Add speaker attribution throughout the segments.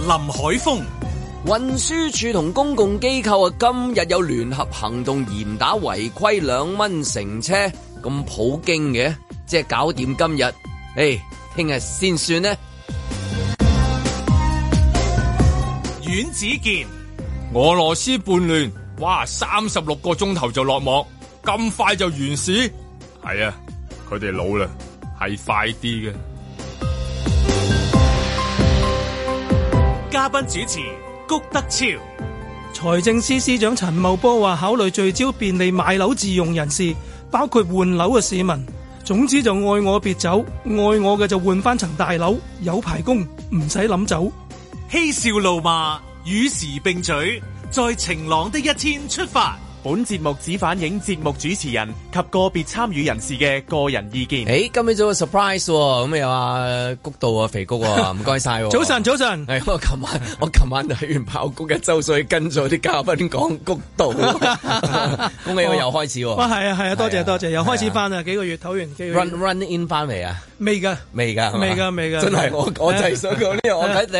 Speaker 1: 林海峰、
Speaker 2: 運輸署同公共機構啊，今日有聯合行動嚴打違規兩蚊乘車，咁普京嘅，即係搞掂今日，誒，聽日先算呢。
Speaker 1: 阮子健、
Speaker 3: 俄羅斯叛亂，哇，三十六個鐘頭就落幕，咁快就完事？係啊，佢哋老啦，係快啲嘅。
Speaker 1: 嘉賓主持谷德超、
Speaker 4: 財政司司長陳茂波話：考慮聚焦便利買樓自用人士，包括換樓嘅市民。總之就愛我別走，愛我嘅就換翻層大樓，有排供，唔使諗走。
Speaker 1: 嬉笑怒罵，與時並舉，在晴朗的一天出發。
Speaker 5: 本節目只反映節目主持人及個別參與人士嘅個人意見。
Speaker 2: 誒，今朝早個 surprise 喎，咁又話谷道啊，肥谷啊， 唔該晒喎。
Speaker 4: 早晨，早晨，
Speaker 2: 係我琴晚，我琴晚睇完爆谷嘅周水，跟咗啲嘉賓講谷道， 恭喜我又開始喎。
Speaker 4: 哇，係啊，係啊，多
Speaker 2: 係啊
Speaker 4: 謝多謝，又開
Speaker 2: 係
Speaker 4: 始
Speaker 2: 啊
Speaker 4: 翻啦，幾個月唞完幾個
Speaker 2: run
Speaker 4: 月，
Speaker 2: run in 翻嚟啊！
Speaker 4: 未㗎，
Speaker 2: 未㗎，係嘛
Speaker 4: 未㗎未㗎
Speaker 2: 真係我我就係
Speaker 4: 係
Speaker 2: 想講呢樣。我睇第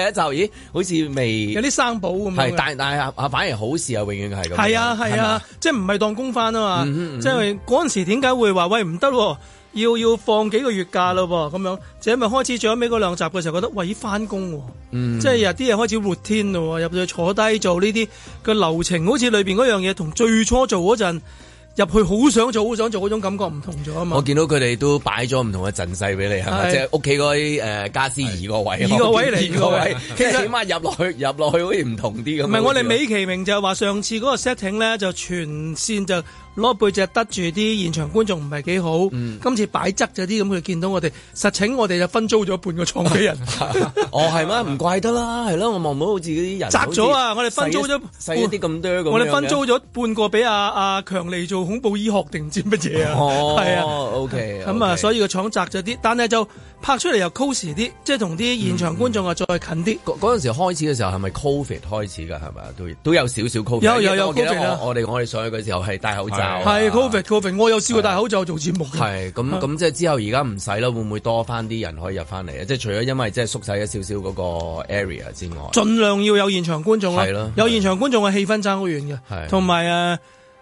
Speaker 2: 一集，咦，好似
Speaker 4: 有
Speaker 2: 未
Speaker 4: 啲生保咁樣
Speaker 2: 係
Speaker 4: 嘅。，
Speaker 2: 但但係啊啊，反而好事啊，永遠係咁樣。
Speaker 4: 係啊係
Speaker 2: 係
Speaker 4: 啊
Speaker 2: 嘛，，嗯
Speaker 4: 即係唔係當公翻啊嘛，即係嗰陣時點解會話喂唔得喎，要要放幾個月假咯喎咁樣，就因為開始最後尾嗰兩集嘅時候覺得喂翻工
Speaker 2: 嗯
Speaker 4: 喎，即係有啲嘢開始活天咯喎，入去坐低做呢啲個流程，好似裏邊嗰樣嘢同最初做嗰陣入去好想做好想做嗰種感覺唔同咗啊
Speaker 2: 我
Speaker 4: 嘛。
Speaker 2: 見到佢哋都擺咗唔同嘅陣勢俾你，係咪？
Speaker 4: 係
Speaker 2: 即係屋企嗰啲誒家私移個位，
Speaker 4: 移個位嚟
Speaker 2: 移個位
Speaker 4: 移個位，
Speaker 2: 即係
Speaker 4: 其實
Speaker 2: 起碼入落去入落去好似唔同啲咁。
Speaker 4: 唔係，我哋美其名就係話上次嗰個 setting 咧，就全線就攞背脊得住啲現場觀眾唔係幾好。
Speaker 2: 嗯
Speaker 4: 今次擺側咗啲咁，佢見到我哋實情，我哋就分租咗半個廠 俾人。
Speaker 2: 哦係咩？唔怪得啦，係咯，我望唔到好似啲人
Speaker 4: 窄咗啊！
Speaker 2: 好
Speaker 4: 我
Speaker 2: 似
Speaker 4: 哋分租咗
Speaker 2: 細一細一啲咁多咁樣嘅。
Speaker 4: 我哋分租咗半個俾阿阿強利做恐怖醫學定唔知乜嘢啊？
Speaker 2: 哦，
Speaker 4: 係啊。
Speaker 2: ，OK，
Speaker 4: 咁啊，所以個廠窄咗啲，但係就拍出嚟又 close 啲，即係同啲現場觀眾啊再近啲。
Speaker 2: 嗰嗰陣時開始嘅時候係咪 Covid 開始㗎？係咪都都有少少 Covid。
Speaker 4: 有有有
Speaker 2: 我記得
Speaker 4: Covid 啊
Speaker 2: 我我哋我哋上去嘅時候係戴口罩啊。
Speaker 4: 係 covid covid，我有試過戴口罩做節目嘅。
Speaker 2: 係
Speaker 4: 嗯
Speaker 2: 咁咁，即係之後而家唔使啦，會唔會多翻啲人可以入翻嚟啊？即係除咗因為即係縮細咗少少嗰個 area 之 外，
Speaker 4: 盡量要有現場觀眾啦
Speaker 2: 係咯，
Speaker 4: 啊有現場觀眾嘅氣氛爭好遠
Speaker 2: 係
Speaker 4: 嘅，同埋誒，呃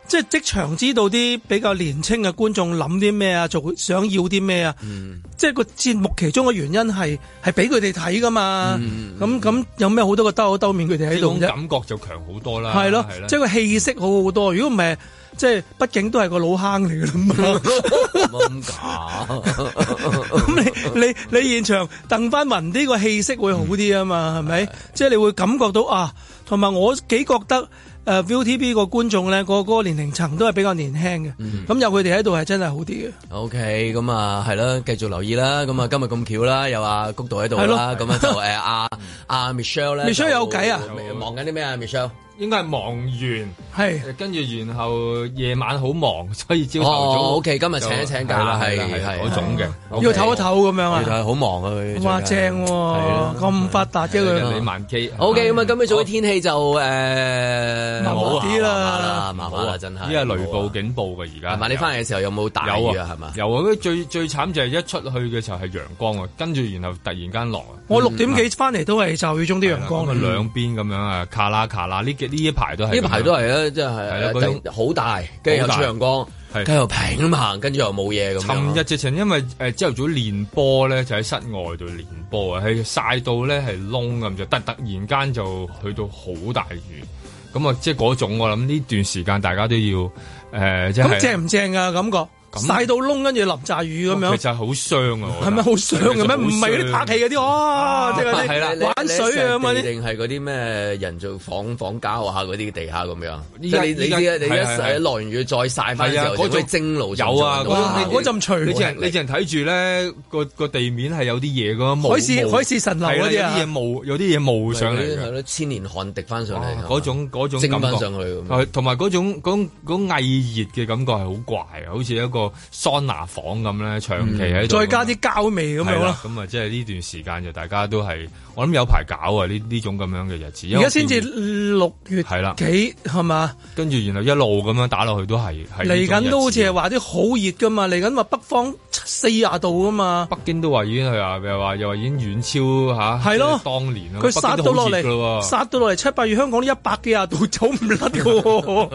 Speaker 4: 即係即場知道啲比較年青嘅觀眾諗啲咩啊，做想要啲咩啊，
Speaker 3: 嗯
Speaker 4: 即係個節目其中嘅原因係係俾佢哋睇噶嘛，
Speaker 3: 嗯
Speaker 4: 咁咁有咩好多個兜口兜面佢哋
Speaker 3: 呢
Speaker 4: 喺度
Speaker 3: 種
Speaker 4: 啫，
Speaker 3: 感覺就強好多啦，
Speaker 4: 係咯
Speaker 3: 啊係，
Speaker 4: 即係個氣息好好多，如果唔係。即係畢竟都係個老坑嚟㗎 啦嘛，
Speaker 2: 咁假
Speaker 4: 咁你你你現場鄧翻文呢個氣息會好啲啊嘛，係咪？即係你會感覺到啊，同埋我幾覺得誒、呃 ViuTV 個觀眾咧，個嗰個年齡層都係比較年輕嘅，咁、有佢哋喺度係真係好啲嘅。
Speaker 2: ？OK，咁啊係啦，繼續留意啦。咁啊今日咁巧啦，又話谷道喺度
Speaker 4: 嗯係咯
Speaker 2: 啦，咁啊 就誒阿阿 Michelle 咧
Speaker 4: Michelle
Speaker 2: 就
Speaker 4: 有計啊
Speaker 2: 忙緊啲咩啊 Michelle？
Speaker 3: 應該係忙完。
Speaker 4: 係
Speaker 3: 誒跟住然後夜晚好忙，所以朝頭
Speaker 2: 哦
Speaker 3: 早。
Speaker 2: ，OK，今日請一請假
Speaker 3: 係啦
Speaker 2: 係
Speaker 3: 係啦係啦
Speaker 2: 係
Speaker 3: 嗰種嘅。
Speaker 2: OK
Speaker 4: 要唞一唞咁樣
Speaker 2: 佢
Speaker 4: 啊！
Speaker 2: 係好忙啊佢。
Speaker 4: 哇，正喎、咁發達嘅
Speaker 3: 人
Speaker 4: 佢
Speaker 3: 哋。萬機。
Speaker 2: O K，咁啊，今朝早嘅天氣就誒
Speaker 4: 嗯麻麻啲啦
Speaker 2: 麻麻啦，啊真係。
Speaker 3: 呢係雷暴警報嘅而家。
Speaker 2: 係啊咪？你翻嚟嘅時候有冇大
Speaker 3: 啊有
Speaker 2: 雨
Speaker 3: 啊
Speaker 2: 啊？係嘛？
Speaker 3: 有啊，跟住最最慘就係一出去嘅時候係陽光啊，跟住然後突然間落啊。
Speaker 4: 我六點幾翻嚟都係驟雨中啲陽光
Speaker 3: 咁啊，兩邊咁樣啊，卡啦卡啦，呢幾呢一排都係咁
Speaker 2: 呢
Speaker 3: 樣。
Speaker 2: 排都係啊，
Speaker 3: 係啦嗰
Speaker 2: 真
Speaker 3: 種
Speaker 2: 係好大，跟住又
Speaker 3: 好大
Speaker 2: 出陽光，
Speaker 3: 係
Speaker 2: 跟住又平咁行，跟住又冇嘢咁樣。
Speaker 3: 尋日直情因為誒朝頭早練波咧，就喺室外度練波啊，係曬到咧係窿咁就，但突然間就去到好大雨，咁啊即係嗰種我諗呢段時間大家都要誒、呃即係
Speaker 4: 咁正唔正啊？感覺
Speaker 3: 咁
Speaker 4: 曬到窿，跟住淋驟雨咁樣，
Speaker 3: 其實係好傷啊，我覺
Speaker 4: 係
Speaker 3: 得
Speaker 4: 咪好傷嘅
Speaker 3: 其實
Speaker 4: 咩？
Speaker 3: 好
Speaker 4: 唔係嗰啲拍戲嗰啲哦，即係嗰
Speaker 3: 係啦
Speaker 2: 你
Speaker 4: 啲玩水啊咁嗰
Speaker 2: 你你。
Speaker 4: 啲
Speaker 2: 定係嗰啲咩人造房房膠啊嗰啲地下咁樣。即
Speaker 3: 依家
Speaker 2: 係你你
Speaker 3: 依家
Speaker 2: 知啊你
Speaker 3: 係
Speaker 2: 一
Speaker 3: 係
Speaker 2: 洗
Speaker 3: 係
Speaker 2: 落完雨再曬翻嘅時候，
Speaker 3: 係啊嗰
Speaker 2: 就會
Speaker 3: 種
Speaker 2: 蒸爐上
Speaker 3: 有啊
Speaker 2: 上到
Speaker 4: 哇
Speaker 2: 下
Speaker 3: 嗰
Speaker 4: 嗰陣除
Speaker 3: 你只人你只人睇住咧個個地面係有啲嘢噶，霧
Speaker 4: 海市
Speaker 3: 霧
Speaker 4: 海市蜃樓
Speaker 3: 係啦
Speaker 4: 嗰啲啊
Speaker 3: 有啲嘢霧有啲嘢霧上嚟
Speaker 2: 係
Speaker 3: 嘅，
Speaker 2: 咯，千年汗滴翻上
Speaker 3: 哇
Speaker 2: 嚟，
Speaker 3: 嗰種嗰種
Speaker 2: 蒸
Speaker 3: 感
Speaker 2: 翻
Speaker 3: 覺
Speaker 2: 上去咁樣。
Speaker 3: 係呃同埋嗰種嗰嗰翳熱嘅感覺係好怪啊，好似一個桑拿房咁咧，長期喺度咁樣、
Speaker 4: 嗯再加啲膠味咁樣
Speaker 3: 係
Speaker 4: 咯
Speaker 3: 啦。。咁啊，即係呢段時間就大家都係，我諗有排搞啊呢呢種咁樣嘅日子。因為
Speaker 4: 而家先至
Speaker 3: 我見
Speaker 4: 六月
Speaker 3: 係啦
Speaker 4: 幾係嘛？
Speaker 3: 跟住然後一路咁樣打落去都係係呢種
Speaker 4: 嚟緊都好似
Speaker 3: 日
Speaker 4: 係話啲好熱噶嘛，嚟緊話北方四廿度噶嘛，
Speaker 3: 北京都話已經係啊，又話又話已經遠超嚇，
Speaker 4: 係咯
Speaker 3: 即係當年啊
Speaker 4: 佢殺到落
Speaker 3: 北京都好熱
Speaker 4: 嚟，
Speaker 3: 㗎喎
Speaker 4: 殺到落嚟七八月香港都一百幾廿度走唔甩嘅喎，
Speaker 3: 哦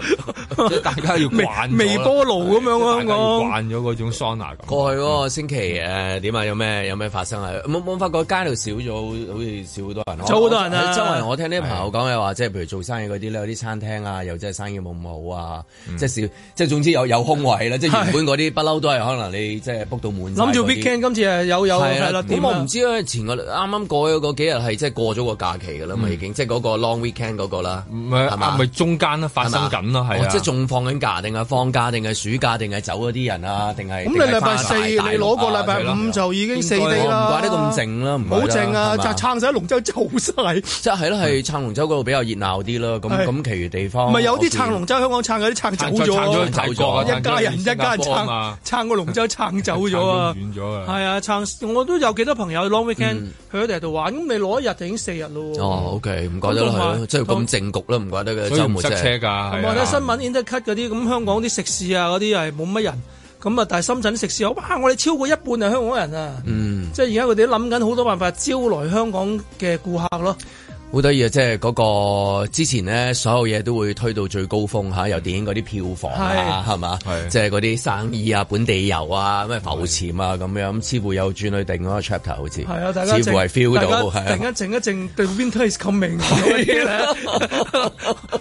Speaker 3: 即係大家要
Speaker 4: 微
Speaker 3: 慣咗啦啊
Speaker 4: 微波爐咁樣
Speaker 3: 大家
Speaker 4: 啊
Speaker 3: 要
Speaker 4: 香港。
Speaker 3: 慣咗嗰種桑拿感。
Speaker 2: 過去嗰
Speaker 4: 嗯
Speaker 2: 個星期誒點啊？有咩有咩發生啊？冇冇發覺街度少咗，好好似少好多人。
Speaker 4: 少好多人啊
Speaker 2: 我周圍我聽啲朋友講又話，即係譬如做生意嗰啲咧，有啲餐廳啊，又真係生意冇咁好啊，
Speaker 4: 嗯
Speaker 2: 即係少，即係總之有有空位啦。即係原本嗰啲不嬲都係可能你即係 book 到滿晒嗰啲。
Speaker 4: 諗住 weekend 今次係有有
Speaker 2: 係
Speaker 4: 係
Speaker 2: 啦
Speaker 4: 啦，，
Speaker 2: 咁
Speaker 4: 點
Speaker 2: 我
Speaker 4: 啊
Speaker 2: 唔？知啊。前個啱啱過咗嗰幾日係即係過咗個假期㗎啦
Speaker 4: 嗯
Speaker 2: 嘛，已經即係嗰個 long weekend 嗰個啦，
Speaker 3: 唔係
Speaker 2: 係嘛
Speaker 3: 啊咪中間咧發
Speaker 2: 係
Speaker 3: 生
Speaker 2: 嘛
Speaker 3: 緊咯，係
Speaker 2: 哦
Speaker 3: 啊，
Speaker 2: 即係仲放緊假定係放假定係暑假定係走嗰啲人啊，定係
Speaker 4: 咁
Speaker 2: 定係
Speaker 4: 你禮拜
Speaker 2: 返大
Speaker 4: 四你
Speaker 2: 大陸
Speaker 4: 攞個
Speaker 2: 啊
Speaker 4: 禮
Speaker 3: 係
Speaker 4: 拜五
Speaker 3: 咯
Speaker 4: 就已經四
Speaker 2: 應該
Speaker 4: D
Speaker 2: 唔
Speaker 4: 啦，
Speaker 2: 怪得咁靜啦唔怪
Speaker 4: 好
Speaker 2: 得
Speaker 4: 靜啊，
Speaker 2: 係
Speaker 4: 就
Speaker 2: 嘛
Speaker 4: 撐晒龍舟走晒。
Speaker 2: 即係係咯，係撐龍舟嗰度比較熱鬧啲咯。咁
Speaker 4: 係
Speaker 2: 咁，其餘地方
Speaker 4: 唔係有啲撐
Speaker 2: 撐
Speaker 4: 龍舟，香港撐有啲撐走
Speaker 3: 撐咗哦撐咗去
Speaker 4: 咗，
Speaker 3: 泰國啊，
Speaker 4: 一家人
Speaker 3: 撐咗去
Speaker 4: 一家人
Speaker 3: 新加坡啊嘛
Speaker 4: 撐，撐個龍舟撐走咗啊！
Speaker 3: 遠咗啊，
Speaker 4: 係啊，撐我都有幾多朋友 long weekend 去咗第度玩，咁你攞一日就已經四日咯喎。
Speaker 2: 哦，OK，唔怪得啦，
Speaker 4: 咁同
Speaker 2: 係
Speaker 4: 埋
Speaker 2: 咯即係咁靜局啦，唔怪得嘅
Speaker 3: 所以
Speaker 2: 週
Speaker 3: 唔
Speaker 2: 末
Speaker 3: 塞
Speaker 2: 真
Speaker 3: 車
Speaker 2: 係。
Speaker 3: 㗎，係
Speaker 4: 我睇
Speaker 3: 啊
Speaker 4: 新聞 intercut 嗰啲，咁香港啲食肆啊嗰啲係冇乜人，咁啊但係深圳食肆，哇！我哋超過一半係香港人啊，
Speaker 2: 嗯，
Speaker 4: 即係而家佢哋都諗緊好多辦法招來香港嘅顧客咯。
Speaker 2: 好得意啊！即係嗰個之前咧，所有嘢都會推到最高峰
Speaker 4: 嗯
Speaker 2: 嚇，由電影嗰啲票房啊，係嘛
Speaker 3: 係，
Speaker 2: 即係嗰啲生意啊、本地遊啊、咩浮潛啊咁樣，似乎又轉去定嗰個 chapter 好似，
Speaker 4: 係啊，大家
Speaker 2: 似乎係 feel 到
Speaker 4: 大
Speaker 2: 係
Speaker 4: 家
Speaker 2: 啊
Speaker 4: 突然間靜一靜，The winter is coming 嗰啲咧，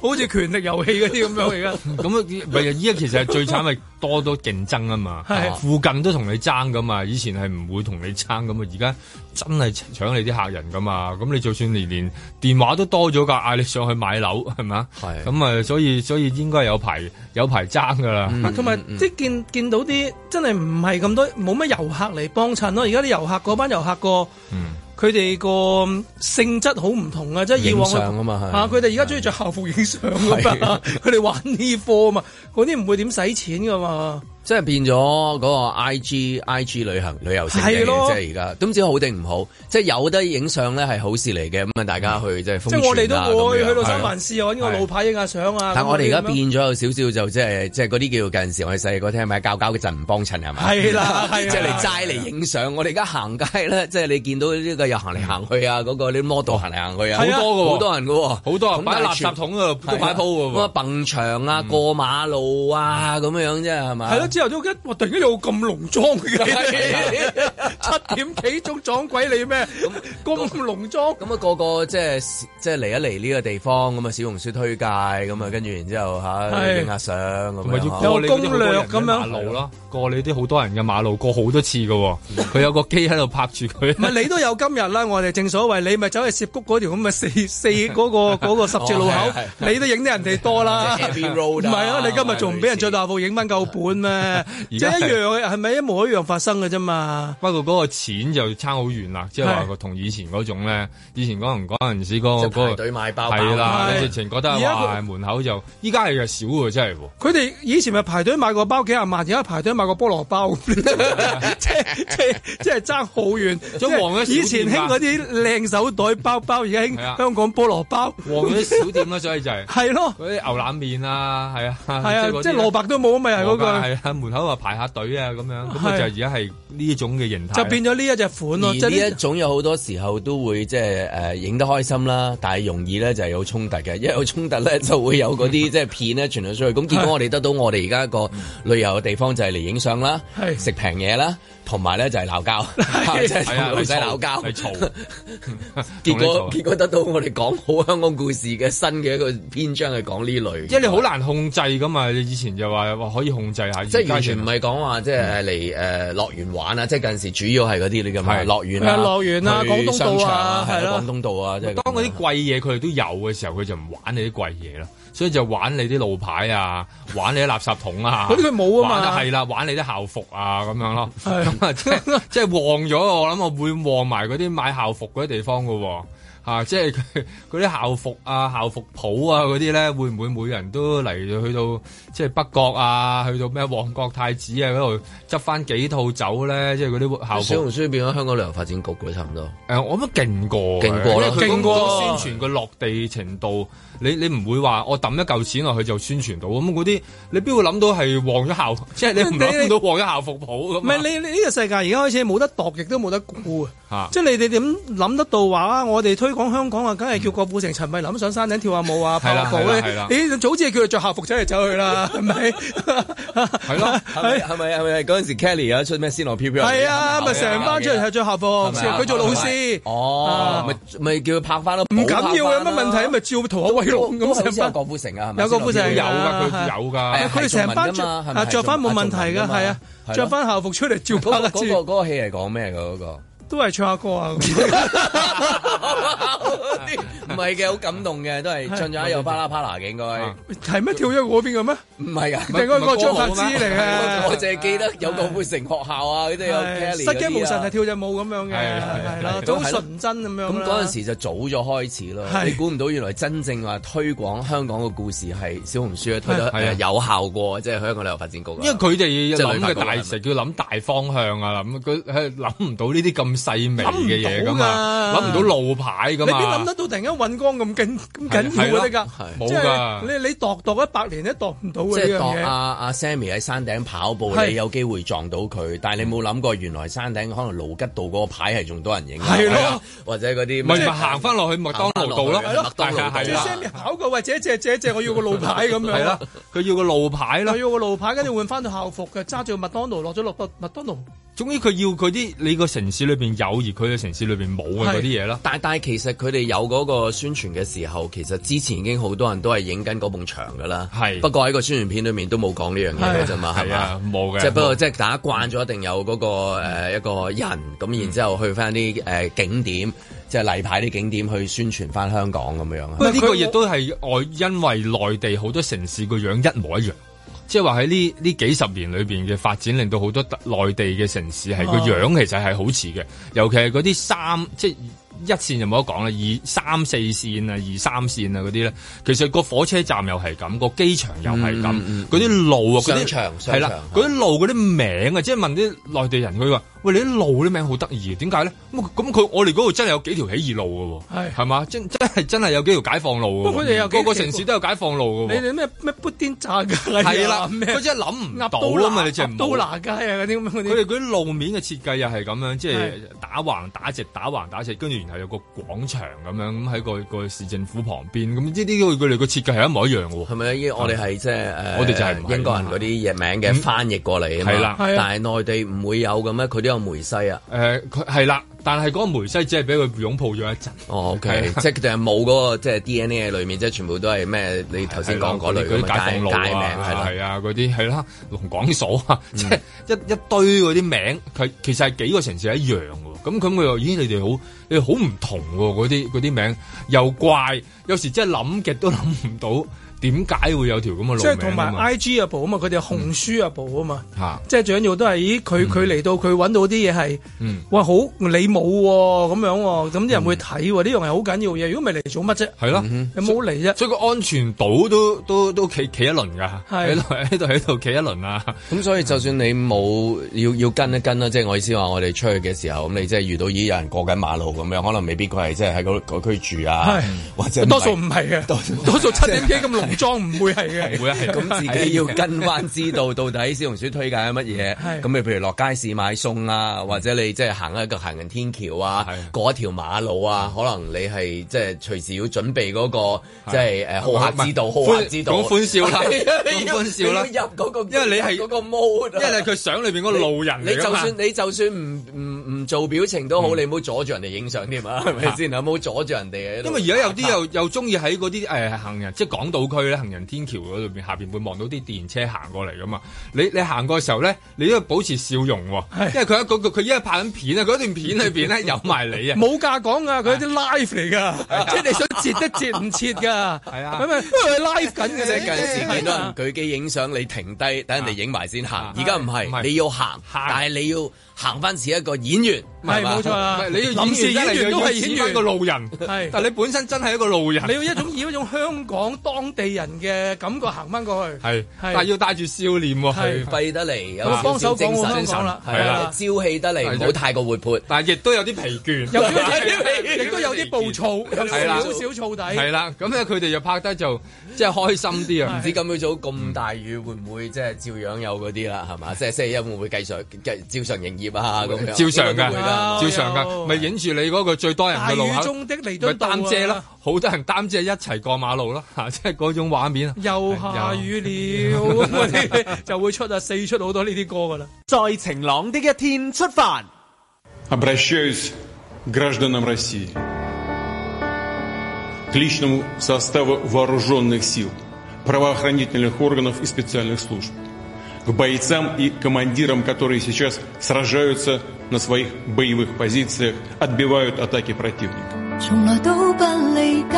Speaker 4: 好似權力遊戲嗰啲咁樣而家。
Speaker 3: 咁啊，唔係啊依家其實係最慘係多多競爭啊嘛
Speaker 4: 係，
Speaker 3: 附近都同你爭噶嘛，以前係唔會同你爭噶嘛，而家真係搶你啲客人噶嘛，咁你就算連連電話都多咗㗎，嗌你上去買樓係咪啊？
Speaker 2: 係
Speaker 3: 咁啊，所以所以應該有排有排爭㗎啦，
Speaker 2: 嗯
Speaker 4: 同埋即係見見到啲真係唔係咁多冇乜遊客嚟幫襯咯。而家啲遊客嗰班遊客個
Speaker 2: 嗯
Speaker 4: 佢哋個性質好唔同啊！即係以往
Speaker 2: 影相啊嘛係
Speaker 4: 啊佢哋而家中意着校服影相㗎嘛，佢哋玩呢科啊嘛，嗰啲唔會點使錢㗎嘛。
Speaker 2: 即係變咗嗰個 I G I G 旅行旅遊勝地
Speaker 4: 係咯
Speaker 2: 嘅，即係而家都唔知好定唔好，即係有得影相咧係好事嚟嘅，咁啊大家去即係瘋
Speaker 4: 嗯即係我哋
Speaker 2: 傳啊
Speaker 4: 都
Speaker 2: 咁
Speaker 4: 會
Speaker 2: 樣
Speaker 4: 去到
Speaker 2: 係
Speaker 4: 三藩市揾個
Speaker 3: 係
Speaker 4: 老牌影下相啊。
Speaker 2: 但
Speaker 4: 咁
Speaker 2: 我哋而家
Speaker 4: 嗰啲咁樣
Speaker 2: 變咗有少少就即係即係嗰啲叫近時我哋細個聽咪交交嘅陣唔幫襯係咪？
Speaker 4: 係 啦，係
Speaker 2: 即
Speaker 4: 啦
Speaker 2: 係嚟齋嚟影相，我哋而家行街咧， 即係你見到呢個又行嚟行去啊，嗰個啲 model 行嚟行去啊，
Speaker 4: 係啊
Speaker 2: 㗎喎好多人㗎喎，
Speaker 3: 哦好多啊
Speaker 2: 咁
Speaker 3: 擺喺
Speaker 2: 但
Speaker 3: 垃
Speaker 2: 係全
Speaker 3: 圾桶嗰度都擺鋪㗎
Speaker 2: 咁啊
Speaker 3: 喎。嗯
Speaker 2: 蹦牆啊、過馬路啊咁樣啫係咪？
Speaker 4: 係咯，之後都一哇！突然間有個咁濃妝 嘅，七點幾鐘撞鬼你咩？啊咁濃妝，
Speaker 2: 咁啊，個個即係即係嚟一嚟呢個地方，咁啊，小紅書推介，
Speaker 3: 嗯
Speaker 2: 咁啊，跟住然之後嚇
Speaker 4: 係
Speaker 2: 影下相咁
Speaker 3: 咪要
Speaker 2: 樣。哦
Speaker 3: 過你嗰啲好多人
Speaker 4: 有攻
Speaker 3: 嘅
Speaker 4: 略咁樣
Speaker 3: 馬路咯，過你啲好多人嘅馬路，過好多次嘅喎，佢有個機喺度拍住佢
Speaker 4: 唔。係你都有今日啦！我哋正所謂你咪走去涉谷嗰條咁嘅四 四嗰個嗰個十字路口
Speaker 2: 哦係係，
Speaker 4: 你都影得人哋多啦。
Speaker 2: 即係 Abbey
Speaker 4: 唔
Speaker 2: Road 啊
Speaker 4: 係啊！你今日仲唔俾人着大褲影翻夠本咩？即
Speaker 3: 家
Speaker 4: 係
Speaker 3: 係
Speaker 4: 一樣嘅，係咪一模一樣發生嘅啫嘛？
Speaker 3: 不過嗰個錢就差好遠啦，即係話個同以前嗰種咧，以前可能嗰陣時哦嗰
Speaker 2: 即係排
Speaker 3: 個嗰個
Speaker 2: 隊買包包
Speaker 3: 係啦，
Speaker 4: 係
Speaker 3: 你直情覺得
Speaker 4: 而家佢
Speaker 3: 哇門口就，依家係少喎，真係喎。
Speaker 4: 佢哋以前咪排隊買個包幾廿萬，而家排隊買個菠 蘿包，即係即係即係爭好遠。
Speaker 3: 都旺咗小店㗎
Speaker 4: 以前興嗰啲靚手袋包包，而家興
Speaker 3: 係啊
Speaker 4: 香港菠蘿包，
Speaker 3: 旺咗啲小店啦，所以就 係
Speaker 4: 係咯，
Speaker 3: 嗰啲牛腩麵啊，係啊，
Speaker 4: 係啊，
Speaker 3: 嗰啲
Speaker 4: 即係蘿蔔都冇啊嘛，係嗰
Speaker 3: 蘿蔔
Speaker 4: 個
Speaker 3: 係啊，門口話排下隊啊咁樣，咁
Speaker 4: 係
Speaker 3: 啊就而家係呢種嘅形態。
Speaker 4: 就變咗呢一隻款咯，
Speaker 2: 而
Speaker 4: 即
Speaker 2: 呢
Speaker 4: 係
Speaker 2: 一
Speaker 3: 啊
Speaker 4: 呢
Speaker 2: 種有好多時候都會即係誒影得開心啦，但係容易咧就係有衝突嘅，一有衝突咧就會有嗰啲即係片咧傳咗出去，咁結果我哋得到我哋而家個旅遊嘅地方就係嚟影相啦，
Speaker 4: 係
Speaker 2: 食平嘢啦，同埋咧就係鬧交，即係
Speaker 3: 係啊，
Speaker 2: 同女仔鬧交，
Speaker 3: 係嘈，
Speaker 2: 結果
Speaker 3: 同你嘈
Speaker 2: 結果得到我哋講好香港故事嘅新嘅一個篇章係講呢類，
Speaker 3: 因為你好難控制噶嘛，你以前就話話可以控制下，
Speaker 2: 即係完全唔
Speaker 3: 係。
Speaker 2: 係講話即係嚟誒樂園玩啊！即係近時主要係嗰啲你咁
Speaker 3: 係
Speaker 2: 樂園啊、
Speaker 4: 係樂園啊
Speaker 2: 去
Speaker 4: 廣東道啊
Speaker 2: 商場啊、係
Speaker 4: 係
Speaker 2: 啦
Speaker 4: 啦
Speaker 2: 廣東道啊，即係咁樣
Speaker 3: 當嗰啲貴嘢佢哋都有嘅時候，佢就唔玩你啲貴嘢啦，所以就玩你啲路牌 啊，玩你啲垃圾桶啊，
Speaker 4: 嗰啲佢冇啊嘛
Speaker 3: 玩係啦，玩你啲校服啊咁樣咯，
Speaker 4: 係
Speaker 3: 咁啊即係即係旺咗，我諗我會旺埋嗰啲買校服嗰啲地方噶喎。嚇，即係佢嗰啲校服啊、校服鋪啊嗰啲咧，會唔會每人都嚟到去到即係北角啊，去到咩旺角太子啊嗰度執翻幾套走咧？即係嗰啲校
Speaker 2: 小
Speaker 3: 服
Speaker 2: 紅書變咗香港旅遊發展局嘅差唔多。
Speaker 3: 誒、呃我諗勁過嘅，
Speaker 2: 勁過啦
Speaker 3: 因為佢
Speaker 2: 勁過
Speaker 3: 嗰個宣傳嘅落地程度，你你唔會話我抌一嚿錢落去就宣傳到咁嗰啲，你邊會諗到係旺咗校， 即係你唔諗到旺咗校服鋪咁啊。
Speaker 4: 唔係你你呢個世界而家開始冇得度，亦都冇得估啊！
Speaker 3: 嚇
Speaker 4: 即係你哋點諗得到話啊？我哋推廣香港啊，梗係叫郭富城、陳慧琳上山頂跳下舞啊，
Speaker 3: 係
Speaker 4: 跑
Speaker 3: 啦
Speaker 4: 下步
Speaker 3: 係啦
Speaker 4: 咧。
Speaker 3: 係
Speaker 4: 你早知係叫佢着校服走嚟走去啦，係咪？係
Speaker 3: 咯
Speaker 2: 係咪係咪係咪嗰陣時 Kelly 有一出咩仙浪飄飄？
Speaker 4: 係啊，咪成班出嚟係着校服，
Speaker 2: 咪啊
Speaker 4: 佢做老師，
Speaker 2: 哦
Speaker 4: 啊，
Speaker 2: 咪咪叫佢拍翻咯，
Speaker 4: 唔緊要嘅，有
Speaker 2: 補拍
Speaker 4: 乜
Speaker 2: 返啦
Speaker 4: 問題？咪照逃學威龍
Speaker 2: 都都係
Speaker 4: 咁
Speaker 2: 好
Speaker 4: 成
Speaker 2: 似有
Speaker 4: 班。
Speaker 2: 郭富城 啊，係咪
Speaker 4: 有郭富城
Speaker 2: 先
Speaker 3: 有
Speaker 2: 有
Speaker 3: 㗎，
Speaker 4: 啊
Speaker 3: 佢有㗎。
Speaker 2: 係啊
Speaker 4: 佢哋成班
Speaker 2: 係仲
Speaker 4: 着
Speaker 2: 文㗎嘛係咪
Speaker 4: 啊着翻冇問題
Speaker 2: 仲文
Speaker 4: 㗎，
Speaker 2: 㗎嘛
Speaker 4: 係啊
Speaker 2: 係咯，
Speaker 4: 着翻校服出嚟照
Speaker 2: 嗰
Speaker 4: 拍
Speaker 2: 個
Speaker 4: 一
Speaker 2: 嗰個
Speaker 4: 次，
Speaker 2: 嗰個戲係講咩㗎嗰個？
Speaker 4: 都係唱下歌啊。
Speaker 2: 唔係嘅，好感動嘅，都係唱咗又啪啦啪啦嘅應該，
Speaker 3: 啊
Speaker 4: 係咩跳咗嗰邊嘅咩？
Speaker 2: 唔係啊，
Speaker 4: 另外一個張柏芝嚟
Speaker 2: 我我
Speaker 4: 嘅。
Speaker 2: 淨係記得有個富城學校啊，嗰啲有 Kelly
Speaker 4: 失
Speaker 2: 嗰啲啊
Speaker 4: 驚無神係跳隻舞咁樣嘅，
Speaker 3: 係係
Speaker 4: 係
Speaker 3: 係
Speaker 4: 啦，都好純真咁樣
Speaker 2: 咁
Speaker 4: 啦
Speaker 2: 嗰陣時就早咗開始咯，
Speaker 4: 係
Speaker 2: 你估唔到原來真正話推廣香港嘅故事係小紅書推得
Speaker 3: 係係啊
Speaker 2: 誒有效過，即係香港旅遊發展局啊。
Speaker 3: 因為佢
Speaker 2: 即
Speaker 3: 哋
Speaker 2: 係
Speaker 3: 諗嘅大
Speaker 2: 諗法
Speaker 3: 食，叫諗大方向啊，諗佢係諗唔到呢啲咁細微嘅嘢㗎嘛，
Speaker 4: 諗唔
Speaker 3: 諗唔
Speaker 4: 到㗎
Speaker 3: 到路牌㗎
Speaker 4: 你邊
Speaker 3: 嘛
Speaker 4: 諗，得到突然間尹光咁緊咁緊
Speaker 3: 係
Speaker 4: 要
Speaker 3: 咯
Speaker 4: 嘅㗎？
Speaker 2: 係
Speaker 3: 冇
Speaker 4: 即
Speaker 3: 㗎
Speaker 4: 係。你你度度一百年都度唔到
Speaker 2: 即
Speaker 4: 嘅
Speaker 2: 係
Speaker 4: 呢
Speaker 2: 當阿
Speaker 4: 樣嘢。
Speaker 2: 阿 Sammy 喺山頂跑步，
Speaker 4: 係
Speaker 2: 你有機會撞到佢，但係你冇諗過原來山頂可能盧吉道嗰個牌係仲多人影啊，
Speaker 4: 係咯
Speaker 2: 係啊或者嗰啲
Speaker 3: 咪咪
Speaker 2: 咩
Speaker 3: 行翻落去麥當勞道咯，
Speaker 2: 係咯麥
Speaker 3: 係啊
Speaker 4: 即
Speaker 3: 係
Speaker 2: 當
Speaker 4: 係
Speaker 2: 勞
Speaker 3: 啦
Speaker 2: 道
Speaker 4: Sammy 考過，喂，姐姐姐姐，我要個路牌咁樣。
Speaker 3: 係啦，佢要個路牌啦
Speaker 4: 我。要個路牌，跟住換翻到校服嘅，揸住個麥當勞落咗落麥麥當勞。
Speaker 3: 總之佢要佢啲你個城市裏邊有，而佢嘅城市裏邊冇啊嘅嗰啲嘢啦。
Speaker 2: 但但係其實佢哋有嗰個宣傳嘅時候，其實之前已經好多人都係影緊嗰埲牆㗎啦。
Speaker 3: 係
Speaker 2: 不過喺個宣傳片裏面都冇講呢樣嘢嘅啫嘛，係
Speaker 3: 係
Speaker 2: 嘛
Speaker 3: 啊？，冇嘅。
Speaker 2: 即係不過即係大家慣咗，一定有嗰、個、呃、一個人咁，然之後去翻啲誒景點，即係例牌啲景點去宣傳翻香港咁樣啊。
Speaker 3: 呢個亦都係外因為內地好多城市個樣一模一樣，即係話喺呢呢幾十年裏邊嘅發展，令到好多特內地嘅城市係個
Speaker 4: 哦
Speaker 2: 啊
Speaker 3: 樣其實係好似嘅，尤其係嗰啲三即係。一線就冇得講啦，二三四線啊、二三線啊嗰啲咧，其實個火車站又係咁，個機場又係
Speaker 2: 嗯
Speaker 3: 咁，嗰啲、路啊、嗰
Speaker 2: 商
Speaker 3: 啲
Speaker 2: 場商
Speaker 3: 係啦
Speaker 2: 場，
Speaker 3: 嗰啲路嗰啲名啊，即係問啲內地人，佢話：喂，你啲路啲名好得意，啊點解咧？咁咁佢我哋嗰度真係有幾條起義路嘅喎，
Speaker 4: 係
Speaker 3: 係嘛？真真係真係有幾條解放路嘅喎，
Speaker 4: 不過佢哋有幾
Speaker 3: 個個
Speaker 4: 條
Speaker 3: 城市都有解放路
Speaker 4: 你
Speaker 3: 嘅喎，
Speaker 4: 哋咩咩布丁炸街
Speaker 3: 係
Speaker 4: 啊
Speaker 3: 啦，
Speaker 4: 咩
Speaker 3: 佢真係諗
Speaker 4: 鴨
Speaker 3: 唔到
Speaker 4: 刀
Speaker 3: 啊嘛，你真係
Speaker 4: 鴨
Speaker 3: 唔
Speaker 4: 刀拿街啊嗰啲咁樣嗰
Speaker 3: 佢哋
Speaker 4: 啲。
Speaker 3: 嗰啲路面嘅設計又係咁樣，即係
Speaker 4: 係
Speaker 3: 打橫打直打橫打直，跟住然後有個廣場咁樣，咁喺個個市政府旁邊，咁呢啲佢哋個設計係一模一樣嘅
Speaker 2: 係
Speaker 3: 喎。
Speaker 2: 咪？因為我哋係即係誒，
Speaker 3: 我哋就係唔係嗯
Speaker 2: 英國人嗰啲嘢名嘅翻譯過嚟啊嘛。
Speaker 3: 係啦
Speaker 4: 係啊
Speaker 2: 但係內地唔會有嘅咩？佢都有梅西啊。
Speaker 3: 誒，佢係啦，但係嗰個梅西只係俾佢擁抱咗一陣。
Speaker 2: 哦，OK，
Speaker 3: 係啊
Speaker 2: 即係佢哋係冇嗰個即係 DNA 喺裏面，即係全部都係咩？你頭先講嗰類
Speaker 3: 嗰
Speaker 2: 咁啊
Speaker 3: 啲
Speaker 2: 嘅
Speaker 3: 解
Speaker 2: 街
Speaker 3: 放路
Speaker 2: 街名
Speaker 3: 啊，
Speaker 2: 係啦。
Speaker 3: 係啊，嗰啲係啦，龍港所 啊，即係一一堆嗰啲名，佢其實係幾個城市係一樣嘅喎。咁咁佢又咦，你哋好，你哋好唔同喎，嗰啲嗰啲名又怪，有時真係諗極都諗唔到點解會有條咁嘅路名
Speaker 4: 即係同埋
Speaker 3: 啊嘛嗯
Speaker 4: I G 啊部啊嘛，佢哋係紅書啊部啊嘛，
Speaker 3: 嚇，
Speaker 4: 即係最緊要都係咦佢佢嚟到佢揾到啲嘢係，
Speaker 3: 嗯
Speaker 4: 哇好你冇喎咁樣喎，咁啲人會睇喎，呢樣係好緊要嘅嘢。如果唔係嚟做乜啫？
Speaker 3: 係
Speaker 2: 嗯
Speaker 3: 咯。
Speaker 4: 有冇嚟啫？
Speaker 3: 所以個安全島都都都企企一輪㗎，
Speaker 4: 係
Speaker 3: 喺度喺度喺度企一輪啊！
Speaker 2: 咁所以就算你冇要要跟一跟啦，啊即係我意思話，我哋出去嘅時候，咁你即係遇到咦有人過緊馬路咁樣，可能未必佢係即係喺嗰嗰區住啊
Speaker 4: 係，
Speaker 2: 或者
Speaker 4: 多數唔係嘅，多數七點幾咁濃妝唔會係嘅。
Speaker 3: 會啊係
Speaker 2: 咁自己要跟翻知道到底小紅書推介乜 嘢，
Speaker 4: 係
Speaker 2: 咁你譬如落街市買餸啊，或者你即係行一個行人天橋啊，
Speaker 3: 係
Speaker 2: 過一條馬路啊，可能你係即係隨時要準備嗰個即係誒好客之道，
Speaker 3: 唔
Speaker 2: 好
Speaker 3: 係
Speaker 2: 客之道，
Speaker 3: 歡講歡 笑啦
Speaker 2: 係啊你要
Speaker 3: 講歡笑啦
Speaker 2: 你 要入嗰個，
Speaker 3: 因為你係
Speaker 2: 嗰個 mode 啊。
Speaker 3: 因為佢相裏邊嗰個路人
Speaker 2: 你
Speaker 3: 嚟
Speaker 2: 就
Speaker 3: 㗎嘛
Speaker 2: 算你就算唔唔唔做表情都好，你唔好阻住人哋影相添啊，係咪先？唔好阻住人哋嘅。
Speaker 3: 因為而家有啲又又中意喺嗰啲誒行人，即係港島區咧行人天橋嗰裏邊下邊會望到啲電車行過嚟噶嘛。你你行過嘅時候咧，你都要保持笑容喎、因為佢喺嗰個佢依家拍緊片啊，嗰段片裏邊咧有埋你啊。
Speaker 4: 冇價講噶，佢啲 live 嚟噶，即係你想截都截唔切噶。係
Speaker 3: 啊
Speaker 4: 咁咪因為 live 緊嘅
Speaker 2: 即係啊
Speaker 4: 啫，
Speaker 2: 近時見到人
Speaker 4: 係啊
Speaker 2: 舉機影相，你停低等人哋影埋先行
Speaker 3: 啊。
Speaker 2: 而家唔
Speaker 3: 唔
Speaker 2: 係，
Speaker 3: 係
Speaker 2: 你要行，
Speaker 3: 行
Speaker 2: 但係你要行翻似一個，咦？演員，
Speaker 4: 係
Speaker 2: 嘛
Speaker 4: 冇錯啦
Speaker 3: 唔係你要
Speaker 4: 啊臨時演員都係演員
Speaker 3: 演翻個路人，
Speaker 4: 係
Speaker 3: 但你本身真係一個路人，
Speaker 4: 你要一種以一種香港當地人嘅感覺行翻過去，
Speaker 3: 係，啊但
Speaker 4: 係
Speaker 3: 係要帶住笑臉喎，
Speaker 4: 係
Speaker 3: 係
Speaker 2: 廢得嚟，有
Speaker 4: 我
Speaker 2: 少
Speaker 4: 幫
Speaker 2: 少
Speaker 4: 手
Speaker 2: 精
Speaker 4: 講好
Speaker 2: 神
Speaker 4: 香港啦，
Speaker 3: 係啦
Speaker 4: 啊，
Speaker 2: 朝氣得嚟，唔好太過活潑。
Speaker 3: 但係亦都有啲疲倦，
Speaker 4: 有啲亦都有啲暴躁，有
Speaker 3: 係啦
Speaker 4: 少少燥
Speaker 3: 係啊
Speaker 4: 底，
Speaker 3: 啦，咁咧佢哋就拍得就即係開心啲啊，
Speaker 2: 唔
Speaker 3: 唔
Speaker 2: 知
Speaker 3: 知
Speaker 2: 今朝早咁大雨會唔會即係照樣有嗰啲啦，係嘛？即係星期一會唔會繼續繼照常營業啊？ 咁樣
Speaker 3: 照常
Speaker 2: 應該都會㗎
Speaker 4: 啊
Speaker 3: 照常噶，
Speaker 2: 哦
Speaker 4: 有
Speaker 3: 咪影住你嗰個最多人
Speaker 4: 大
Speaker 3: 嘅路
Speaker 4: 雨
Speaker 3: 口，
Speaker 4: 中的彌
Speaker 3: 咪
Speaker 4: 敦道啊
Speaker 3: 擔遮啦，，好多人擔遮一齊過馬路啦，嚇， 即係嗰種畫面啊，
Speaker 4: 又下雨了，嗰啲就會出啊四出好多呢啲歌噶啦。
Speaker 5: 在晴朗的一天出發。
Speaker 6: Обращаюсь к гражданам России, к личному составу вооруженных сил, правоохранительных органов и специальных служб, к бойцам и командирам, которые сейчас сражаются на своих боевых позициях, отбивают атаки противника.
Speaker 7: 從來都不理解，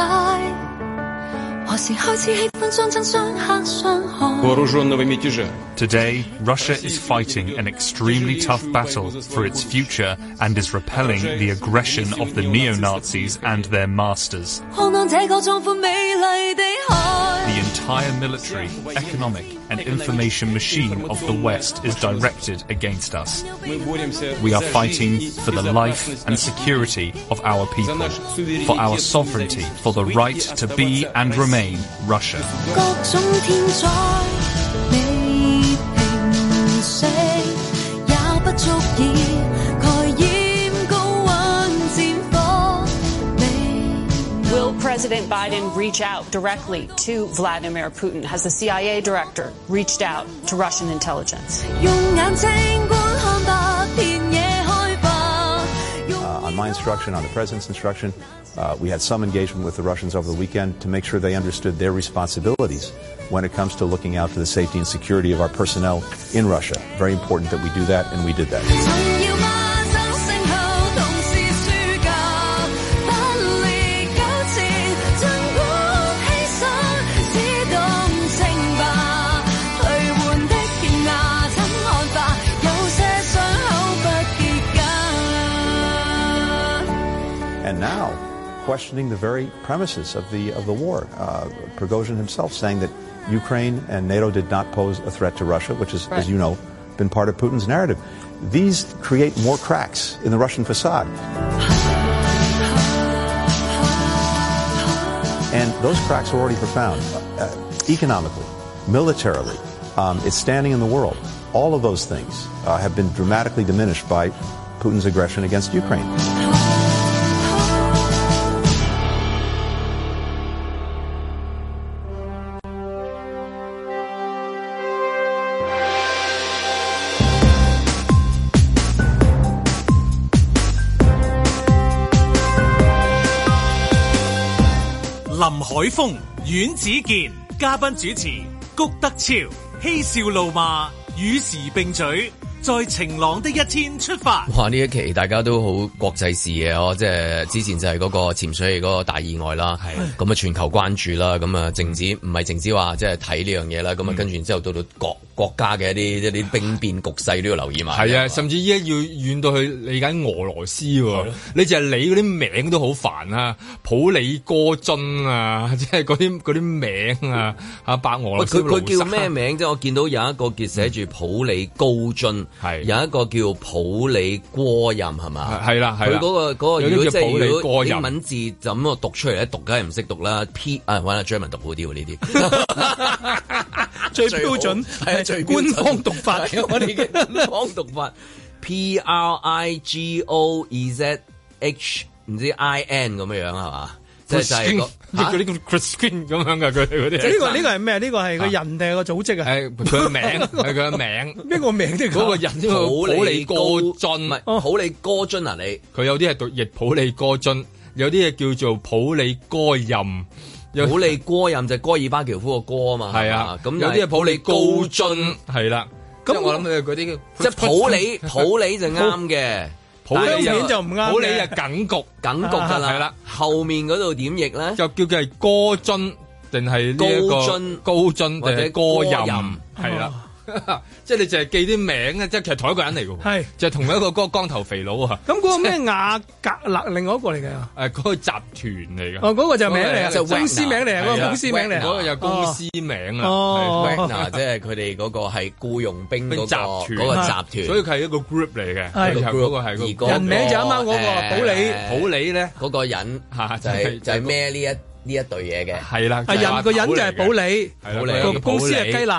Speaker 7: 何時開始氣氛相爭相克相害？
Speaker 6: вооруженного мятежа,
Speaker 8: Today, Russia is fighting an extremely tough battle for its future and is repelling the aggression of the neo Nazis and their masters.
Speaker 7: 看看這個壯闊美麗的海，
Speaker 8: The entire military, economic, and information machine of the West is directed against us.
Speaker 6: мы боремся
Speaker 8: We are
Speaker 6: за
Speaker 8: fighting
Speaker 6: жизнь и
Speaker 8: for the life
Speaker 6: безопасность
Speaker 8: and
Speaker 6: наших
Speaker 8: security of our people, for our sovereignty, for the right to be and remain Russia.
Speaker 7: 各種天災未平息，也不足以蓋掩高溫戰火未
Speaker 9: Will President Biden reach out directly to Vladimir Putin? Has the CIA director reached out to Russian intelligence?
Speaker 7: 用眼睛觀看吧，遍野開花。用
Speaker 10: uh, on my instruction, on the president's instruction. Uh, we had some engagement with the Russians over the weekend to make sure they understood their responsibilities when it comes to looking out for the safety and security of our personnel in Russia. Very important that we do that, and we did that.
Speaker 7: 曾要嗎？周勝後同是輸家，不離糾纏，儘管犧牲，只懂稱霸。退換的天涯怎看化？有些傷口不結痂。
Speaker 10: And now, questioning the very premises of the of the war, uh, Prigozhin himself saying that Ukraine and NATO did not pose a threat to Russia, which is, as you know, been part of Putin's narrative. These create more cracks in the Russian facade. And those cracks are already profound, uh, economically, militarily, um, its standing in the world. All of those things uh, have been dramatically diminished by Putin's aggression against Ukraine.
Speaker 1: 林海峰、阮子健，嘉賓主持谷德超，嬉笑怒罵，與時並舉，在晴朗的一天出發。
Speaker 2: 哇！呢一期大家都好國際視野哦，即係之前就係嗰個潛水嗰個大意外啦，咁啊全球關注啦，咁啊淨止唔係淨止話即係睇呢樣嘢啦，咁啊
Speaker 3: 嗯
Speaker 2: 跟住然之後到到國國家嘅一啲一啲兵變局勢都要留意埋。
Speaker 3: 係啊，甚至依家要遠到去理解俄羅斯喎，你就係你嗰啲名都好煩啊，普里哥津啊， 即係嗰啲嗰啲名啊，啊白俄
Speaker 2: 喂
Speaker 3: 羅斯
Speaker 2: 佢佢
Speaker 3: 盧
Speaker 2: 叫
Speaker 3: 山
Speaker 2: 咩名啫？我見到有一個叫寫住普里高津，
Speaker 3: 係
Speaker 2: 有一個叫普里郭任係嘛？
Speaker 3: 係啦係
Speaker 2: 佢
Speaker 3: 啦，
Speaker 2: 嗰個嗰個
Speaker 3: 有
Speaker 2: 如
Speaker 3: 啲
Speaker 2: 果
Speaker 3: 叫
Speaker 2: 即係
Speaker 3: 普里
Speaker 2: 如
Speaker 3: 哥
Speaker 2: 果
Speaker 3: 人
Speaker 2: 英文字就咁我讀出嚟咧，讀梗係唔識讀啦。P 啊，揾阿 Jeremy 讀好啲喎呢啲。
Speaker 4: 最標準
Speaker 2: 係啊，最標準
Speaker 4: 官方讀法
Speaker 2: 係啊我哋嘅官方讀法 P R I G O E Z H 唔知 I N 咁樣樣係嘛？即係就係
Speaker 3: Christine，
Speaker 2: 個嚇
Speaker 3: 嗰啲叫 Christine 咁樣嘅佢哋嗰啲係。
Speaker 4: 呢個呢個係咩？呢個係個人定係個組織啊？
Speaker 3: 係佢嘅名，係佢嘅名。
Speaker 4: 咩個名都 要
Speaker 3: 嗰個
Speaker 4: 講
Speaker 3: 人呢個普里哥
Speaker 2: 唔
Speaker 3: 津，
Speaker 2: 係普里哥津啊你。
Speaker 3: 佢有啲係讀譯普里哥津，有啲嘢叫做普里哥任，有
Speaker 2: 普利哥任就係戈爾巴喬夫個哥啊嘛，
Speaker 3: 係啊，
Speaker 2: 咁
Speaker 3: 有啲係普里高津
Speaker 2: 津，，
Speaker 3: 係啦。
Speaker 4: 咁
Speaker 3: 咁我諗佢嗰啲
Speaker 2: 即 係普里普里就啱嘅，
Speaker 3: 普里
Speaker 4: 當
Speaker 3: 又
Speaker 4: 然就唔啱嘅
Speaker 3: 普里係梗局，
Speaker 2: 梗局㗎啦，
Speaker 3: 係啦，
Speaker 2: 後面嗰度點譯咧？
Speaker 3: 就叫佢係哥津定係呢一
Speaker 2: 高
Speaker 3: 個
Speaker 2: 津
Speaker 3: 高津定
Speaker 2: 或者
Speaker 3: 係哥任
Speaker 2: 哥任，
Speaker 3: 係啦。 即係你淨係記啲名啊，即係其實同一個人嚟嘅喎，
Speaker 4: 係
Speaker 3: 就係同一個嗰個光頭肥佬啊，
Speaker 4: 咁嗰個咩雅格勒，另外一個嚟嘅。
Speaker 3: 誒嗰個集團嚟嘅。
Speaker 4: 哦嗰個就係名嚟啊
Speaker 3: 嗰個係
Speaker 4: 公司名嚟啊嗰個
Speaker 3: 係啊
Speaker 4: 公司名嚟啊
Speaker 3: 嗰個就係
Speaker 4: Ờ.
Speaker 3: 公司名啊。係
Speaker 4: 哦
Speaker 2: Wagner 即係佢哋嗰個係僱傭兵 嗰個
Speaker 3: 集團
Speaker 2: 嗰個集團，
Speaker 3: 所以佢係一個 group 嚟嘅，
Speaker 2: 係
Speaker 3: 佢就啊嗰個係個
Speaker 2: 而
Speaker 3: group
Speaker 2: 嗰個
Speaker 4: 人名就啱啱嗰個
Speaker 2: 誒
Speaker 4: 普理
Speaker 2: à.
Speaker 3: 普理咧
Speaker 2: 嗰個人
Speaker 3: 嚇
Speaker 2: 就係就係孭呢一呢一隊嘢 嘅，
Speaker 3: 係啦，
Speaker 4: 啊人個人就係保利，
Speaker 3: 係
Speaker 2: 保利
Speaker 4: 個公司係雞肋，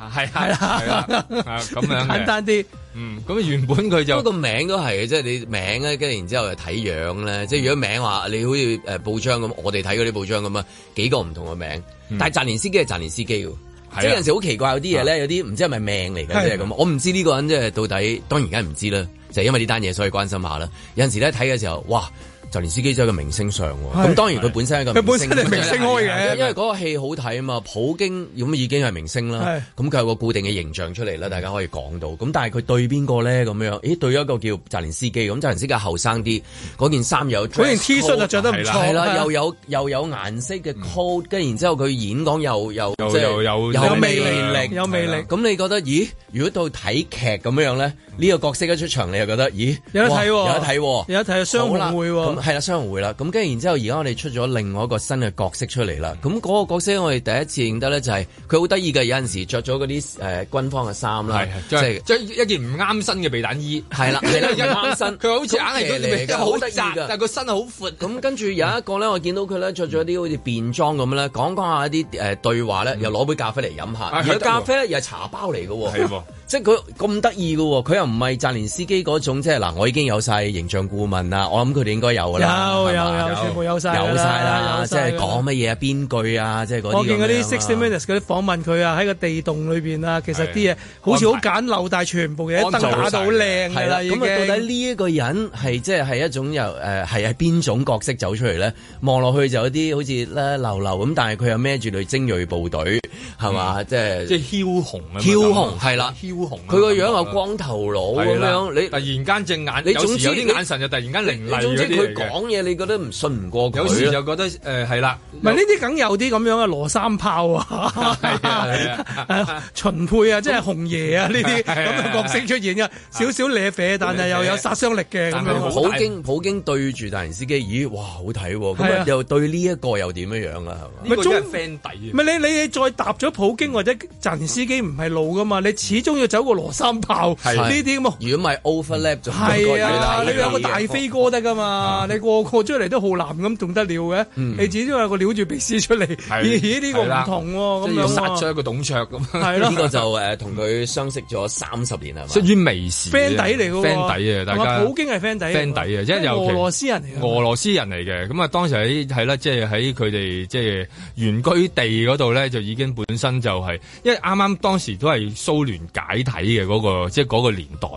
Speaker 3: 係
Speaker 4: 係
Speaker 3: 啦，係 啦，啊咁樣
Speaker 4: 簡
Speaker 3: 嘅。
Speaker 4: 單啲。
Speaker 3: 嗯，咁原本佢就
Speaker 2: 不過名都係嘅，即係你名咧，跟住然之後就睇樣咧。即係如果名話，你好似誒報章咁，我哋睇嗰啲報章咁啊，幾個唔同嘅名。但係澤連司機係澤連司機喎，
Speaker 3: 啊
Speaker 2: 即係有陣時好奇怪，有啲嘢咧，有啲唔知係咪命嚟嘅，即係咁。我唔知呢個人即係到底，當然而家唔知啦，就係因為呢單嘢所以關心下啦。有陣時咧睇嘅時候，哇！澤連司機真係個明星相喎，咁當然佢本身係一個
Speaker 4: 佢本身係
Speaker 2: 明
Speaker 4: 明星開嘅
Speaker 2: 因為嗰個戲好睇啊嘛，普京咁已經係明星啦，咁佢有個固定嘅形象出
Speaker 4: 嗯
Speaker 2: 嚟啦，大家可以講到。咁但係佢對邊個咧咁樣？咦，對一個叫澤連斯基咁，澤連斯基後生啲，嗰件衫有
Speaker 4: 嗰件 T 恤就着得唔錯
Speaker 2: 係啦，
Speaker 4: 係啊嗯
Speaker 2: 又有又有顏色嘅 coat，跟住然之後佢演講又又
Speaker 3: 又
Speaker 2: 即係
Speaker 3: 又有
Speaker 2: 有
Speaker 4: 魅力
Speaker 2: 力，
Speaker 4: 有魅力
Speaker 2: 咁你覺得咦？如果到睇劇咁樣咧，呢個角色一出場你又覺得咦？
Speaker 4: 有得
Speaker 2: 哇
Speaker 4: 睇喎
Speaker 2: 有得睇喎，
Speaker 4: 有得睇雙紅會喎
Speaker 2: 好啦咁係啦，雙紅會啦。咁跟住然之後，而家我哋出咗另外一個新嘅角色出嚟啦。咁嗰個角色我哋第一次認得咧，就係佢好得意嘅，有陣時着咗嗰啲誒軍方嘅衫啦
Speaker 3: 係，
Speaker 2: 即係
Speaker 3: 係即係一件唔啱身嘅避彈衣，
Speaker 2: 係啦 係啦唔啱身
Speaker 3: 佢好似硬係嗰
Speaker 2: 咁騎呢㗎
Speaker 3: 件
Speaker 2: 好
Speaker 3: 好
Speaker 2: 得
Speaker 3: 窄
Speaker 2: 意，㗎
Speaker 3: 但係個身好闊。
Speaker 2: 咁跟住有一個咧，我見到佢咧着咗啲好似便裝咁咧，講講下一啲誒對話咧，
Speaker 4: 嗯
Speaker 2: 又攞杯咖啡嚟飲下，
Speaker 3: 啊係
Speaker 2: 而
Speaker 3: 得
Speaker 2: 咖啡咧又係茶包嚟嘅
Speaker 3: 係
Speaker 2: 喎
Speaker 3: 喎，
Speaker 2: 即係佢咁得意嘅喎，佢又唔係澤連司機嗰種，即係嗱，我已經有晒形象顧問啦，我諗佢哋應該有㗎啦，
Speaker 4: 有
Speaker 2: 係
Speaker 4: 有
Speaker 2: 嘛
Speaker 4: 有，全部有晒㗎啦
Speaker 2: 有晒啦，
Speaker 4: 有
Speaker 2: 即
Speaker 4: 晒㗎
Speaker 2: 係講乜嘢啊，邊句啊，即係嗰啲
Speaker 4: 我見嗰啲
Speaker 2: 咁樣啊
Speaker 4: Sixty Minutes 嗰啲訪問佢啊，喺個地洞裏邊啊，其實啲嘢好似好簡陋，但係全部嘢燈打到好靚
Speaker 2: 係
Speaker 4: 㗎
Speaker 2: 啦，
Speaker 4: 啦，已
Speaker 2: 咁
Speaker 4: 經。
Speaker 2: 啊，到底呢一個人係即係係一種又誒係係邊種角色走出嚟咧？望落去就有啲好似咧流流咁，但係佢又孭住隊精鋭部隊，係嘛？
Speaker 4: 嗯
Speaker 2: 即係
Speaker 3: 即係枭雄啊！
Speaker 2: 枭雄係啦
Speaker 3: 枭雄啊。
Speaker 2: 佢個樣又光頭佬咁
Speaker 3: 係啦
Speaker 2: 樣，你
Speaker 3: 突然間隻眼，
Speaker 2: 你
Speaker 3: 你
Speaker 2: 總
Speaker 3: 總
Speaker 2: 之
Speaker 3: 之有
Speaker 2: 你
Speaker 3: 啲眼神就突然間凌
Speaker 2: 你
Speaker 3: 厲
Speaker 2: 總之
Speaker 3: 嗰啲
Speaker 2: 佢
Speaker 3: 嚟嘅。
Speaker 2: 講嘢，你覺得唔信唔過佢啊
Speaker 3: 有
Speaker 4: 啊
Speaker 3: 時
Speaker 2: 啦。
Speaker 3: 就覺得誒係啦，
Speaker 4: 唔係呢啲梗有啲咁樣嘅羅三炮啊
Speaker 3: 係啊，
Speaker 4: 秦沛啊，即係紅爺啊呢 啲
Speaker 3: 係啊
Speaker 4: 咁嘅角色出現嘅，少少瀨啡，但係又有殺傷力嘅咁
Speaker 3: 但係
Speaker 4: 樣
Speaker 3: 好
Speaker 4: 咯。
Speaker 2: 普京普京對住大連司機，咦哇好睇喎！咁
Speaker 4: 係
Speaker 2: 啊
Speaker 4: 啊
Speaker 2: 又對呢一個又點樣樣啦？係嘛？
Speaker 3: 呢個真
Speaker 4: 中
Speaker 3: 係 friend 底啊
Speaker 4: 唔係你你再搭咗普京或者澤連司機唔係路噶嘛，你始終要走個羅三炮呢
Speaker 2: 啊
Speaker 4: 啲咁啊。
Speaker 2: 如果唔係 overlap 就
Speaker 4: 係啊，你有個大
Speaker 2: 飛。
Speaker 4: 飛哥得噶
Speaker 3: 啊
Speaker 4: 嘛？你個個出嚟都浩南咁，仲得了嘅？你始終有個撩住鼻屎出嚟，
Speaker 3: 嗯係
Speaker 4: 咦咦呢個
Speaker 3: 係啦
Speaker 4: 唔同喎，咁
Speaker 3: 即係要殺
Speaker 4: 樣啊
Speaker 3: 咗
Speaker 4: 喎
Speaker 3: 一個董卓咁。
Speaker 4: 係
Speaker 2: 呢個
Speaker 4: 咯，
Speaker 2: 就誒同佢相識咗三十年係
Speaker 3: 屬
Speaker 2: 嘛？
Speaker 3: 於微時
Speaker 4: friend 底嚟嘅喎
Speaker 3: friend 底啊，大
Speaker 4: 同埋
Speaker 3: 家
Speaker 4: 普京係啊 friend 底
Speaker 3: friend 底啊，即係尤其
Speaker 4: 俄羅斯人嚟㗎
Speaker 3: 俄羅斯人嚟嘅，咁啊當時喺係啦，即係喺佢哋即係原居地嗰度咧，就已經本身就係、因為啱啱當時都係蘇聯解體嘅嗰、個，即係嗰個年代，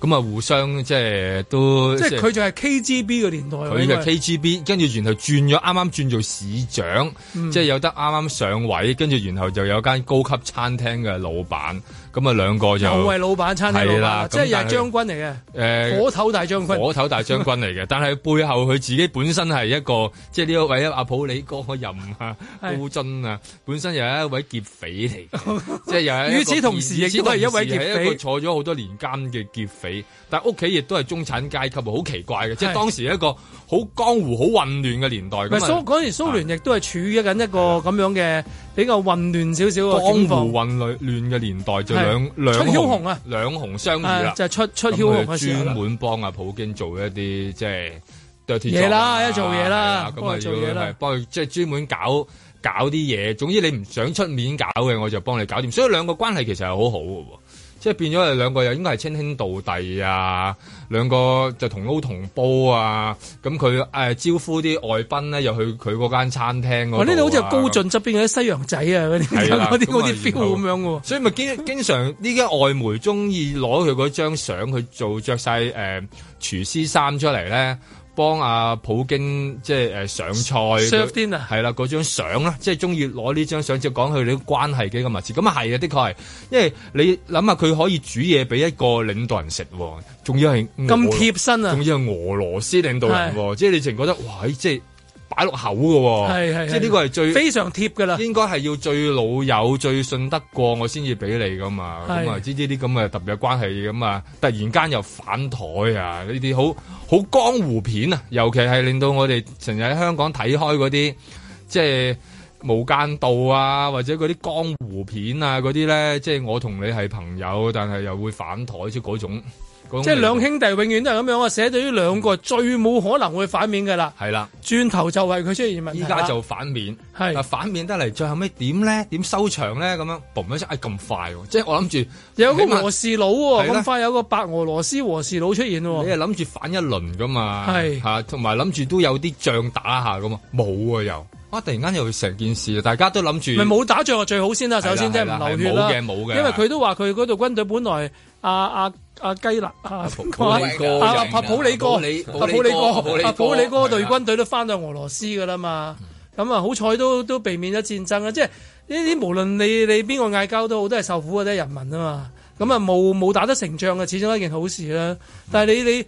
Speaker 3: 咁啊互相即係都
Speaker 4: 即係佢就係 KGB 嘅年代喎，
Speaker 3: 佢
Speaker 4: 應該
Speaker 3: 嘅 KGB，跟住然後轉咗，啱啱轉做市長，即係有得啱啱上位，嗯跟住然後就有間高級餐廳嘅老闆，咁啊兩個就
Speaker 4: 又係老闆餐廳
Speaker 3: 係
Speaker 4: 老闆，
Speaker 3: 啦
Speaker 4: 即係
Speaker 3: 咁
Speaker 4: 又係
Speaker 3: 但係
Speaker 4: 將軍嚟嘅，
Speaker 3: 誒
Speaker 4: 火頭大將軍。
Speaker 3: 火頭大將軍嚟 嘅，但係背後佢自己本身係一個，即係呢一位阿普里哥任啊、高
Speaker 4: 係
Speaker 3: 津啊，本身又係一位劫匪嚟嘅， 即係又係一個
Speaker 4: 與此同時亦都係一位劫
Speaker 3: 與此同時
Speaker 4: 匪
Speaker 3: 係一個坐咗好多年監嘅劫匪，但係屋企亦都係中產階級，好奇怪嘅，即
Speaker 4: 係
Speaker 3: 係當時一個好江湖、好混亂嘅年代
Speaker 4: 唔係
Speaker 3: 咁
Speaker 4: 蘇
Speaker 3: 啊。
Speaker 4: 嗰陣時蘇聯亦都係處於緊一個咁樣嘅比較混亂少少
Speaker 3: 江
Speaker 4: 嘅境
Speaker 3: 湖
Speaker 4: 況，
Speaker 3: 混亂亂嘅年代就
Speaker 4: 係
Speaker 3: 兩兩
Speaker 4: 出梟
Speaker 3: 雄
Speaker 4: 雄啊
Speaker 3: 兩雄相遇
Speaker 4: 啊
Speaker 3: 啦，
Speaker 4: 就係出出
Speaker 3: 咁
Speaker 4: 梟雄
Speaker 3: 佢
Speaker 4: 嘅時啊候啦
Speaker 3: 專。門幫阿普京做一啲即係 dirty
Speaker 4: 嘢啦
Speaker 3: job 啊
Speaker 4: 一做嘢啦
Speaker 3: 係
Speaker 4: 幫佢做嘢
Speaker 3: 咁
Speaker 4: 啦
Speaker 3: 啊要係幫佢即係專門搞搞啲嘢。總之你唔想出面搞嘅，我就幫你搞掂。所以兩個關係其實係好好嘅喎。即係變咗係兩個又應該係稱兄道弟啊，兩個就同撈同煲啊，咁佢誒招呼啲外賓咧，又去佢嗰間餐廳嗰度啊。
Speaker 4: 哇！呢度好似係高
Speaker 3: 咁
Speaker 4: 進側邊嗰啲西洋仔啊，嗰啲
Speaker 3: 係啦
Speaker 4: 嗰啲
Speaker 3: 咁
Speaker 4: 嗰
Speaker 3: 啊
Speaker 4: 啲 feel 咁樣喎。
Speaker 3: 所以咪經經常呢家外媒中意攞佢嗰張相去做着晒誒廚師衫出嚟咧，幫阿普京即係誒上菜
Speaker 4: Serve dinner
Speaker 3: 係啦嗰張相啦，即係中意攞呢張相就講佢哋啲關係幾咁密切。咁啊係啊，的確係，因為你諗下佢可以煮嘢俾一個領導人食喎，仲要係
Speaker 4: 咁
Speaker 3: 我
Speaker 4: 貼身啊
Speaker 3: 仲！要係俄羅斯領導人喎，即係你淨覺得哇！咦即係擺落口嘅喎。
Speaker 4: 係係係
Speaker 3: 即係呢個係最
Speaker 4: 非常貼㗎啦。
Speaker 3: 應該係要最老友、最信得過我先至俾你噶嘛。
Speaker 4: 係
Speaker 3: 咁啊，知呢啲咁嘅特別嘅關係咁啊，突然間又反台啊！呢啲好好江湖片啊，尤其係令到我哋成日喺香港睇開嗰啲，即係無間道啊，或者嗰啲江湖片啊嗰啲咧，即係我同你係朋友，但係又會反台，即係嗰種。嗰種
Speaker 4: 即係兩
Speaker 3: 嚟
Speaker 4: 兄弟永遠都係咁樣，我寫到呢兩個最冇可能會反面㗎啦，
Speaker 3: 係啦。
Speaker 4: 轉頭就係佢出現問題
Speaker 3: 依
Speaker 4: 啦。
Speaker 3: 家就反面，
Speaker 4: 係
Speaker 3: 但反面得嚟，最後尾點咧？點收場咧？咁樣嘣一聲，哎咁快喎！即係我諗住
Speaker 4: 有個
Speaker 3: 起碼
Speaker 4: 和事佬喎，
Speaker 3: 係啦
Speaker 4: 咁快有個白俄羅斯和事佬出現
Speaker 3: 你
Speaker 4: 喎。
Speaker 3: 係諗住反一輪噶嘛？
Speaker 4: 係
Speaker 3: 嚇，同埋諗住都有啲仗打下噶嘛，冇啊又啊！突然間又成件事，大家都諗住
Speaker 4: 咪冇打仗就啊最好先啦，
Speaker 3: 係啦
Speaker 4: 首先即係
Speaker 3: 係啦
Speaker 4: 唔流血啦。
Speaker 3: 係冇嘅冇嘅
Speaker 4: 因為佢都話佢嗰度軍隊本來啊阿阿阿雞肋啊，邊個啊
Speaker 2: 普里哥
Speaker 4: 啊
Speaker 2: 就
Speaker 4: 阿普里哥，
Speaker 2: 普里
Speaker 4: 阿普里哥，
Speaker 2: 普里哥
Speaker 4: 阿普里哥
Speaker 3: 係
Speaker 4: 隊
Speaker 3: 啦
Speaker 4: 軍隊都翻到俄羅斯噶啦嘛。咁啊，好彩都都避免咗戰爭啊啦。即係呢啲無論你你邊個嗌交都好，都係受苦嘅都係人民啊嘛。咁啊，冇冇打得成仗嘅，始終係一件好事啦。但係你你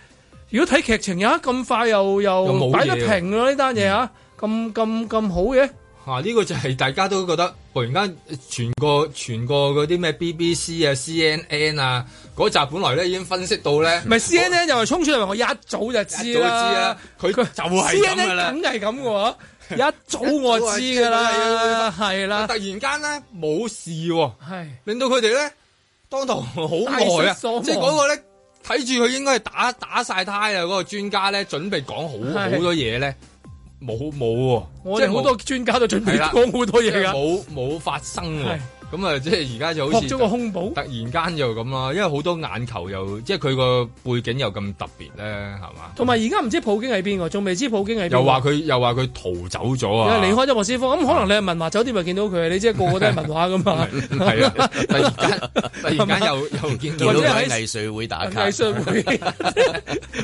Speaker 4: 如果睇劇情，呀咁快又
Speaker 3: 又
Speaker 4: 又
Speaker 3: 冇
Speaker 4: 擺得
Speaker 3: 嘢喎
Speaker 4: 平咯呢單嘢啊，咁咁咁好嘅。
Speaker 3: 嚇啊呢個就係大家都覺得突然間呃全個全個嗰啲咩 BBC 啊、CNN 啊嗰集本來咧已經分析到咧，
Speaker 4: 唔係 C N N 又係衝出嚟話我一早就知
Speaker 3: 啊早知
Speaker 4: 啦
Speaker 3: 啦，，佢就係
Speaker 4: C
Speaker 3: 咁
Speaker 4: N
Speaker 3: 噶
Speaker 4: N
Speaker 3: 啦。
Speaker 4: 梗係 咁嘅喎，一早我知噶啦，係啦
Speaker 3: 突，然間咧冇事喎、
Speaker 4: 係
Speaker 3: 令到佢哋咧當堂好呆
Speaker 4: 大
Speaker 3: 啊！
Speaker 4: 失所望
Speaker 3: 即係嗰個咧睇住佢應該係打打晒胎啊！嗰、個專家咧準備講好
Speaker 4: 係
Speaker 3: 好多嘢咧，冇冇喎，
Speaker 4: 我
Speaker 3: 即係
Speaker 4: 哋
Speaker 3: 冇
Speaker 4: 好多專家都準備
Speaker 3: 係啦
Speaker 4: 講好多
Speaker 3: 即
Speaker 4: 嘢
Speaker 3: 係
Speaker 4: 㗎，
Speaker 3: 冇冇發生喎
Speaker 4: 係。
Speaker 3: 咁啊，即係而家就好
Speaker 4: 撲
Speaker 3: 似
Speaker 4: 咗
Speaker 3: 突
Speaker 4: 個空堡
Speaker 3: 突，然間就咁啦，因為好多眼球又即係佢個背景又咁特別咧，係嘛？
Speaker 4: 同埋而家唔知普京係邊個，仲未知普京係邊個
Speaker 3: 又話佢又話佢逃走咗
Speaker 4: 啊因
Speaker 3: 啊！
Speaker 4: 為離開咗莫斯科，咁可能你係文華酒店咪見到佢，你即係個個都係文華噶嘛，
Speaker 3: 係啊！突然間突然間又又見
Speaker 2: 見
Speaker 3: 到
Speaker 2: 到
Speaker 4: 或者
Speaker 2: 佢喺
Speaker 4: 喺
Speaker 2: 藝術會打卡
Speaker 4: 藝。術會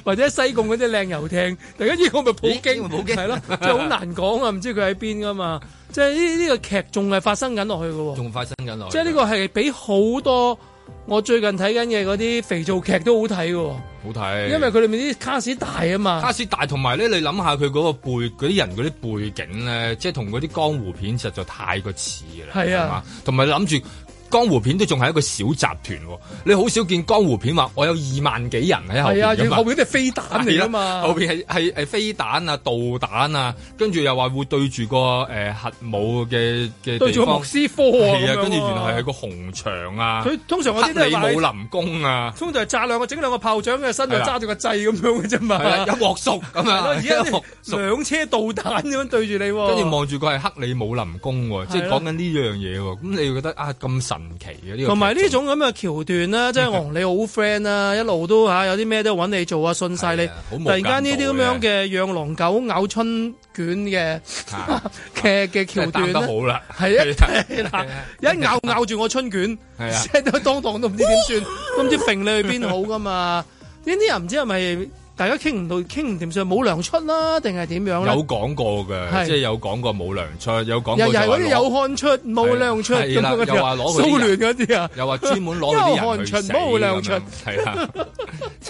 Speaker 4: 或者西貢嗰啲靚遊艇，突然間呢個咪普京，
Speaker 2: 咦普京
Speaker 4: 係咯，即係好難講啊，唔知佢喺邊噶嘛，即係呢呢個劇仲係發生緊落去嘅喎。
Speaker 3: 仲發生緊落去，
Speaker 4: 即係呢個係比好多我最近睇緊嘅嗰啲肥皂劇都好睇嘅喎，
Speaker 3: 好睇，
Speaker 4: 因為佢裏面啲卡士大啊嘛
Speaker 3: 卡，士大同埋咧，你諗下佢嗰個背嗰啲人嗰啲背景咧，即係同嗰啲江湖片實在太過似啦，
Speaker 4: 係啊
Speaker 3: 係嘛，同埋諗住。江湖片都仲係一個小集團喎，你好少見江湖片話我有二萬幾人喺後
Speaker 4: 係
Speaker 3: 邊
Speaker 4: 啊，
Speaker 3: 㗎
Speaker 4: 要
Speaker 3: 嘛
Speaker 4: 後邊啲飛彈嚟啊
Speaker 3: 係啦
Speaker 4: 嘛，
Speaker 3: 後邊係係係飛彈啊、導彈啊，跟住又話會對住個誒、呃核武嘅嘅
Speaker 4: 對住個
Speaker 3: 地方
Speaker 4: 莫斯科啊
Speaker 3: 係啊，
Speaker 4: 咁樣
Speaker 3: 跟住原來係
Speaker 4: 喎
Speaker 3: 個紅牆啊，
Speaker 4: 佢通常嗰啲都係
Speaker 3: 克里姆
Speaker 4: 話，
Speaker 3: 林宮啊，
Speaker 4: 通常係炸兩個整兩個炮仗嘅身度
Speaker 3: 係啦
Speaker 4: 揸住個掣咁樣嘅啫嘛
Speaker 3: 係。啊啦，一鑊熟咁
Speaker 4: 係咯
Speaker 3: 啊，
Speaker 4: 而
Speaker 3: 一
Speaker 4: 家
Speaker 3: 鑊
Speaker 4: 你
Speaker 3: 熟。
Speaker 4: 兩車導彈咁樣對住你喎，
Speaker 3: 跟住望住佢係克里姆林宮喎，即係
Speaker 4: 係咯
Speaker 3: 講緊呢樣嘢喎。咁你會覺得啊咁神奇嘅呢個，
Speaker 4: 同埋呢種咁嘅橋段啦，
Speaker 3: 嗯
Speaker 4: 即係我同你好 friend 啦，一路都嚇有啲咩都揾你做啊，信晒你
Speaker 3: 係啊好。無
Speaker 4: 突然間呢啲
Speaker 3: 間道
Speaker 4: 咁樣嘅養狼狗咬春卷嘅 嘅
Speaker 3: 即
Speaker 4: 嘅橋
Speaker 3: 係
Speaker 4: 段
Speaker 3: 擔得
Speaker 4: 咧，
Speaker 3: 好啦，
Speaker 4: 係啊
Speaker 3: 係
Speaker 4: 係啦
Speaker 3: 啊，
Speaker 4: 一咬咬住我春卷，
Speaker 3: 係啊
Speaker 4: 即係都當堂都唔知點算，都唔知揈你去邊好噶嘛？呢啲人唔知係咪大家傾唔到傾唔掂上，冇糧出啦，定係點樣咧
Speaker 3: 有？講過嘅，
Speaker 4: 係
Speaker 3: 即係有講過冇糧出，有講過
Speaker 4: 又又
Speaker 3: 就
Speaker 4: 係
Speaker 3: 話
Speaker 4: 嗰啲有
Speaker 3: 攞
Speaker 4: 汗出冇糧出咁
Speaker 3: 係啦
Speaker 4: 樣嗰
Speaker 3: 又話攞
Speaker 4: 啲
Speaker 3: 佢
Speaker 4: 蘇
Speaker 3: 啲人
Speaker 4: 聯嗰啲啊，
Speaker 3: 又話專門攞佢啲人 去死咁
Speaker 4: 因為韓秦冇糧出
Speaker 3: 樣，係啦，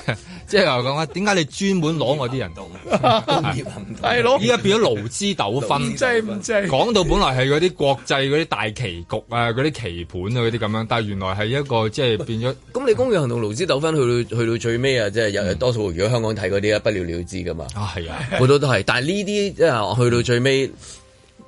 Speaker 3: 即係又講話點解你專門攞我啲人 度？
Speaker 2: 工業行動
Speaker 4: 係咯
Speaker 3: 依家變咗勞資糾紛，
Speaker 4: 真係唔制。
Speaker 3: 講到本來係嗰啲國際嗰啲大棋局啊，嗰啲棋盤啊，嗰啲咁樣，但係原來係一個即係變咗。
Speaker 2: 咁你工業行動勞資糾紛去到去到最尾啊，即係有多數如果香港睇嗰啲啊，不了了之噶嘛，
Speaker 3: 啊，係啊，
Speaker 2: 好多都係。但係呢啲即係去到最尾，唔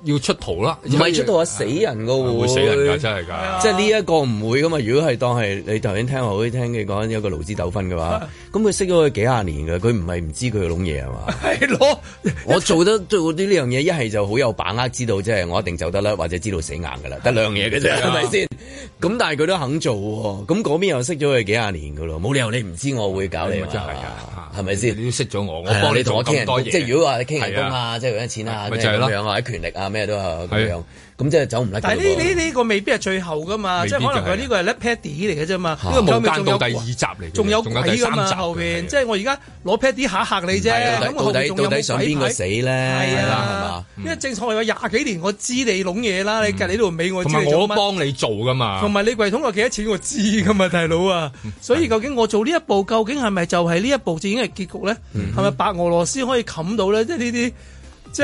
Speaker 3: 要出圖啦，唔
Speaker 2: 係出到啊死人噶喎，
Speaker 3: 會嗯死人㗎，真係㗎。
Speaker 2: 即係呢啊一個唔會噶嘛。如果係當係你頭先聽我啲聽佢講有個勞資糾紛嘅話，咁佢識咗佢幾廿年㗎，佢唔係唔知佢嘅窿嘢係嘛？
Speaker 4: 係咯，
Speaker 2: 我做得做啲呢樣嘢，一係就好有把握知道，即係我一定走得啦，或者知道死硬噶啦，得兩樣嘢嘅啫，係咪先？咁但係佢都肯做喎，咁嗰邊又識咗佢幾廿年噶咯，冇理由你唔知我會搞你
Speaker 3: 咁
Speaker 2: 嘛
Speaker 3: 啊真係啊，
Speaker 2: 係咪先？
Speaker 3: 你都識咗我，我
Speaker 2: 係啊
Speaker 3: 幫
Speaker 2: 你
Speaker 3: 你
Speaker 2: 同我
Speaker 3: 做
Speaker 2: 傾
Speaker 3: 咁
Speaker 2: 人
Speaker 3: 多
Speaker 2: 工，
Speaker 3: 嘢，
Speaker 2: 即係如果話你傾人工
Speaker 3: 係啊，
Speaker 2: 啊，即係揾錢啊，
Speaker 3: 咪
Speaker 2: 即
Speaker 3: 就
Speaker 2: 係
Speaker 3: 係咯
Speaker 2: 咁樣啊，喺權力啊咩都係咁
Speaker 3: 係
Speaker 2: 樣
Speaker 3: 啊，
Speaker 2: 咁即係走唔甩㗎
Speaker 4: 但係呢
Speaker 2: 喎。
Speaker 4: 呢呢個未必係最後噶嘛，
Speaker 3: 未
Speaker 4: 即
Speaker 3: 必
Speaker 4: 係可能
Speaker 3: 就
Speaker 4: 佢
Speaker 3: 係
Speaker 4: 呢個係 l e paddy 嚟嘅啫嘛，
Speaker 2: 嚇
Speaker 4: 呢
Speaker 3: 因
Speaker 4: 個
Speaker 3: 為
Speaker 4: 後
Speaker 3: 無
Speaker 4: 面
Speaker 3: 間
Speaker 4: 仲
Speaker 3: 到
Speaker 4: 有
Speaker 3: 第二集嚟嘅，
Speaker 4: 仲有
Speaker 3: 仲
Speaker 4: 鬼
Speaker 3: 有第
Speaker 4: 噶
Speaker 3: 三集
Speaker 4: 嘛
Speaker 3: 嘅啊
Speaker 4: 後邊，
Speaker 3: 係
Speaker 4: 即係我而家攞 paddy 嚇嚇你啫，
Speaker 2: 到
Speaker 4: 咁
Speaker 2: 底到
Speaker 4: 後面
Speaker 2: 底
Speaker 4: 仲
Speaker 2: 到
Speaker 4: 有
Speaker 2: 底
Speaker 4: 冇
Speaker 2: 想
Speaker 4: 鬼
Speaker 2: 邊個
Speaker 4: 牌
Speaker 2: 死咧？
Speaker 4: 係
Speaker 2: 係啦，係
Speaker 4: 啊
Speaker 2: 嘛？，
Speaker 3: 嗯
Speaker 4: 因為正所謂話廿幾年我知你攏嘢啦，你隔你度尾我知
Speaker 3: 同埋
Speaker 4: 你
Speaker 3: 我
Speaker 4: 做乜。
Speaker 3: 幫你做㗎
Speaker 2: 啊
Speaker 3: 嘛，
Speaker 4: 同埋你櫃桶有幾多錢我知噶嘛，大佬啊！
Speaker 2: 嗯
Speaker 4: 所以究竟我做呢一步，
Speaker 2: 嗯
Speaker 4: 究竟係咪就係呢一步已經係結局咧？係咪白俄羅斯可以冚到咧？即係呢啲即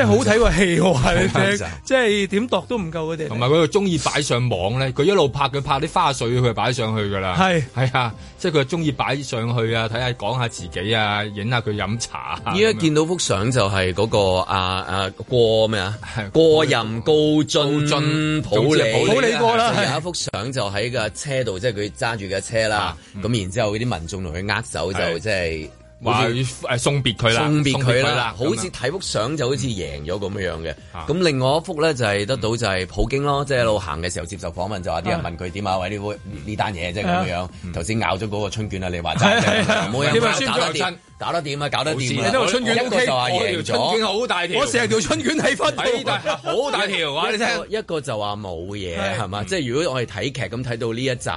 Speaker 2: 嗯
Speaker 4: 係好睇個戲喎，話 你
Speaker 3: 真
Speaker 4: 聽
Speaker 3: 係，
Speaker 4: 即係點度都唔夠佢哋。
Speaker 2: 啊
Speaker 3: 同埋佢中意擺上網咧，佢一路拍佢拍啲花絮，佢就擺上去噶啦。
Speaker 4: 係
Speaker 3: 係啊，即係佢中意擺上去啊，睇下講下自己啊，影下佢飲茶啊。
Speaker 2: 依家見到幅相就係嗰個啊啊過咩啊？過任高進
Speaker 3: 進
Speaker 2: 普理
Speaker 3: 總之係普理
Speaker 2: 啊
Speaker 3: 過啦
Speaker 2: 就
Speaker 3: 係
Speaker 2: 有一幅相就喺架車度，即係佢揸住架車啦。咁然之後嗰啲民眾同佢握手就
Speaker 3: 啊嗯係
Speaker 2: 即係
Speaker 3: 話
Speaker 2: 好似
Speaker 3: 誒送別佢啦，
Speaker 2: 送別佢啦，
Speaker 3: 送別
Speaker 2: 好
Speaker 3: 咁啊
Speaker 2: 似
Speaker 3: 樣
Speaker 2: 睇幅相就好似贏咗咁樣樣嘅。咁另外一幅咧就係得到就係普京咯，即係一路行嘅時候接受訪問就話啲人問佢點啊，喂呢呢單嘢即係咁樣樣。頭先咬咗嗰個春卷啊，你話齋即係咁樣冇
Speaker 3: 點啊
Speaker 2: 嘢
Speaker 3: 孫
Speaker 2: 搞得
Speaker 3: 中山
Speaker 2: 掂，搞得掂啊，搞得掂啊。
Speaker 3: 你都話春卷
Speaker 2: 一個
Speaker 3: OK，
Speaker 2: 就話
Speaker 3: 我條
Speaker 2: 贏
Speaker 3: 春卷
Speaker 2: 咗。
Speaker 3: 好大條，
Speaker 4: 我成日條春卷哎喺翻度
Speaker 3: 喺大好大條，話你聽。
Speaker 2: 一個一個就話冇嘢
Speaker 4: 係
Speaker 2: 係嘛？即係如果我哋睇劇咁睇到呢一集，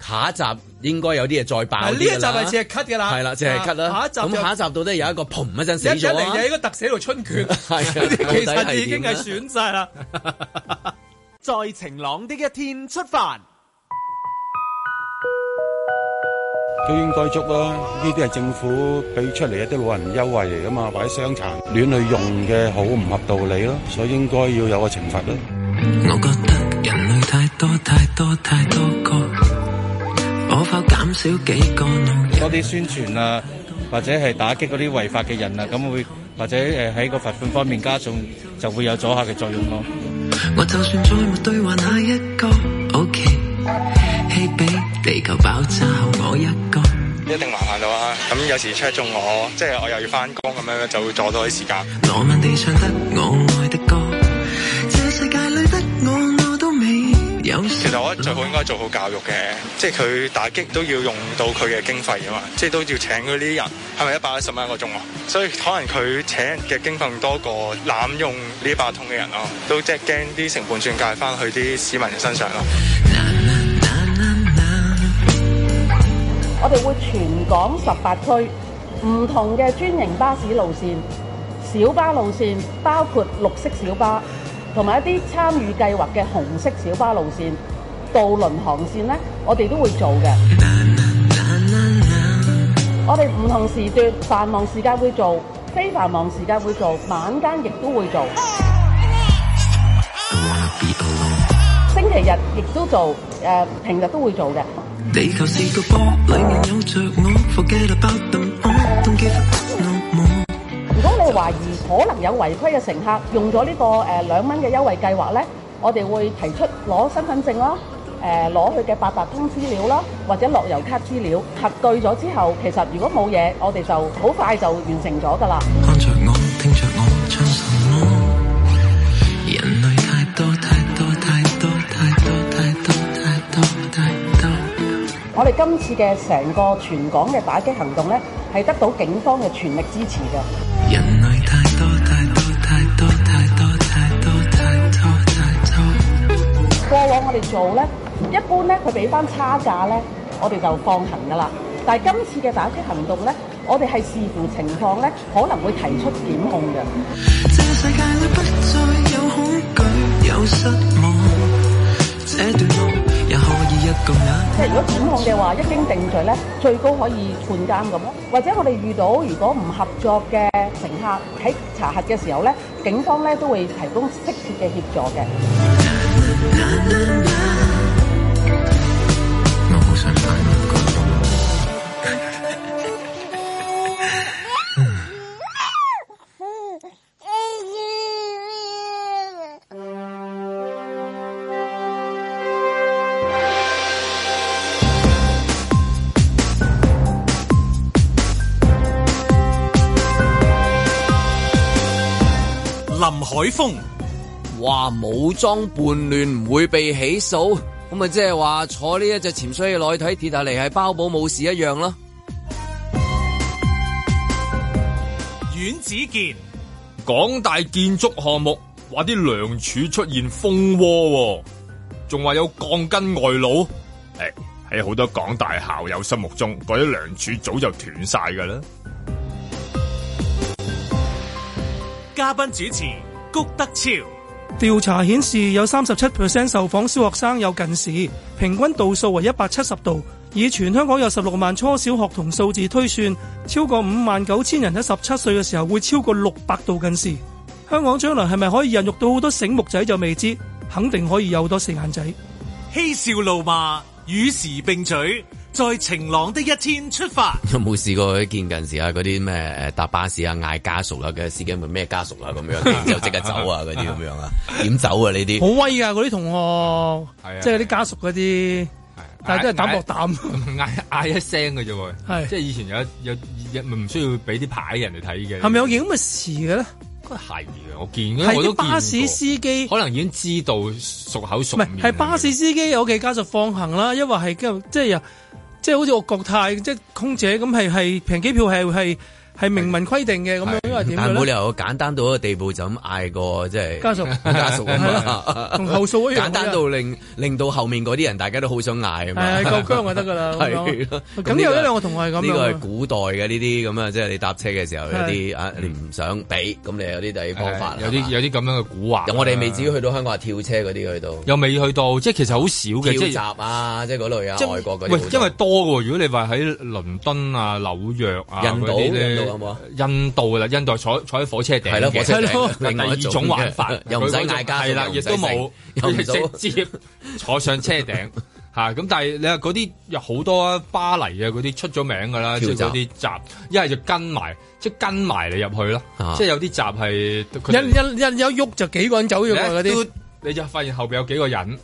Speaker 2: 下一集應該有啲嘢再爆啲
Speaker 4: 嗱
Speaker 2: 㗎啦。
Speaker 4: 呢一集係只係 cut 㗎啦，
Speaker 2: 係啦，淨係咳
Speaker 4: 啊下
Speaker 2: 啦
Speaker 4: 一。集
Speaker 2: 咁
Speaker 4: 就
Speaker 2: 下一集到底有一個砰一陣死
Speaker 4: 一一
Speaker 2: 咗
Speaker 4: 嚟
Speaker 2: 啊
Speaker 4: 就係一個特寫度春 拳，
Speaker 2: 係啊
Speaker 4: 嗰啲其
Speaker 2: 到底係
Speaker 4: 實已經係選晒啦。
Speaker 11: 在晴朗的一天出發。
Speaker 12: 都應該捉咯，呢啲係政府俾出嚟一啲老人優惠嚟噶嘛，或者傷殘亂去用嘅好唔合道理咯，所以應該要有個懲罰咯。
Speaker 7: 我覺得人類太多太多太多個，我否減少幾個努力？
Speaker 13: 多啲宣傳啊，或者係打擊嗰啲違法嘅人啊，咁會或者誒喺個罰款方面加重，就會有阻嚇嘅作用咯。
Speaker 7: 我就算再沒對話那一個，OK，希比地球爆炸後我一個。
Speaker 14: 一定麻煩到啊！咁有時 check 中我，即係我又要翻工咁樣，就會阻多啲時間。
Speaker 7: 羅曼地唱得我愛的歌，這世界裏得我我都未有。
Speaker 14: 其實我覺得最好應該做好教育嘅，即係佢打擊都要用到佢嘅經費啊嘛，即係都要請嗰啲人，係咪一百一十蚊一個鐘啊？所以可能佢請嘅經費多過濫用呢八通嘅人咯，都即係驚啲成本轉嫁翻去啲市民嘅身上咯。
Speaker 10: 我哋會全港十八區唔同嘅專營巴士路線、小巴路線，包括綠色小巴同埋一啲參與計劃嘅紅色小巴路線、渡輪航線呢，我哋都會做嘅。我哋唔同時段，繁忙時間會做，非繁忙時間會做，晚間亦都會做。星期日亦都做，誒、平日都會做嘅。
Speaker 7: 地球是個波，裏面有着我，forget about them all, don't give a no more。
Speaker 10: 如果你懷疑可能有違規嘅乘客用咗呢、個誒兩蚊嘅優惠計劃咧，我哋會提出攞身份證啦，誒攞佢嘅八達通資料啦，或者樂悠卡資料核對咗之後，其實如果冇嘢，我哋就好快就完成咗㗎啦。
Speaker 7: 看着我，聽着我，唱什麼？人類太多太多太多太多太多太多太多。
Speaker 10: 我哋今次嘅成個全港嘅打擊行動咧，係得到警方嘅全力支持嘅。
Speaker 7: 人類太多太多太多太多太多太多太多。
Speaker 10: 過往我哋做咧，一般咧佢俾翻差價咧，我哋就放行噶啦。但係今次嘅打擊行動咧，我哋係視乎情況咧，可能會提出檢控嘅。
Speaker 7: 這世界裏不再有恐懼，有失望。這段路也可以一個人。
Speaker 10: 即係如果檢控嘅話，一經定罪咧，最高可以判監咁咯。或者我哋遇到如果唔合作嘅乘客喺查核嘅時候咧，警方咧都會提供適切嘅協助嘅。
Speaker 2: 林海峰，哇！武裝叛亂唔會被起訴，咁咪即係話坐呢一隻潛水嘅內體鐵達尼係包保冇事一樣咯。
Speaker 1: 阮子健、
Speaker 3: 港大建築項目話啲梁柱出現蜂窩喎，仲話有鋼筋外露。誒喺好多港大校友心目中，嗰啲梁柱早就斷晒㗎啦。
Speaker 1: 嘉賓主持谷德超、
Speaker 4: 調查顯示有三十七 percent 受訪小學生有近視，平均度數為一百七十度。以全香港有十六萬初小學童數字推算，超過五萬九千人喺十七歲嘅時候會超過六百度近視。香港將來係咪可以孕育到好多醒目仔就未知，肯定可以有好多四眼仔。
Speaker 1: 嬉笑怒罵，與時並舉，在晴朗的一天出發。
Speaker 2: 有 冇試過喺見近時啊嗰啲咩誒搭巴士啊嗌家屬啊嘅司機問咩家屬啊咁 樣，就即刻走啊嗰啲咁樣啊，點走啊呢啲？
Speaker 4: 好威啊！嗰啲同學，即係啲家屬嗰啲，但係真係膽薄膽。
Speaker 3: 嗌嗌一聲嘅啫喎，
Speaker 4: 係
Speaker 3: 即係以前有有有唔需要俾啲牌人哋睇嘅，
Speaker 4: 係咪有件咁嘅事嘅咧？
Speaker 3: 係嘅，我見
Speaker 4: 係
Speaker 3: 我都
Speaker 4: 啲
Speaker 3: 見過
Speaker 4: 巴士司機，
Speaker 3: 可能已經知道熟口熟
Speaker 4: 唔係
Speaker 3: 面。
Speaker 4: 係巴士司機有嘅家屬放行啦，因為係跟即係又即係好似我國泰即係空姐咁係係平機票係係係明文規定嘅咁樣，因為點
Speaker 2: 但係
Speaker 4: 嘅
Speaker 2: 冇理
Speaker 4: 咧？
Speaker 2: 由簡單到一個地步就咁嗌個即係
Speaker 4: 家屬
Speaker 2: 家屬
Speaker 4: 係
Speaker 2: 啊嘛，
Speaker 4: 同後數一樣
Speaker 2: 簡單到令令到後面嗰啲人大家都好想嗌啊嘛，
Speaker 4: 係夠姜就得㗎啦咁樣
Speaker 2: 係咯
Speaker 4: 咁
Speaker 2: 呢個
Speaker 4: 有一兩個同
Speaker 3: 啊
Speaker 4: 學係咁樣
Speaker 2: 呢個係古代嘅呢啲咁啊，即係你搭車嘅時候有啲啊，你唔想俾，咁你有啲第二方法，
Speaker 3: 哎有啲有啲咁啊樣嘅古惑。
Speaker 2: 我哋未至於去到香港話跳車嗰啲去到。
Speaker 3: 又未去到，即係其實好少
Speaker 2: 跳
Speaker 3: 嘅，
Speaker 2: 閘
Speaker 3: 即係
Speaker 2: 啊，即係嗰類啊，
Speaker 3: 即係
Speaker 2: 外國嗰
Speaker 3: 喂
Speaker 2: 啲好，多
Speaker 3: 因為多嘅喎。如果你話喺倫敦啊、紐約啊
Speaker 2: 印度
Speaker 3: 嗰啲咧
Speaker 2: 印度有冇啊
Speaker 3: 印度啦，印度係坐坐喺火車頂
Speaker 2: 係啦
Speaker 3: 嘅
Speaker 2: 火車頂
Speaker 3: 係 咯
Speaker 2: 另外一種
Speaker 3: 第二種玩法
Speaker 2: 嘅，又唔使嗌交
Speaker 3: 係啦，
Speaker 2: 又唔
Speaker 3: 亦
Speaker 2: 使
Speaker 3: 都冇，
Speaker 2: 又唔
Speaker 3: 佢
Speaker 2: 到
Speaker 3: 直接坐上車 頂。嚇咁，但係你話嗰啲有好多巴黎啊嗰啲出咗名㗎啦，
Speaker 2: 跳
Speaker 3: 即
Speaker 2: 閘
Speaker 3: 係嗰啲閘，一係就跟埋，即係跟埋你入去啦
Speaker 2: 啊。
Speaker 3: 即係有啲閘係佢哋
Speaker 4: 人人人有喐就幾個人走咗㗎嗰
Speaker 3: 你一
Speaker 4: 啲
Speaker 3: 嘟。你就發現後邊有幾個人，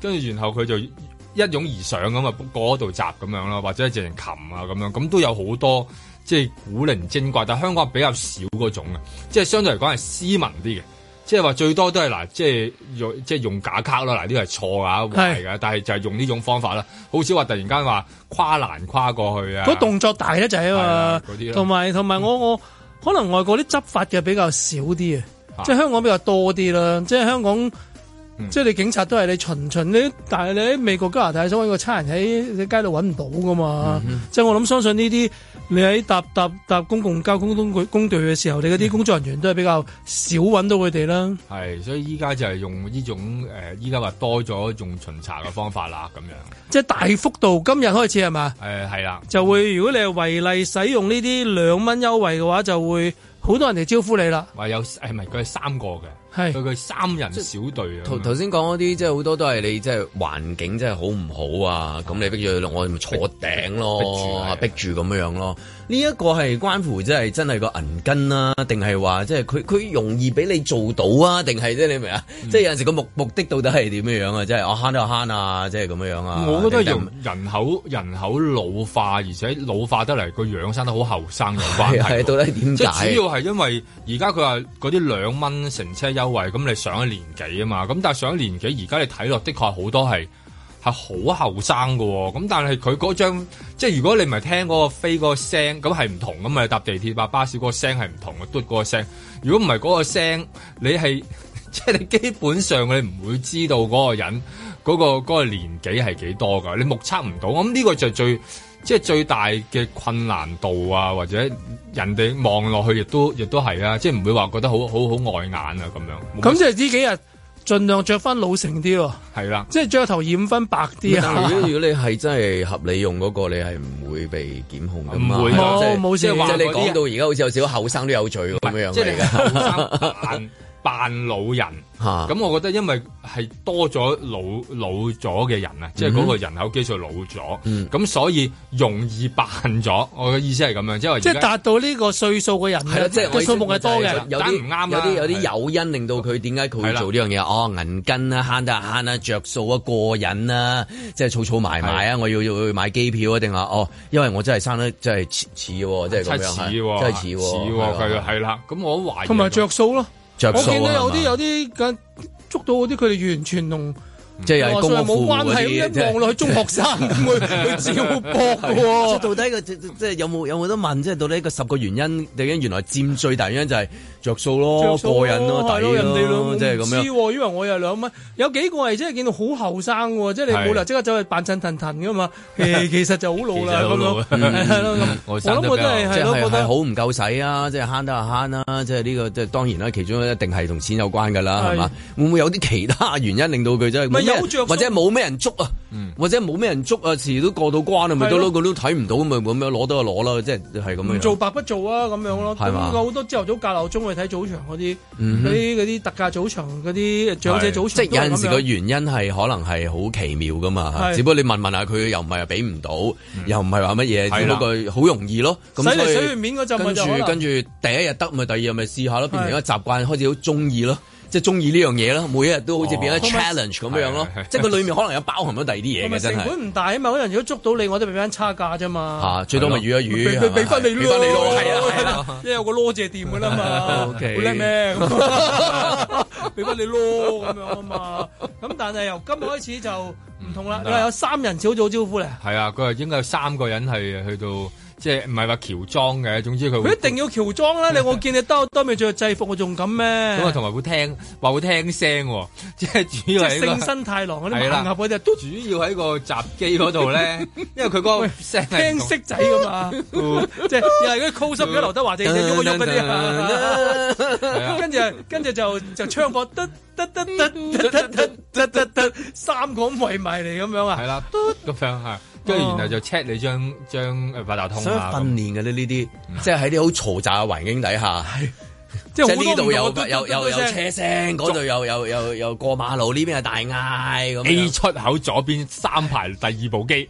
Speaker 3: 跟住然後佢就一擁而上咁啊，嗰度集咁樣咯，或者係直情擒啊咁樣，咁都有好多即係古靈精怪，但係香港比較少嗰種啊，即係相對嚟講係斯文啲嘅。即係話最多都係嗱，即係用即係用假卡啦，嗱呢個係錯啊壞㗎，但係就係用呢種方法啦，好少話突然間話跨欄跨過去啊。
Speaker 4: 嗰動作大得
Speaker 3: 係
Speaker 4: 滯啊
Speaker 3: 啦嗰啲嗯
Speaker 4: 嘛
Speaker 3: 啦，
Speaker 4: 同埋同埋我我可能外國啲執法嘅比較少啲
Speaker 3: 啊
Speaker 4: 啊，即係香港比較多啲啦，即係香港。
Speaker 3: 嗯
Speaker 4: 即係你警察都係你巡巡呢，但係你喺美國加拿大想揾個差人喺你街度揾唔到噶嘛？
Speaker 3: 嗯
Speaker 4: 即係我諗相信呢啲你喺搭搭搭公共交通工具工具嘅時候，你嗰
Speaker 3: 嗯
Speaker 4: 啲工作人員都係比較少揾到佢哋啦。
Speaker 3: 係，所以依家就係用呢種誒，依家話多咗用巡查嘅方法啦，咁樣
Speaker 4: 即係大幅度今日開始係嘛？
Speaker 3: 誒係啦。
Speaker 4: 就會如果你係違例使用呢啲兩蚊優惠嘅話，就會好多人嚟招呼你啦。
Speaker 3: 話有哎誒唔係佢係三個嘅，
Speaker 4: 係
Speaker 3: 佢佢三人小隊啊。
Speaker 2: 頭頭先講嗰啲，即係好多都係你即係環境真係好唔好啊！咁你逼住佢我咪坐頂咯，逼住咁樣咯。呢一個係關乎即係真係個銀根啦，定係話即係佢佢容易俾你做到啊？定係即係你明唔明啊？即係有陣時個目目的到底係點樣樣啊？即係我慳就慳啊，即係咁樣樣啊。
Speaker 3: 我覺得
Speaker 2: 定係
Speaker 3: 人人口人口老化，而且老化得嚟個樣生得好後生有關
Speaker 2: 係係
Speaker 3: 係。
Speaker 2: 到底點
Speaker 3: 啊即
Speaker 2: 解
Speaker 3: 係 主要係因為而家佢話嗰啲兩蚊乘車優惠，咁你上咗年紀啊嘛，咁但係上咗年紀，而家你睇落的確好多係係好後生嘅喎，咁但係佢嗰張即係如果你唔係聽嗰個飛嗰個聲，咁係唔同咁嘛，你搭地鐵搭巴士嗰個聲係唔同嘅，嘟嗰個聲。如果唔係嗰個聲，你係 即係你基本上你唔會知道嗰個人嗰、個嗰、個年紀係幾多㗎，你目測唔到。咁呢個就最即係最大嘅困難度啊，或者人哋望落去亦都亦都係啊，即係唔會話覺得好好好礙眼啊咁樣。
Speaker 4: 咁即係呢幾日盡量着翻老成啲喎，
Speaker 3: 係啦。
Speaker 4: 即係着頭染翻白啲
Speaker 2: 但係如果
Speaker 4: 啊。
Speaker 2: 如果你係真係合理用嗰個，你係唔會被檢控噶嘛？
Speaker 4: 唔會
Speaker 2: 即係
Speaker 4: 冇冇事
Speaker 2: 即係話
Speaker 4: 即
Speaker 2: 你
Speaker 4: 係嗰啲
Speaker 2: 講到而家好似有少少後生都有罪咁樣樣啊
Speaker 3: 即係你
Speaker 2: 嚟㗎。
Speaker 3: 後生扮扮老人，
Speaker 2: 嚇
Speaker 3: 咁我覺得因為係多咗老老咗嘅人
Speaker 2: 嗯
Speaker 3: 啊，即係嗰個人口基數老咗，咁所以容易扮咗。我嘅意思係咁樣，即係話
Speaker 4: 即
Speaker 3: 而
Speaker 4: 係
Speaker 3: 家
Speaker 4: 達到呢個歲數嘅人啊
Speaker 2: 係啦，即係
Speaker 4: 嘅嗯數目係多嘅，
Speaker 2: 有啲
Speaker 4: 啊
Speaker 2: 有啲有啲誘因令到佢點解佢會做呢樣嘢？哦，銀根啊，慳得慳啦，着數啊，過癮啊，即係儲儲埋埋啊，我要要去買機票啊，定話哦，因為我真係生得真係似似喎，即係咁樣
Speaker 3: 似
Speaker 2: 係
Speaker 3: 喎，
Speaker 2: 真係似
Speaker 3: 似
Speaker 2: 喎，
Speaker 3: 喎，
Speaker 2: 係
Speaker 3: 佢
Speaker 2: 啊
Speaker 3: 係啦。咁我懷疑
Speaker 4: 同埋着數咯。
Speaker 2: 着
Speaker 4: 我
Speaker 2: 數
Speaker 4: 見到
Speaker 2: 啊
Speaker 4: 有啲
Speaker 2: 係嘛，
Speaker 4: 有啲緊捉到嗰啲，佢哋完全同
Speaker 2: 即係有
Speaker 4: 話
Speaker 2: 功
Speaker 4: 上冇
Speaker 2: 夫
Speaker 4: 關
Speaker 2: 嗰
Speaker 4: 係，
Speaker 2: 啲，即
Speaker 4: 一望落去中學生咁 佢佢照搏嘅
Speaker 2: 即係
Speaker 4: 喎。
Speaker 2: 到底個即即即係有冇有冇得問？即係到底個十個原因，究竟原來佔最大原因就係着數咯、
Speaker 4: 着數
Speaker 2: 過癮咯、
Speaker 4: 係
Speaker 2: 抵
Speaker 4: 咯，人哋
Speaker 2: 咯，
Speaker 4: 兩
Speaker 2: 即係咁
Speaker 4: 唔知
Speaker 2: 樣。
Speaker 4: 喎，因為我又兩蚊，有幾個係真係見到好後生喎，即係你冇
Speaker 2: 係
Speaker 4: 理由即刻走去扮震騰騰噶嘛。誒，其實就好老 啦
Speaker 2: 好
Speaker 4: 咁
Speaker 2: 老
Speaker 4: 樣
Speaker 2: 啊，
Speaker 4: 係咯咁。我
Speaker 2: 生
Speaker 4: 諗我都係
Speaker 2: 即
Speaker 4: 係咯，
Speaker 2: 係
Speaker 4: 覺
Speaker 2: 係
Speaker 4: 得
Speaker 2: 好唔夠使啊！即係慳得就慳啦，即係呢個即係當然啦，其中一定係同錢有關㗎啦，
Speaker 4: 係
Speaker 2: 係嘛？會唔會有啲其他原因令到佢真係冇咩人
Speaker 4: 咪有着數嗯
Speaker 2: 或者冇咩人捉啊？或者冇咩人捉啊？時都過到關啊，咪得
Speaker 4: 係
Speaker 2: 咯？
Speaker 4: 咯
Speaker 2: 佢都睇唔到咪咁樣攞到就攞啦，即係係咁樣。嗯
Speaker 4: 唔做白不做啊咁樣咯。
Speaker 2: 係
Speaker 4: 咁
Speaker 2: 嘛
Speaker 4: 有好多朝頭早教鬧鐘去睇睇早場嗰啲，
Speaker 2: 嗯哼
Speaker 4: 嗰啲嗰啲特價早場嗰啲長者早
Speaker 2: 即係
Speaker 4: 場都係咁樣，
Speaker 2: 有陣時個原因係可能係好奇妙噶嘛，
Speaker 4: 係嗯
Speaker 2: 只不過你問問下佢，又唔係話俾唔到，又唔係話乜嘢，
Speaker 4: 係
Speaker 2: 只
Speaker 4: 啦
Speaker 2: 不過好容易咯。咁
Speaker 4: 洗嚟
Speaker 2: 所以
Speaker 4: 洗去面嗰陣咪
Speaker 2: 跟
Speaker 4: 就可
Speaker 2: 住
Speaker 4: 能
Speaker 2: 跟住第一日得咪，第二日咪試下咯，變成一個習慣，開始好中意咯。即係中意呢樣嘢咯，每一日都好似變咗
Speaker 4: 同埋
Speaker 2: challenge 咁樣咯
Speaker 4: 係係係，
Speaker 2: 即係佢裡面可能有包含咗第二啲嘢
Speaker 4: 同埋
Speaker 2: 嘅，
Speaker 4: 成
Speaker 2: 真係
Speaker 4: 本唔大啊嘛，可能如果捉到你，我都俾翻差價啫嘛。
Speaker 2: 嚇，最多咪魚一魚，
Speaker 4: 俾
Speaker 2: 係咪
Speaker 4: 俾翻你
Speaker 2: 俾翻你咯，
Speaker 4: 咯，
Speaker 2: 係啊係啊。
Speaker 4: 啊，因為有個攞借店噶啦嘛，好
Speaker 2: OK
Speaker 4: 叻咩？咁 俾翻你咯咁樣啊嘛。咁但係由今日開始就唔同啦，
Speaker 3: 嗯
Speaker 4: 你話有三人小組招呼咧，
Speaker 3: 係啊，佢話應該有三個人係去到，即係唔係話喬裝嘅，總之佢會
Speaker 4: 佢一定要喬裝啦。你我見你兜兜面着制服，我仲咁咩？
Speaker 3: 咁啊，同埋會聽話會聽聲喎，即係主
Speaker 4: 即
Speaker 3: 要
Speaker 4: 係
Speaker 3: 係呢個
Speaker 4: 聖新太郎嗰
Speaker 3: 係
Speaker 4: 啲
Speaker 3: 啦
Speaker 4: 盲盒嗰啲，
Speaker 3: 主要喺個閘機嗰度 咧，因為佢嗰個聲係
Speaker 4: 聽色仔 噶嘛，即係又係嗰啲 close up 嘅劉德華，隻隻喐一喐嗰
Speaker 3: 係啊
Speaker 4: 啲，跟住跟住就就槍火，得得得得得得得得得，三個咁圍埋嚟咁樣啊，
Speaker 3: 係啦，咁樣嚇，跟住
Speaker 4: 哦
Speaker 3: 然後就 check 你張張誒八達通
Speaker 2: 所以
Speaker 3: 啊，
Speaker 2: 訓練嘅呢呢啲，
Speaker 4: 嗯
Speaker 2: 即係喺啲好嘈雜嘅環境底 下，
Speaker 4: 即
Speaker 2: 係
Speaker 4: 係好多
Speaker 2: 呢度
Speaker 4: 唔同
Speaker 2: 有
Speaker 4: 嘅
Speaker 2: 有有有
Speaker 4: 嘟嘟嘟嘟
Speaker 2: 車聲，嗰度有有有有過馬路，呢邊係大嗌
Speaker 4: 哎
Speaker 2: 咁
Speaker 3: A
Speaker 2: 樣。
Speaker 3: 出口左邊三排第二部 機，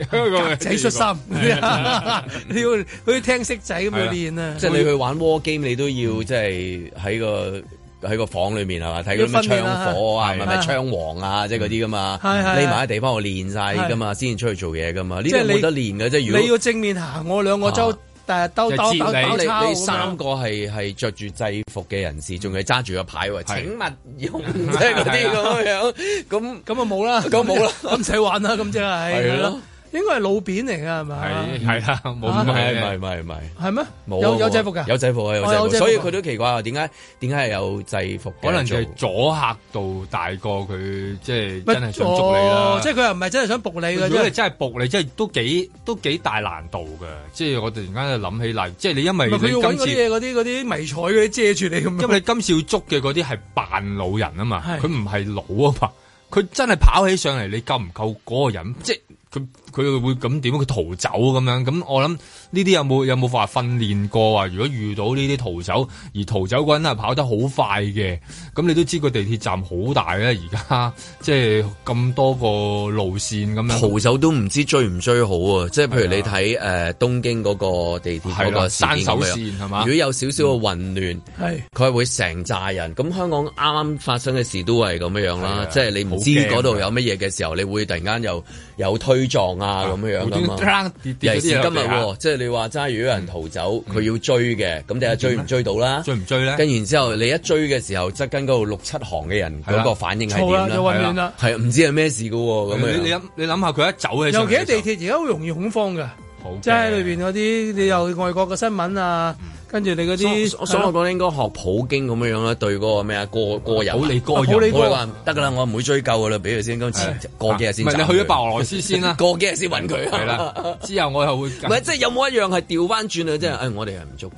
Speaker 4: 仔出心，你 要好似聽色仔咁樣練啊，
Speaker 2: 即係你去玩 war game，你都要
Speaker 4: 嗯
Speaker 2: 即係喺個。喺個房裏面係嘛？睇嗰
Speaker 4: 要
Speaker 2: 啲咩
Speaker 4: 訓練
Speaker 2: 槍
Speaker 4: 啊
Speaker 2: 火啊，
Speaker 4: 係
Speaker 2: 係咪
Speaker 4: 係
Speaker 2: 槍王啊，即係嗰啲噶嘛？
Speaker 4: 係係
Speaker 2: 匿埋喺地方度練晒
Speaker 4: 係
Speaker 2: 噶嘛，先出去做嘢噶嘛？呢
Speaker 4: 即係
Speaker 2: 啲
Speaker 4: 你
Speaker 2: 冇得練嘅，即係如果
Speaker 4: 你要正面行我兩個周
Speaker 2: 啊，
Speaker 4: 但係兜兜兜兜抄嗯
Speaker 2: 你你
Speaker 4: 咁樣
Speaker 2: 三個係係着住制服嘅人士，仲要揸住個牌喎，請勿用，
Speaker 4: 即
Speaker 2: 即係嗰啲咁樣。咁
Speaker 4: 咁啊冇啦，
Speaker 2: 咁冇啦
Speaker 4: 咁唔使玩啦，咁即係
Speaker 2: 係咯，
Speaker 4: 應該係老扁嚟㗎係咪？
Speaker 3: 係係啦，冇
Speaker 4: 啊
Speaker 2: 唔
Speaker 3: 咁
Speaker 2: 係
Speaker 3: 嘅
Speaker 2: 唔係唔係唔係。
Speaker 4: 係咩？
Speaker 2: 冇啊
Speaker 4: 有
Speaker 2: 冇
Speaker 4: 有
Speaker 2: 啊
Speaker 4: 制服㗎，
Speaker 2: 有制服啊，有制
Speaker 4: 哦
Speaker 2: 服，
Speaker 4: 有制服
Speaker 2: 所以
Speaker 4: 啊
Speaker 2: 佢都奇怪啊，點解點解係有制服嘅
Speaker 3: 可能就
Speaker 2: 做
Speaker 3: 係阻嚇到大個佢，即係
Speaker 4: 咪
Speaker 3: 真係想捉你啦
Speaker 4: 哦。即係佢又唔係真係想仆你嘅，
Speaker 3: 如果你
Speaker 4: 啫。
Speaker 3: 真係仆你，即係都幾都幾大難度嘅。即係我突然間就諗起嚟，即係你因為
Speaker 4: 唔係佢
Speaker 3: 你
Speaker 4: 要揾
Speaker 3: 今
Speaker 4: 嗰啲
Speaker 3: 次
Speaker 4: 嘢，嗰啲嗰啲迷彩嗰啲遮住你咁樣。
Speaker 3: 因為你今次要捉嘅嗰啲係扮老人啊嘛，佢唔係老啊嘛，佢真係跑起上嚟，你夠唔夠嗰個人？即係佢佢會咁點？佢逃走咁樣咁，我諗呢啲有冇有冇話訓練過啊？如果遇到呢啲逃走，而逃走嗰人係跑得好快嘅，咁你都知個地鐵站好大咧，而家 即係咁多個路線咁樣
Speaker 2: 逃走都唔知追唔追好啊！即係譬如你睇誒東京嗰個地鐵嗰
Speaker 3: 係
Speaker 2: 個
Speaker 3: 啦
Speaker 2: 事件咁樣
Speaker 3: 山手線係嘛嗯
Speaker 2: 如果有少少嘅混亂，
Speaker 4: 係
Speaker 2: 佢係會成扎人。咁香港啱啱發生嘅事都係咁樣樣
Speaker 3: 係
Speaker 2: 啦
Speaker 3: 啊，
Speaker 2: 即係你唔知
Speaker 3: 好驚啊
Speaker 2: 嗰度有乜嘢嘅時候，你會突然間又有推撞啊咁樣樣㗎
Speaker 3: 無端端
Speaker 2: 嘛。
Speaker 3: 跌跌
Speaker 2: 尤其是今
Speaker 3: 嗰啲
Speaker 2: 日
Speaker 3: 入地下啊嗯
Speaker 2: 喎，即係你話齋，如果有人逃走，佢要追嘅，咁你係追唔追到啦？
Speaker 3: 追唔追咧？
Speaker 2: 跟然之後，你一追嘅時候，側跟嗰度六七行嘅人
Speaker 3: 係啦
Speaker 2: 嗰個反應係
Speaker 4: 嘈啦
Speaker 2: 點
Speaker 4: 就混亂
Speaker 2: 啦
Speaker 4: 啦？
Speaker 2: 係啊唔知係咩事嘅喎，咁
Speaker 3: 你你
Speaker 2: 樣
Speaker 3: 諗你諗下佢一走起上嚟
Speaker 4: 尤其喺地鐵而家好容易恐慌㗎，
Speaker 3: 好
Speaker 4: 即係裏邊嗰啲你有外國嘅新聞啊，跟住你嗰啲
Speaker 2: 所所以我講應該學普京咁樣樣啦，對嗰個咩啊過過人啊，
Speaker 3: 普利哥
Speaker 2: 啊
Speaker 3: 人
Speaker 2: 普利
Speaker 3: 普利
Speaker 2: 哥
Speaker 3: 哥
Speaker 2: 人得㗎啦，我唔會追究㗎啦，俾佢先，今次過幾日先
Speaker 3: 唔
Speaker 2: 斬
Speaker 3: 係
Speaker 2: 佢。
Speaker 3: 你去咗白俄羅斯先啦
Speaker 2: 過幾日先揾佢。
Speaker 3: 係啦，之後我又會
Speaker 2: 唔係即係有冇一樣係調翻轉啊？即係
Speaker 3: 嗯
Speaker 2: 誒，我哋係唔捉嘅，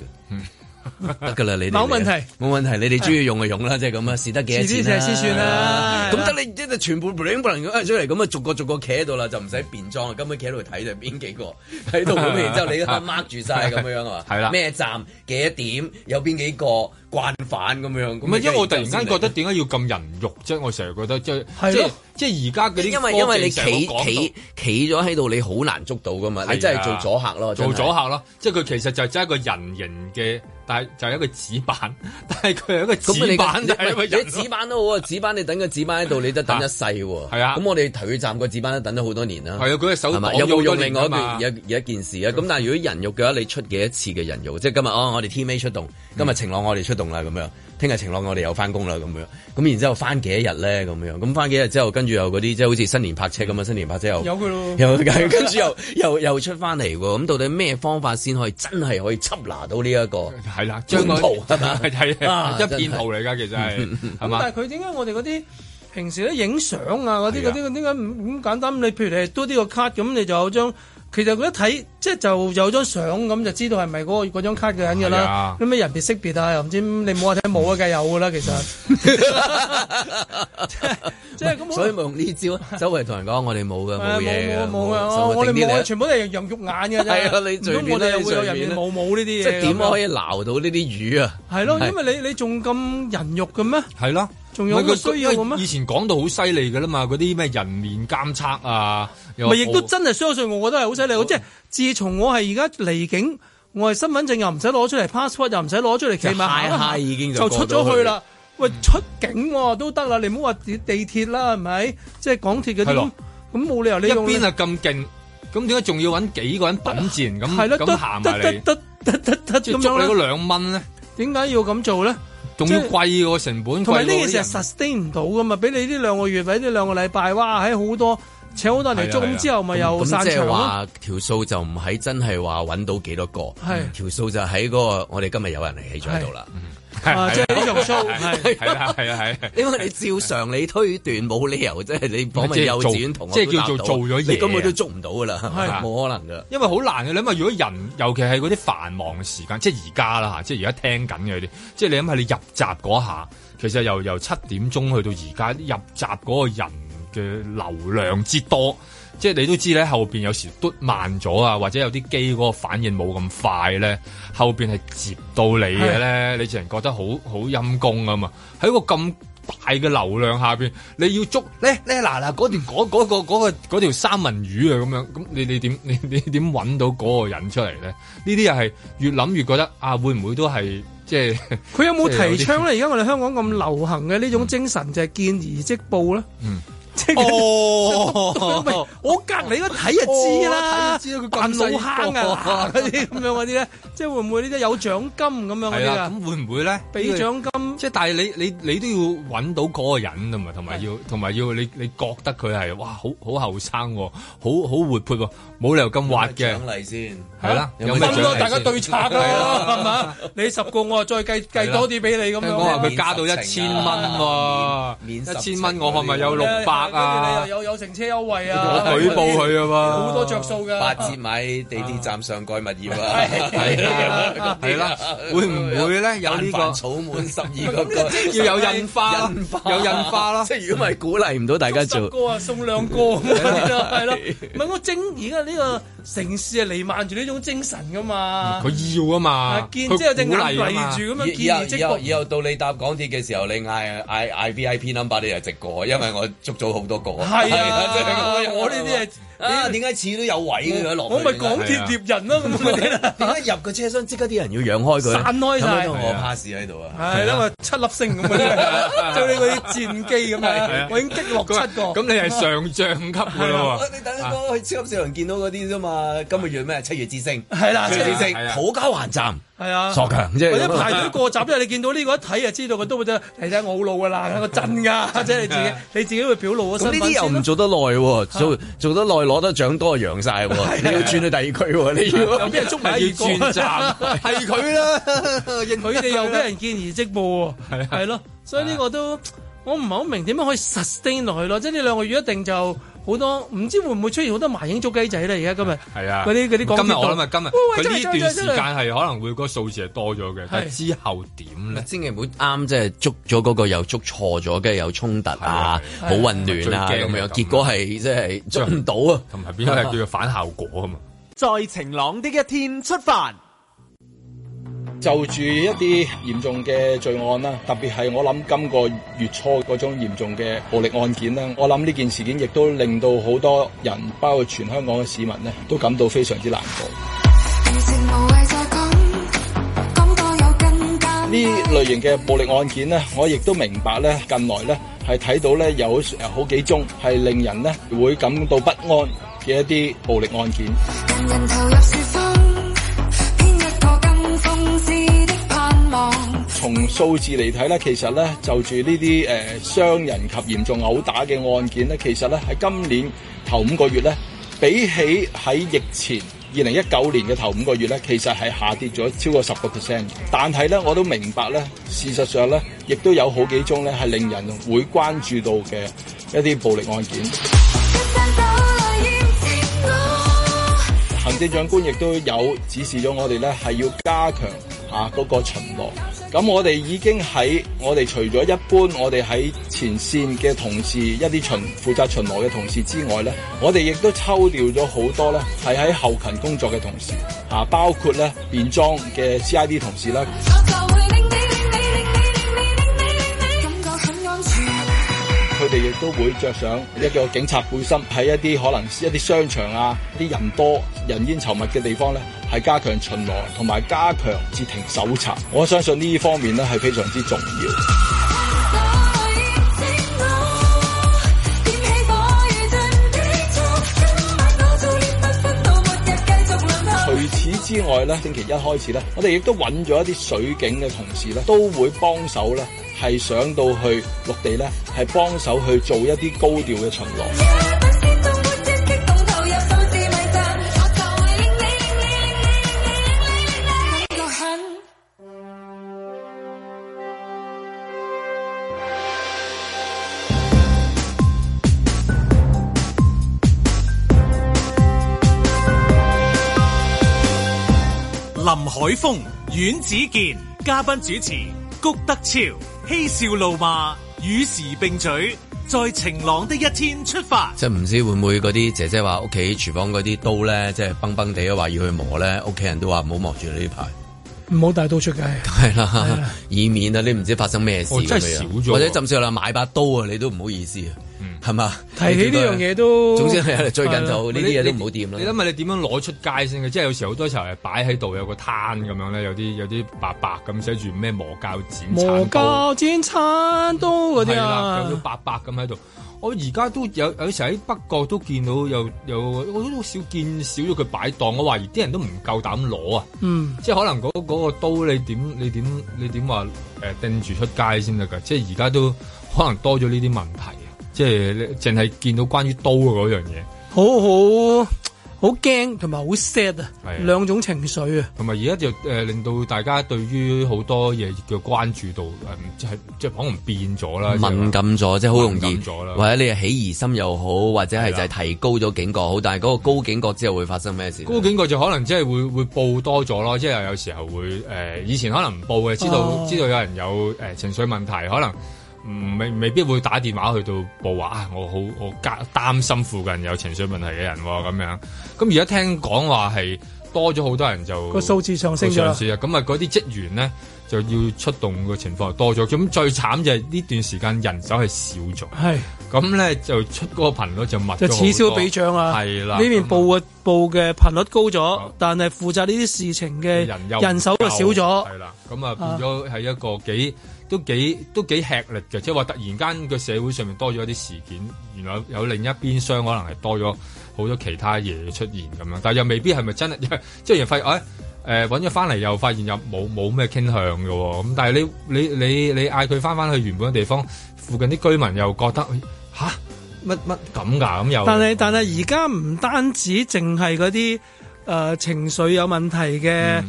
Speaker 2: 得㗎啦， 你哋
Speaker 4: 冇問題，
Speaker 2: 冇問題，你哋中意用就用啦，即係
Speaker 3: 嗯
Speaker 2: 咁啊，是得幾多
Speaker 4: 遲啲
Speaker 2: 錢啦
Speaker 4: 就先算啦
Speaker 2: 咁得你即係全部 bling bling 咁出嚟，咁啊逐個逐個企喺度啦，就唔使變裝啦，根本企喺度睇就邊幾 個喺度咁，然之後你 mark 住晒咁樣啊嘛，
Speaker 3: 係啦
Speaker 2: 咩站幾多點，有邊幾個慣犯咁樣。咁啊
Speaker 3: 唔係，因為我突然
Speaker 2: 你
Speaker 3: 間覺得點解要咁人肉啫？我成日覺得即係
Speaker 2: 係
Speaker 3: 即
Speaker 2: 咯
Speaker 3: 係即係而家嗰啲
Speaker 2: 因為
Speaker 3: 科技
Speaker 2: 因為你
Speaker 3: 成日
Speaker 2: 企
Speaker 3: 都講
Speaker 2: 企企咗喺度，你好難捉到噶嘛，
Speaker 3: 到
Speaker 2: 你真
Speaker 3: 係
Speaker 2: 係做
Speaker 3: 啊
Speaker 2: 阻嚇咯，
Speaker 3: 做
Speaker 2: 真係
Speaker 3: 阻嚇咯。即係佢其實就真係一個人形嘅，但係就係一個紙板， 但係佢係一個
Speaker 2: 咁啊你
Speaker 3: 紙 板，但係一個
Speaker 2: 你
Speaker 3: 人
Speaker 2: 紙板都好啊，紙板你等個紙板喺度，你都等一世喎。
Speaker 3: 係啊
Speaker 2: 咁我哋頭佢站個紙板都等咗好多年啦。
Speaker 3: 係啊佢嘅手
Speaker 2: 係嘛
Speaker 3: 擋咗
Speaker 2: 有冇
Speaker 3: 好多
Speaker 2: 用
Speaker 3: 年
Speaker 2: 另外一
Speaker 3: 㗎嘛
Speaker 2: 件有有一件事啊？咁但係如果人肉嘅話，你出幾多次嘅人肉？即係今日哦，我哋 T M A 出動，今日晴朗我哋出動啦咁樣，聽日晴朗我哋又翻工啦咁樣。咁然之後翻幾多日咧咁樣？咁翻幾日之後，跟住又嗰啲即係好似新年泊車咁啊，新年泊車又
Speaker 4: 有佢咯
Speaker 2: 又跟住又又又出翻嚟喎。咁到底咩方法先可以真係可以緝拿到呢一個？
Speaker 3: 係啦，將個
Speaker 2: 圖係嘛
Speaker 3: 係
Speaker 2: 啊
Speaker 3: 啊一
Speaker 2: 真
Speaker 3: 片
Speaker 2: 係
Speaker 3: 圖嚟㗎，其 實係係
Speaker 4: 咁但
Speaker 3: 嘛？
Speaker 4: 係佢點解我哋嗰啲平時咧影相啊嗰啲
Speaker 3: 係啊
Speaker 4: 嗰啲點解唔咁簡單？你譬如你係多啲個 card 咁，你就有張其實佢一睇即係就有張相咁就知道係咪嗰個嗰張卡嘅人㗎
Speaker 3: 係
Speaker 4: 啦
Speaker 3: 啊。
Speaker 4: 咁咩人別識別啊？又唔知你冇話睇冇啊，梗係有㗎 啦。其實即係咁，
Speaker 2: 所以咪用呢 招，啊周圍同人講我哋冇嘅，
Speaker 4: 係啊
Speaker 2: 冇嘢嘅，
Speaker 4: 冇冇啊！
Speaker 2: 所以
Speaker 4: 我我哋
Speaker 2: 定啲
Speaker 4: 冇啊，
Speaker 2: 嚟
Speaker 4: 全部都係羊肉眼嘅 啫。
Speaker 2: 係啊，你隨
Speaker 4: 如果
Speaker 2: 便
Speaker 4: 我哋
Speaker 2: 啦，
Speaker 4: 又
Speaker 2: 你
Speaker 4: 會有
Speaker 2: 隨
Speaker 4: 人面
Speaker 2: 便啦
Speaker 4: 冇冇呢啲嘢。
Speaker 2: 即係點可以
Speaker 4: 咁樣？
Speaker 2: 撈到呢啲 魚啊？
Speaker 4: 係咯，因為你你仲咁人肉嘅咩？
Speaker 3: 係啦。
Speaker 4: 仲有
Speaker 3: 唔係
Speaker 4: 咁嘅需要嘅咩
Speaker 3: 因為以前講到好犀利嘅啦嘛，嗰啲咩人面監測啊，
Speaker 4: 咪亦都
Speaker 3: 澳
Speaker 4: 真係相信，我覺得係好犀利。即係自從我係而家離境，我係身份證又唔使攞出嚟，passport 又唔使攞出嚟，起碼
Speaker 2: 就下下已經就
Speaker 4: 啊就
Speaker 2: 過
Speaker 4: 出
Speaker 2: 到
Speaker 4: 咗
Speaker 2: 去
Speaker 4: 去啦。喂，出境喎都得啦，你唔好話地地鐵啦，係咪？即係港鐵
Speaker 3: 係
Speaker 4: 嗰啲
Speaker 3: 咯
Speaker 4: 咁冇理由你
Speaker 3: 一
Speaker 4: 用
Speaker 3: 邊啊咁勁，咁點解仲要揾幾個人品賤
Speaker 4: 係
Speaker 3: 咁
Speaker 4: 咯
Speaker 3: 咁行埋
Speaker 4: 得
Speaker 3: 嚟？
Speaker 4: 得得
Speaker 3: 即
Speaker 4: 咁
Speaker 3: 係捉
Speaker 4: 樣
Speaker 3: 你嗰
Speaker 4: 咧？
Speaker 3: 兩蚊咧，
Speaker 4: 點解要咁做咧？
Speaker 3: 仲要貴個成本貴
Speaker 4: 同
Speaker 3: 過
Speaker 4: 埋
Speaker 3: 嗰
Speaker 4: 呢件
Speaker 3: 啲
Speaker 4: 事
Speaker 3: 人。
Speaker 4: 係 sustain 唔到噶嘛，俾你呢兩個月或者呢兩個禮拜，哇，喺好多請好多
Speaker 3: 啊
Speaker 4: 人嚟捉，咁之後咪又
Speaker 2: 咁
Speaker 4: 散
Speaker 2: 即
Speaker 4: 場
Speaker 2: 係
Speaker 4: 啊咯。
Speaker 2: 話條數就唔係真係話揾到幾多個，
Speaker 4: 係
Speaker 2: 條數就喺嗰個我哋今日有人嚟起咗喺度啦。
Speaker 4: 啊即係呢場 show，
Speaker 3: 係係啦係啦係啦，
Speaker 2: 因為你照常理推斷冇理由，即係你訪問
Speaker 3: 即係
Speaker 2: 幼
Speaker 3: 做
Speaker 2: 稚園同學
Speaker 3: 即係
Speaker 2: 都答
Speaker 3: 叫做
Speaker 2: 到
Speaker 3: 做
Speaker 4: 啊
Speaker 3: 咗嘢
Speaker 2: 你根本都捉唔到噶啦，
Speaker 3: 係
Speaker 2: 冇可能噶。
Speaker 3: 因為好難嘅，你諗下，如果人尤其係嗰啲繁忙嘅時間，即係而家啦嚇，即係而家聽緊嘅嗰啲，即係你諗下你入閘嗰下，其實由由七點鐘去到而家入閘嗰個人嘅流量之多，即係你都知咧，後邊有時嘟慢咗啊，或者有啲機嗰個反應冇咁快咧，後邊係接到你嘅咧，你自然覺得好好陰公啊嘛，喺個咁。大嘅流量下邊，你要捉咧咧嗱嗱嗰段嗰嗰、個嗰、個嗰條三文魚啊咁樣，咁你你點你你點揾到嗰個人出嚟咧？呢啲又係越諗越覺得啊，會唔會都係即係
Speaker 4: 佢有冇
Speaker 3: 即係啲
Speaker 4: 提倡咧？而家我哋香港咁流行嘅呢種精神就係見而即報咧。
Speaker 3: 嗯，
Speaker 4: 即係
Speaker 2: 哦
Speaker 4: 喂我隔離一睇就 知啦，
Speaker 2: 哦睇就知啦佢咁
Speaker 4: 扮老
Speaker 2: 細
Speaker 4: 坑
Speaker 2: 個
Speaker 4: 啊嗱嗰啲咁樣嗰啲咧，即係會唔會呢啲有獎金咁樣嗰
Speaker 3: 係
Speaker 4: 啲
Speaker 3: 啦？
Speaker 4: 啊？
Speaker 3: 咁會唔會咧？
Speaker 4: 俾獎金，
Speaker 3: 即係但係你你你都要揾到嗰個人啊嘛，同埋要同埋要你你覺得佢係哇好好後生喎，好好活潑喎，冇理由咁滑嘅。
Speaker 2: 獎勵先
Speaker 3: 係啦，有咩
Speaker 4: 咪
Speaker 3: 獎勵
Speaker 4: 大家
Speaker 3: 先
Speaker 4: 對策咯，
Speaker 3: 係啦
Speaker 4: 係嘛？你十個我再計計多啲俾你咁樣。
Speaker 3: 聽講話佢加到一千蚊喎，一千蚊我係咪有六百
Speaker 4: 跟住
Speaker 3: 啊
Speaker 4: 你？又有有乘車優惠啊！
Speaker 3: 我舉報佢啊喎，
Speaker 4: 好多着數㗎
Speaker 2: 八折買地鐵站上蓋物業啊，
Speaker 3: 係啦係啦會唔會咧有
Speaker 2: 單
Speaker 3: 呢個
Speaker 2: 瓣草滿十二個角，
Speaker 3: 要有印花
Speaker 2: 印
Speaker 3: 有印花啦
Speaker 2: 即係如果唔係鼓勵唔到大家
Speaker 4: 十
Speaker 2: 做。
Speaker 4: 個啊，送 兩個咁嗰啲咯，係咯。唔係我精而家呢個城市係瀰漫住呢種精神噶嘛。
Speaker 3: 佢要啊嘛，
Speaker 4: 見
Speaker 3: 佢
Speaker 4: 之後隻眼
Speaker 3: 鼓勵啊嘛
Speaker 4: 圍住咁樣
Speaker 2: 以
Speaker 4: 見
Speaker 2: 後
Speaker 4: 而即
Speaker 2: 以後
Speaker 4: 報。
Speaker 2: 以後到你搭港鐵嘅時候，你嗌嗌嗌 V I P number 你就直過，因為我捉咗好多個。
Speaker 4: 係
Speaker 2: 即係
Speaker 4: 啊
Speaker 2: 咁樣，
Speaker 4: 我呢啲係
Speaker 2: 啊，點解次都有位嘅落去？
Speaker 4: 我咪港鐵
Speaker 2: 點
Speaker 4: 獵人 咯，咁嗰啲啦。
Speaker 2: 啊解入個車廂即刻啲人要讓開佢咧？
Speaker 4: 散開晒
Speaker 2: 咁樣我 pass 喺度啊！
Speaker 4: 係啦，我七粒星咁嗰 啲，對你嗰啲戰機咁
Speaker 2: 係
Speaker 4: 啊
Speaker 2: 啊，
Speaker 4: 我已經擊落七個。
Speaker 3: 咁你係上將級㗎咯
Speaker 4: 啊
Speaker 3: 喎。
Speaker 2: 你等陣講去超級市場見到嗰啲啫嘛，今個月咩七月之星
Speaker 4: 係啦
Speaker 2: 七月之星
Speaker 4: 係啊
Speaker 2: 土瓜灣站
Speaker 4: 係啊，
Speaker 2: 傻強即係
Speaker 4: 或者
Speaker 2: 咁啊
Speaker 4: 排隊過閘，因為你見到呢個一睇就知道佢都會啫。你睇我好老㗎啦，我真 㗎，即係你自己你自己會表露咗
Speaker 2: 咁
Speaker 4: 身
Speaker 2: 呢
Speaker 4: 份
Speaker 2: 啲又
Speaker 4: 先
Speaker 2: 唔
Speaker 4: 啦
Speaker 2: 做得耐喎，做做得耐攞得獎多揚晒喎，你要轉去第二區喎，你要
Speaker 4: 又俾 人捉埋
Speaker 2: 係
Speaker 4: 一個
Speaker 2: 要轉站，
Speaker 4: 係
Speaker 2: 佢啦，佢
Speaker 4: 哋又俾人見而即報
Speaker 3: 啊
Speaker 4: 喎，係咯，所以呢個都我唔係好明點樣可以 sustain 落去咯，即係呢兩個月一定就好多，唔知會唔會出現好多麻鷹捉雞仔咧？而家今日
Speaker 3: 係啊，
Speaker 4: 嗰啲嗰啲港鐵
Speaker 3: 今日
Speaker 4: 度
Speaker 3: 我諗啊，今日
Speaker 4: 喂
Speaker 3: 佢
Speaker 4: 喂
Speaker 3: 呢
Speaker 4: 真係
Speaker 3: 段時
Speaker 4: 真係
Speaker 3: 間
Speaker 4: 真係
Speaker 3: 係可能會個數字係多咗嘅，但係之後點咧？
Speaker 2: 千祈唔好啱，即係捉咗嗰個又捉錯咗，跟住有衝突啊，好混亂啊
Speaker 3: 最
Speaker 2: 咁
Speaker 3: 驚
Speaker 2: 樣，
Speaker 3: 係咁
Speaker 2: 結果係即係捉唔到啊，
Speaker 3: 同埋邊個係叫做反效果啊嘛？
Speaker 5: 在晴朗的一天出發。
Speaker 12: 就住一啲嚴重嘅罪案啦，特別係我諗今個月初嗰種嚴重嘅暴力案件啦，我諗呢件事件亦都令到好多人，包括全香港嘅市民呢，都感到非常之難過。呢類型嘅暴力案件呢，我亦都明白呢，近來呢係睇到呢有呃好幾宗係令人呢會感到不安嘅一啲暴力案件。從數字嚟睇咧，其實咧就住呢啲誒傷人及嚴重毆打嘅案件咧，其實咧喺今年頭五個月咧，比起喺疫前二零一九年嘅頭五個月咧，其實係下跌咗超過十個 percent。但係咧，我都明白咧，事實上咧，亦都有好幾宗咧係令人會關注到嘅一啲暴力案件。政長官亦都有指示咗我哋咧，係要加強啊嗰個巡邏。咁我哋已經喺我哋除咗一般我哋喺前線嘅同事一啲巡負責巡邏嘅同事之外咧，我哋亦都抽調咗好多咧係喺後勤工作嘅同事啊，包括咧便裝嘅 CID 同事啦。佢哋亦都會着上一個警察背心，喺一啲可能一啲商場啊、啲人多、人煙稠密嘅地方咧，係加強巡邏同埋加強截停搜查。我相信呢方面咧係非常之重要。除此之外咧，星期一開始咧，我哋亦都揾咗一啲水警嘅同事咧，都會幫手咧，係上到去陸地咧，係幫手去做一啲高調嘅巡邏。
Speaker 1: 林海峰、阮子健，嘉賓主持谷德超，嬉笑怒罵，與時並舉，在晴朗的一天出發。
Speaker 2: 即係唔知會唔會嗰啲姐姐話屋企廚房嗰啲刀咧，即係崩崩地話要去磨咧，屋企人都話唔好磨住呢排。
Speaker 4: 唔好大刀出街。
Speaker 3: 啊
Speaker 2: 係啦，以免啊，你唔知發生咩事
Speaker 4: 哦
Speaker 2: 咁
Speaker 4: 真係少
Speaker 2: 樣，
Speaker 4: 咗
Speaker 2: 或者甚至話買把刀啊，你都唔好意思啊，係嘛？
Speaker 4: 提起呢樣嘢都，啊
Speaker 2: 總之係最近就呢啲嘢都唔好掂啦
Speaker 3: 你。諗下你點樣攞出街先嘅？即係有時好多時候係擺喺度有個攤咁樣咧，有啲有啲白白咁寫住咩磨教剪
Speaker 4: 磨
Speaker 3: 鏟刀。
Speaker 4: 教剪餐刀嗰啲
Speaker 3: 係啦有
Speaker 4: 啊
Speaker 3: 啲，白白咁喺度。我而家都有有時喺北角都見到有有，我都好少見少咗佢擺檔。我懷疑啲人都唔夠膽攞啊！
Speaker 4: 嗯，
Speaker 3: 即係可能嗰、嗰個刀你點你點你點話誒掟住出街先得㗎？即係而家都可能多咗呢啲問題啊！即係你淨係見到關於刀嘅嗰樣嘢。
Speaker 4: 好好好驚同埋好 sad 啊，兩種情緒啊。
Speaker 3: 同埋而家就誒、呃令到大家對於好多嘢嘅關注度誒，即係即係可能變咗啦，
Speaker 2: 敏感咗，即係好容
Speaker 3: 敏
Speaker 2: 易
Speaker 3: 感咗啦，
Speaker 2: 或者你係起疑心又好，或者係就
Speaker 4: 啊
Speaker 2: 係提高咗警覺好，但係嗰個高警覺之後會發生咩事？
Speaker 3: 高警覺就可能即係會會報多咗咯，即係有時候會誒、呃以前可能唔報嘅，知道、
Speaker 2: 哦
Speaker 3: 知道有人有誒、呃情緒問題，可能唔未未必會打電話去到報話啊，我好我加擔心附近有情緒問題嘅人喎、咁樣。咁而家聽講話係多咗好多人就
Speaker 4: 個數字上升咗
Speaker 3: 個上市啊，咁啊嗰啲職員咧就要出動嘅情況又多咗，咁最慘就係呢段時間人手係少咗。
Speaker 4: 係
Speaker 3: 咁咧就出嗰個頻率就密咗好
Speaker 4: 就
Speaker 3: 多
Speaker 4: 此消彼長啊！
Speaker 3: 係啦，啊
Speaker 4: 呢邊報嘅報嘅頻率高咗，但係負責呢啲事情嘅
Speaker 3: 人又
Speaker 4: 人手就少咗。
Speaker 3: 係啦，咁啊變咗係一個幾都幾都幾吃力嘅，即係話突然間個社會上面多咗一啲事件，原來有另一邊廂可能係多咗好多其他嘢出現咁樣，但係又未必係咪真係，因 為即係又發現誒誒揾咗翻嚟又發現又冇冇咩傾向嘅喎，咁但係你你你你嗌佢翻翻去原本嘅地方，附近啲居民又覺得哎吓乜乜咁㗎咁又，
Speaker 4: 但係但係而家唔單止淨係嗰啲誒情緒有問題嘅，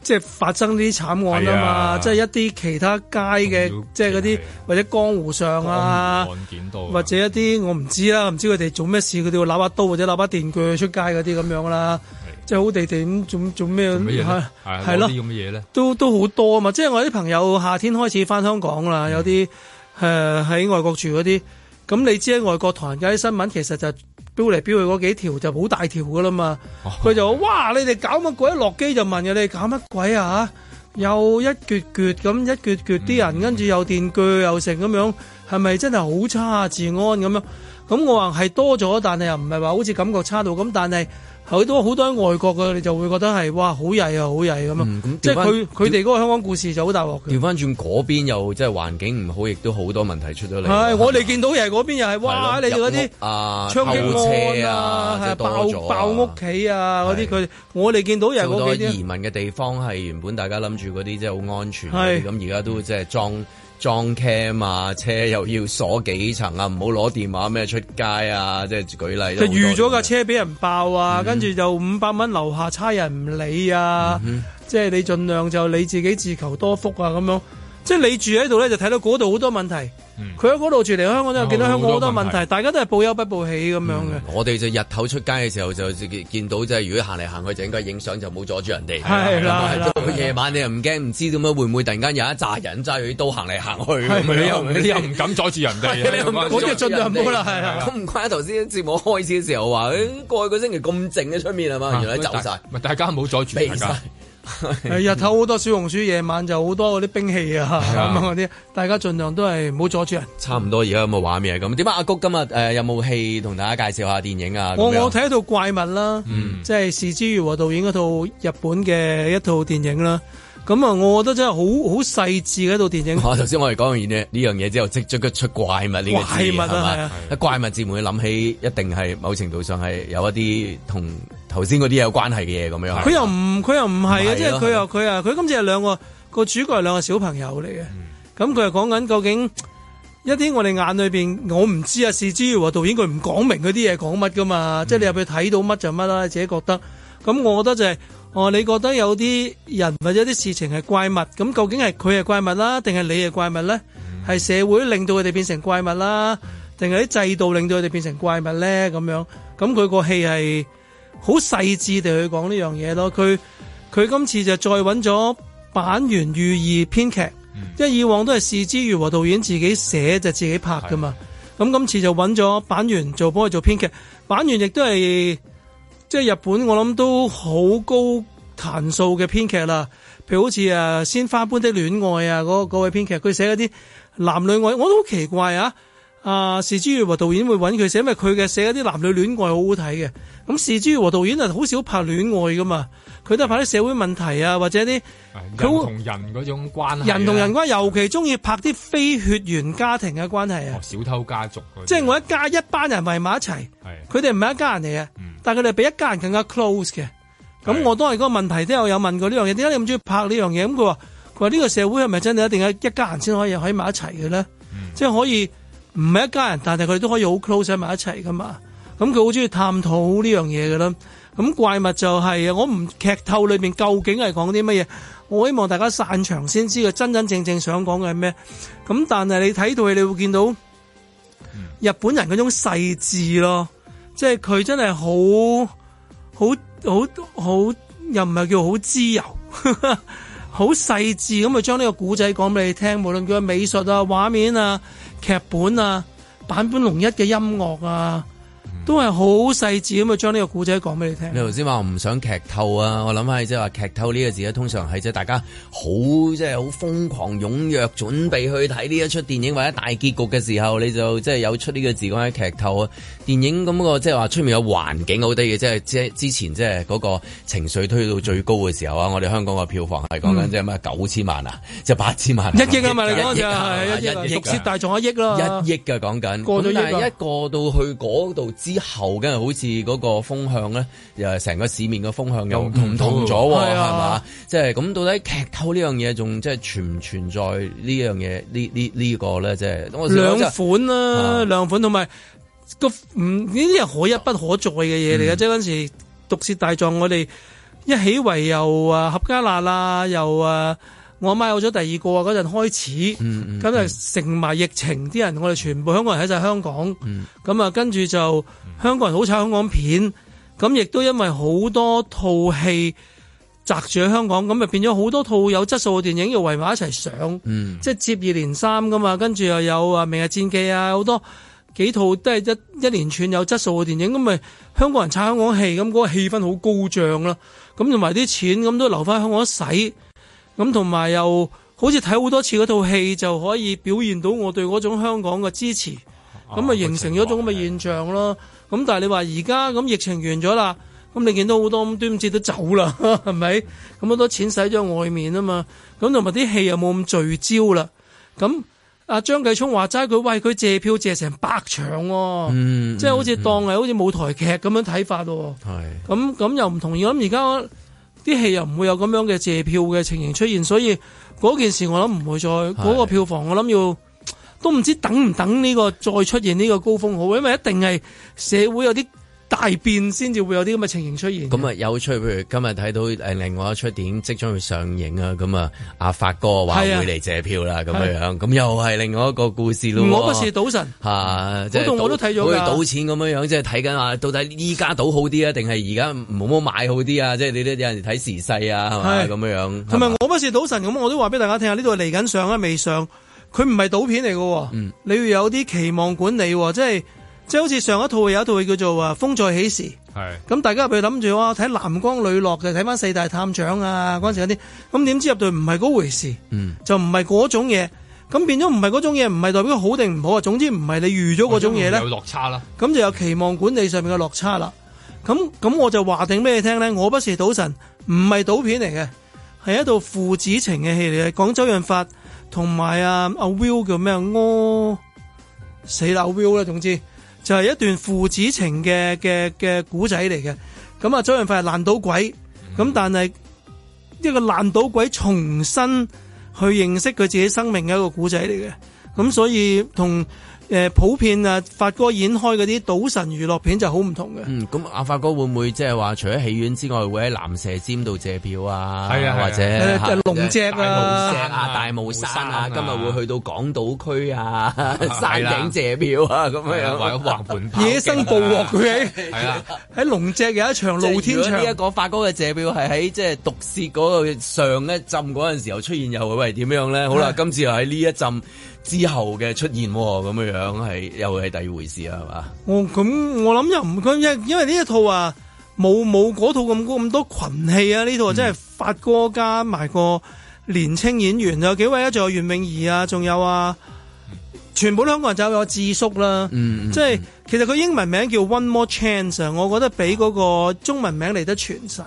Speaker 4: 即係發生呢啲慘案
Speaker 3: 嗯
Speaker 4: 啊
Speaker 3: 係
Speaker 4: 嘛，
Speaker 3: 啊
Speaker 4: 即係一啲其他街嘅，即係嗰啲或者江湖上啊，
Speaker 3: 案件度
Speaker 4: 或者一啲我唔知啦，唔知佢哋做咩事，佢哋會攞把刀或者攞把電鋸出街嗰啲咁樣啦，即係好地地咁做做咩
Speaker 3: 做乜嘢
Speaker 4: 係
Speaker 3: 咧？係
Speaker 4: 係
Speaker 3: 攞
Speaker 4: 咯
Speaker 3: 啲咁。嘅嘢咧？
Speaker 4: 都都好多啊嘛！即係我啲朋友夏天開始翻香港啦，有啲誒喺外國住嗰啲，咁你知喺外國唐人街啲新聞其實就標嚟標去嗰幾條就好大條噶啦嘛。佢就話：哇！你哋搞乜鬼？落機就問嘅，你哋搞乜鬼啊？又一撅撅咁一撅撅啲人，跟住又電鋸又成咁樣，係咪真係好差治安咁樣？咁我話係多咗，但係又唔係話好似感覺差到咁，但係好多好多喺外國嘅你就會覺得係哇好曳啊，好曳咁啊！即係佢佢哋嗰個香港故事就好大鑊嘅。
Speaker 2: 調翻轉嗰邊又即係環境唔好，亦都好多問題出咗嚟。啊
Speaker 4: 係，我哋見到又係嗰邊又係，哇！你哋嗰啲
Speaker 2: 入屋啊
Speaker 4: 槍擊
Speaker 2: 偷
Speaker 4: 案
Speaker 2: 車啊即
Speaker 4: 係
Speaker 2: 係多
Speaker 4: 爆
Speaker 2: 咗啊
Speaker 4: 爆屋企啊嗰啲，佢我哋見到又係
Speaker 2: 好多
Speaker 4: 嗰
Speaker 2: 移
Speaker 4: 邊
Speaker 2: 民嘅地方係原本大家諗住嗰啲即係好安全
Speaker 4: 係
Speaker 2: 嗰啲，咁而家都即係裝裝 cam 啊，車又要鎖幾層啊，唔好攞電話咩出街啊，即係舉例
Speaker 4: 就
Speaker 2: 都好多嗯
Speaker 4: 預咗架車俾人爆啊，跟住就五百蚊樓
Speaker 2: 嗯
Speaker 4: 下差人唔理啊，即係你盡量就你自己自求多福啊咁樣。即係你住喺度咧，就睇到嗰度好多問題。
Speaker 2: 嗯
Speaker 4: 佢喺嗰度住嚟香港都有
Speaker 2: 哦
Speaker 4: 見到香港好多問題，大家都係報憂不報喜咁樣嘅。
Speaker 2: 我哋就日頭出街嘅時候就見到即係如果行嚟行去就應該影相就冇阻住人哋。
Speaker 4: 係啦係啦
Speaker 2: 咁啊夜晚你又唔驚唔知點樣會唔會突然間有一紮人揸住啲刀行嚟行去咁樣，
Speaker 3: 你又你又唔敢阻住人哋
Speaker 2: 係你又唔敢阻住人哋
Speaker 3: 啊嗰啲盡量冇啦係係
Speaker 2: 咁唔怪得頭先節目開始嘅時候話，誒過去個星期咁靜嘅出面係嘛，原來走晒。
Speaker 3: 啊咪大家唔好阻住
Speaker 2: 避
Speaker 3: 大
Speaker 2: 晒
Speaker 3: 家。
Speaker 4: 係日頭哎好多小紅書，夜晚就好多嗰啲兵器
Speaker 2: 嗯
Speaker 4: 啊
Speaker 2: 係啊
Speaker 4: 咁樣嗰啲，大家盡量都係唔好阻住人。
Speaker 2: 差唔多而家有冇畫面係咁？點啊？阿谷今日誒有冇戲同大家介紹下電影啊？咁
Speaker 4: 我
Speaker 2: 樣
Speaker 4: 我睇一套怪物啦，
Speaker 2: 嗯
Speaker 4: 即係是枝裕和導演嗰套日本嘅一套電影啦。咁啊，我覺得真係好好細緻嘅一套電影。
Speaker 2: 我頭先我哋講完呢呢樣嘢之後，即即刻出怪物呢個字
Speaker 4: 怪物啊
Speaker 2: 係
Speaker 4: 係
Speaker 2: 嘛
Speaker 4: 啊？
Speaker 2: 一怪物字會諗起，一定係某程度上係有一啲同頭先嗰啲有關係嘅嘢咁樣。
Speaker 4: 佢又唔佢又唔係
Speaker 2: 唔係
Speaker 4: 啊，
Speaker 2: 啊
Speaker 4: 即係佢又佢啊，佢今次係兩個個主角係兩個小朋友嚟嘅。咁佢係講緊究竟一啲我哋眼裏邊，我唔知啊，是枝裕和導演佢唔講明嗰啲嘢講乜噶嘛，即係你入去睇到乜就乜啦，你自己覺得。咁我覺得就係、哦，你覺得有啲人或者啲事情係怪物，咁究竟係佢係怪物啦，定係你係怪物咧？係社會令到佢哋變成怪物啦，定係啲制度令到佢哋變成怪物咧？咁樣，咁佢個戲係。好細緻地去講呢樣嘢咯。佢佢今次就再揾咗板垣裕二編劇，因為以往都係是枝裕和導演自己寫就自己拍噶嘛。咁今次就揾咗板垣做幫佢做編劇，板垣亦都係即係日本我諗都好高彈數嘅編劇啦。譬如好似啊《鮮花般的戀愛》啊，嗰嗰位編劇佢寫嗰啲男女愛，我都好奇怪啊！啊，是枝裕和導演會揾佢寫，因為佢嘅寫嗰啲男女戀愛好好睇嘅。咁是枝裕和導演啊，好少拍戀愛噶嘛，佢都係拍啲社會問題啊，或者啲
Speaker 3: 人
Speaker 4: 佢
Speaker 3: 同人嗰種關係啊，
Speaker 4: 人同人關，尤其中意拍啲非血緣家庭嘅關係啊。
Speaker 3: 哦小偷家族嗰啲啊
Speaker 4: 即係我一家一班人圍埋一齊，佢哋唔係一家人嚟嘅，但係佢哋比一家人更加 close 嘅。咁我當然嗰個問題都有有問過呢樣嘢，點解你咁中意拍呢樣嘢？咁佢話佢話呢個社會係咪真係一定係一家人先可以喺埋一齊嘅咧？即係可以唔係一家人，但係佢哋都可以好 close 喺埋一齊噶嘛。咁佢好中意探討呢樣嘢嘅啦。咁怪物就係、啊，我唔劇透裏面究竟係講啲乜嘢，我希望大家散場先知佢真真正正想講嘅係咩。咁但係你睇到佢，你會見到。日本人嗰種細緻咯，即係佢真係好好好好，又唔係叫好自由， 好細緻咁去將呢個古仔講俾你聽，無論佢嘅美術啊、畫面啊、劇本啊、版本龍一嘅音樂啊，
Speaker 2: 嗯
Speaker 4: 都係好細緻咁去將呢個古仔講俾你聽。
Speaker 2: 你頭先話唔想劇透啊，我諗起即係話劇透呢個字咧，通常係即係大家好即係好瘋狂踴躍準備去睇呢一出電影或者大結局嘅時候，你就即係有出呢個字講喺劇透啊。電影咁個即係話出面嘅環境好低嘅，即係即係之前即係嗰個情緒推到最高嘅時候啊，我哋香港嘅票房係講緊
Speaker 4: 嗯
Speaker 2: 即係咩九千萬啊，即係八千萬啊，
Speaker 4: 一億啊嘛，你講
Speaker 2: 一
Speaker 4: 就
Speaker 2: 億啊
Speaker 4: 係一億啊，
Speaker 2: 一億
Speaker 4: 毒
Speaker 2: 啊
Speaker 4: 舌大狀一億啦，
Speaker 2: 一億啊嘅講緊，
Speaker 4: 過咗
Speaker 2: 咁
Speaker 4: 億啊
Speaker 2: 但係
Speaker 4: 啦
Speaker 2: 一過到去嗰度之後，梗係好似嗰個風向咧，又係成個市面嘅風向又唔同咗喎，
Speaker 5: 係
Speaker 2: 係
Speaker 5: 啊
Speaker 2: 嘛？即係咁，到底劇透呢樣嘢仲即係存唔存在呢樣嘢？呢呢呢個咧，即係我
Speaker 4: 兩
Speaker 2: 真係
Speaker 4: 款
Speaker 2: 啊
Speaker 4: 啦，兩款同埋個唔呢啲係可一不可再嘅嘢
Speaker 2: 嗯
Speaker 4: 嚟嘅，即係嗰陣時毒舌大狀，我哋一起為又啊合家辣啊，又啊我阿媽有咗第二個啊嗰陣開始，
Speaker 2: 嗯
Speaker 4: 咁就成埋疫情啲人，我哋全部香港人喺晒香港，
Speaker 2: 嗯
Speaker 4: 咁啊跟住就香港人好炒香港片，咁亦都因為好多套戲。擲住喺香港，咁咪變咗好多套有質素嘅電影要圍埋一齊上，
Speaker 2: 嗯
Speaker 4: 即係接二連三噶嘛。跟住又有啊《明日戰記》啊，好多幾套都係一一連串有質素嘅電影，咁咪香港人撐香港戲，咁嗰個氣氛好高漲啦。咁同埋啲錢咁都留翻香港使，咁同埋又好似睇好多次嗰套戲就可以表現到我對嗰種香港嘅支持，
Speaker 2: 哦
Speaker 4: 咁咪形成咗一種咁嘅現象咯。咁但係你話而家咁疫情完咗啦。咁你見到好多咁端午節都走啦， 係咪？咁好多錢使咗外面啊嘛，咁同埋啲戲又冇咁聚焦啦。咁阿張繼聰話齋，佢喂佢借票借成百場喎、
Speaker 2: 嗯
Speaker 4: 即係好似當係好似舞台劇咁樣睇法喎、
Speaker 2: 係
Speaker 4: 咁咁又唔同意，咁而家啲戲又唔會有咁樣嘅借票嘅情形出現，所以嗰件事我諗唔會再嗰個票房我諗要都唔知等唔等呢個再出現呢個高峰好，因為一定係社會有啲大變先至會有啲咁嘅情形出現。
Speaker 2: 咁啊有趣，譬如今日睇到誒另外一出電影即將會上映啊，咁啊阿發哥話
Speaker 4: 係啊
Speaker 2: 會嚟借票啦，咁
Speaker 4: 係
Speaker 2: 樣樣，咁又係另外一個故事咯喎。
Speaker 4: 我不是賭神，
Speaker 2: 嚇，啊即係
Speaker 4: 嗰嗯度我都
Speaker 2: 賭
Speaker 4: 睇咗㗎
Speaker 2: 好似賭錢咁樣樣，即係睇緊啊話到底依家賭好啲啊，定係而家唔好買好啲啊？即係你都有陣時睇時勢啊，係咪
Speaker 4: 係啊
Speaker 2: 咁樣樣？
Speaker 4: 同埋我不是賭神咁，我都話俾大家聽下，呢度嚟緊上啊，未上，佢唔係賭片嚟嘅喎，
Speaker 2: 嗯
Speaker 4: 你要有啲期望管理喎，即係即係好似上一套有一套叫做啊《風再起時》。
Speaker 3: 係
Speaker 4: 咁大家入去諗住哇，睇藍光磊落就睇翻四大探長啊嗰陣時嗰啲，咁點知入到去唔係嗰回事，
Speaker 2: 嗯
Speaker 4: 就唔係嗰種嘢，咁變咗唔係嗰種嘢，唔係代表好定唔好啊，總之唔係你預咗嗰種嘢咧
Speaker 3: 有，落差啦。
Speaker 4: 咁就有期望管理上面嘅落差啦。咁咁我就話定俾你聽咧，我不是賭神，唔係賭片嚟嘅，係一套父子情嘅戲嚟嘅，講周潤發同埋啊阿 Will 叫咩啊柯死啦阿 Will 啦，總之就係一段父子情嘅嘅嘅古仔嚟嘅。咁啊周潤發係爛賭鬼，咁但係一個爛賭鬼重新去認識佢自己生命嘅一個古仔嚟嘅。咁所以同誒、呃普遍啊發哥演開嗰啲賭神娛樂片就好唔同嘅。
Speaker 2: 嗯，咁阿發哥會唔會即係話，除咗戲院之外，會喺南蛇尖度借票啊？
Speaker 4: 係啊係啊
Speaker 2: 或者
Speaker 4: 誒
Speaker 2: 嚇
Speaker 4: 龍脊啊
Speaker 2: 大龍脊啊、大霧山啊，今日會去到港島區啊、山頂借票啊，咁樣樣
Speaker 3: 或者橫 盤
Speaker 2: 啊
Speaker 4: 野生捕獲佢喺
Speaker 3: 係啊
Speaker 4: 喺龍脊有一場露天
Speaker 2: 即係如
Speaker 4: 場
Speaker 2: 果呢一。個發哥嘅借票係喺即係毒舌嗰個上一浸嗰陣時候出現，又喂點樣
Speaker 3: 啊
Speaker 2: 咧？好啦，今次又喺呢一浸之後嘅出現喎，咁樣樣係又係第二回事啊，係嘛？
Speaker 4: 我哦咁我諗又唔佢因因為呢一套啊冇冇嗰套咁咁多群戲啊，呢套啊真係發哥加埋個年青演員，有幾位啊，仲有袁詠儀啊，仲有啊，全部都香港人就有智叔啦，
Speaker 2: 嗯嗯
Speaker 4: 即係其實佢英文名叫 One More Chance 啊，我覺得比嗰個中文名嚟得傳神，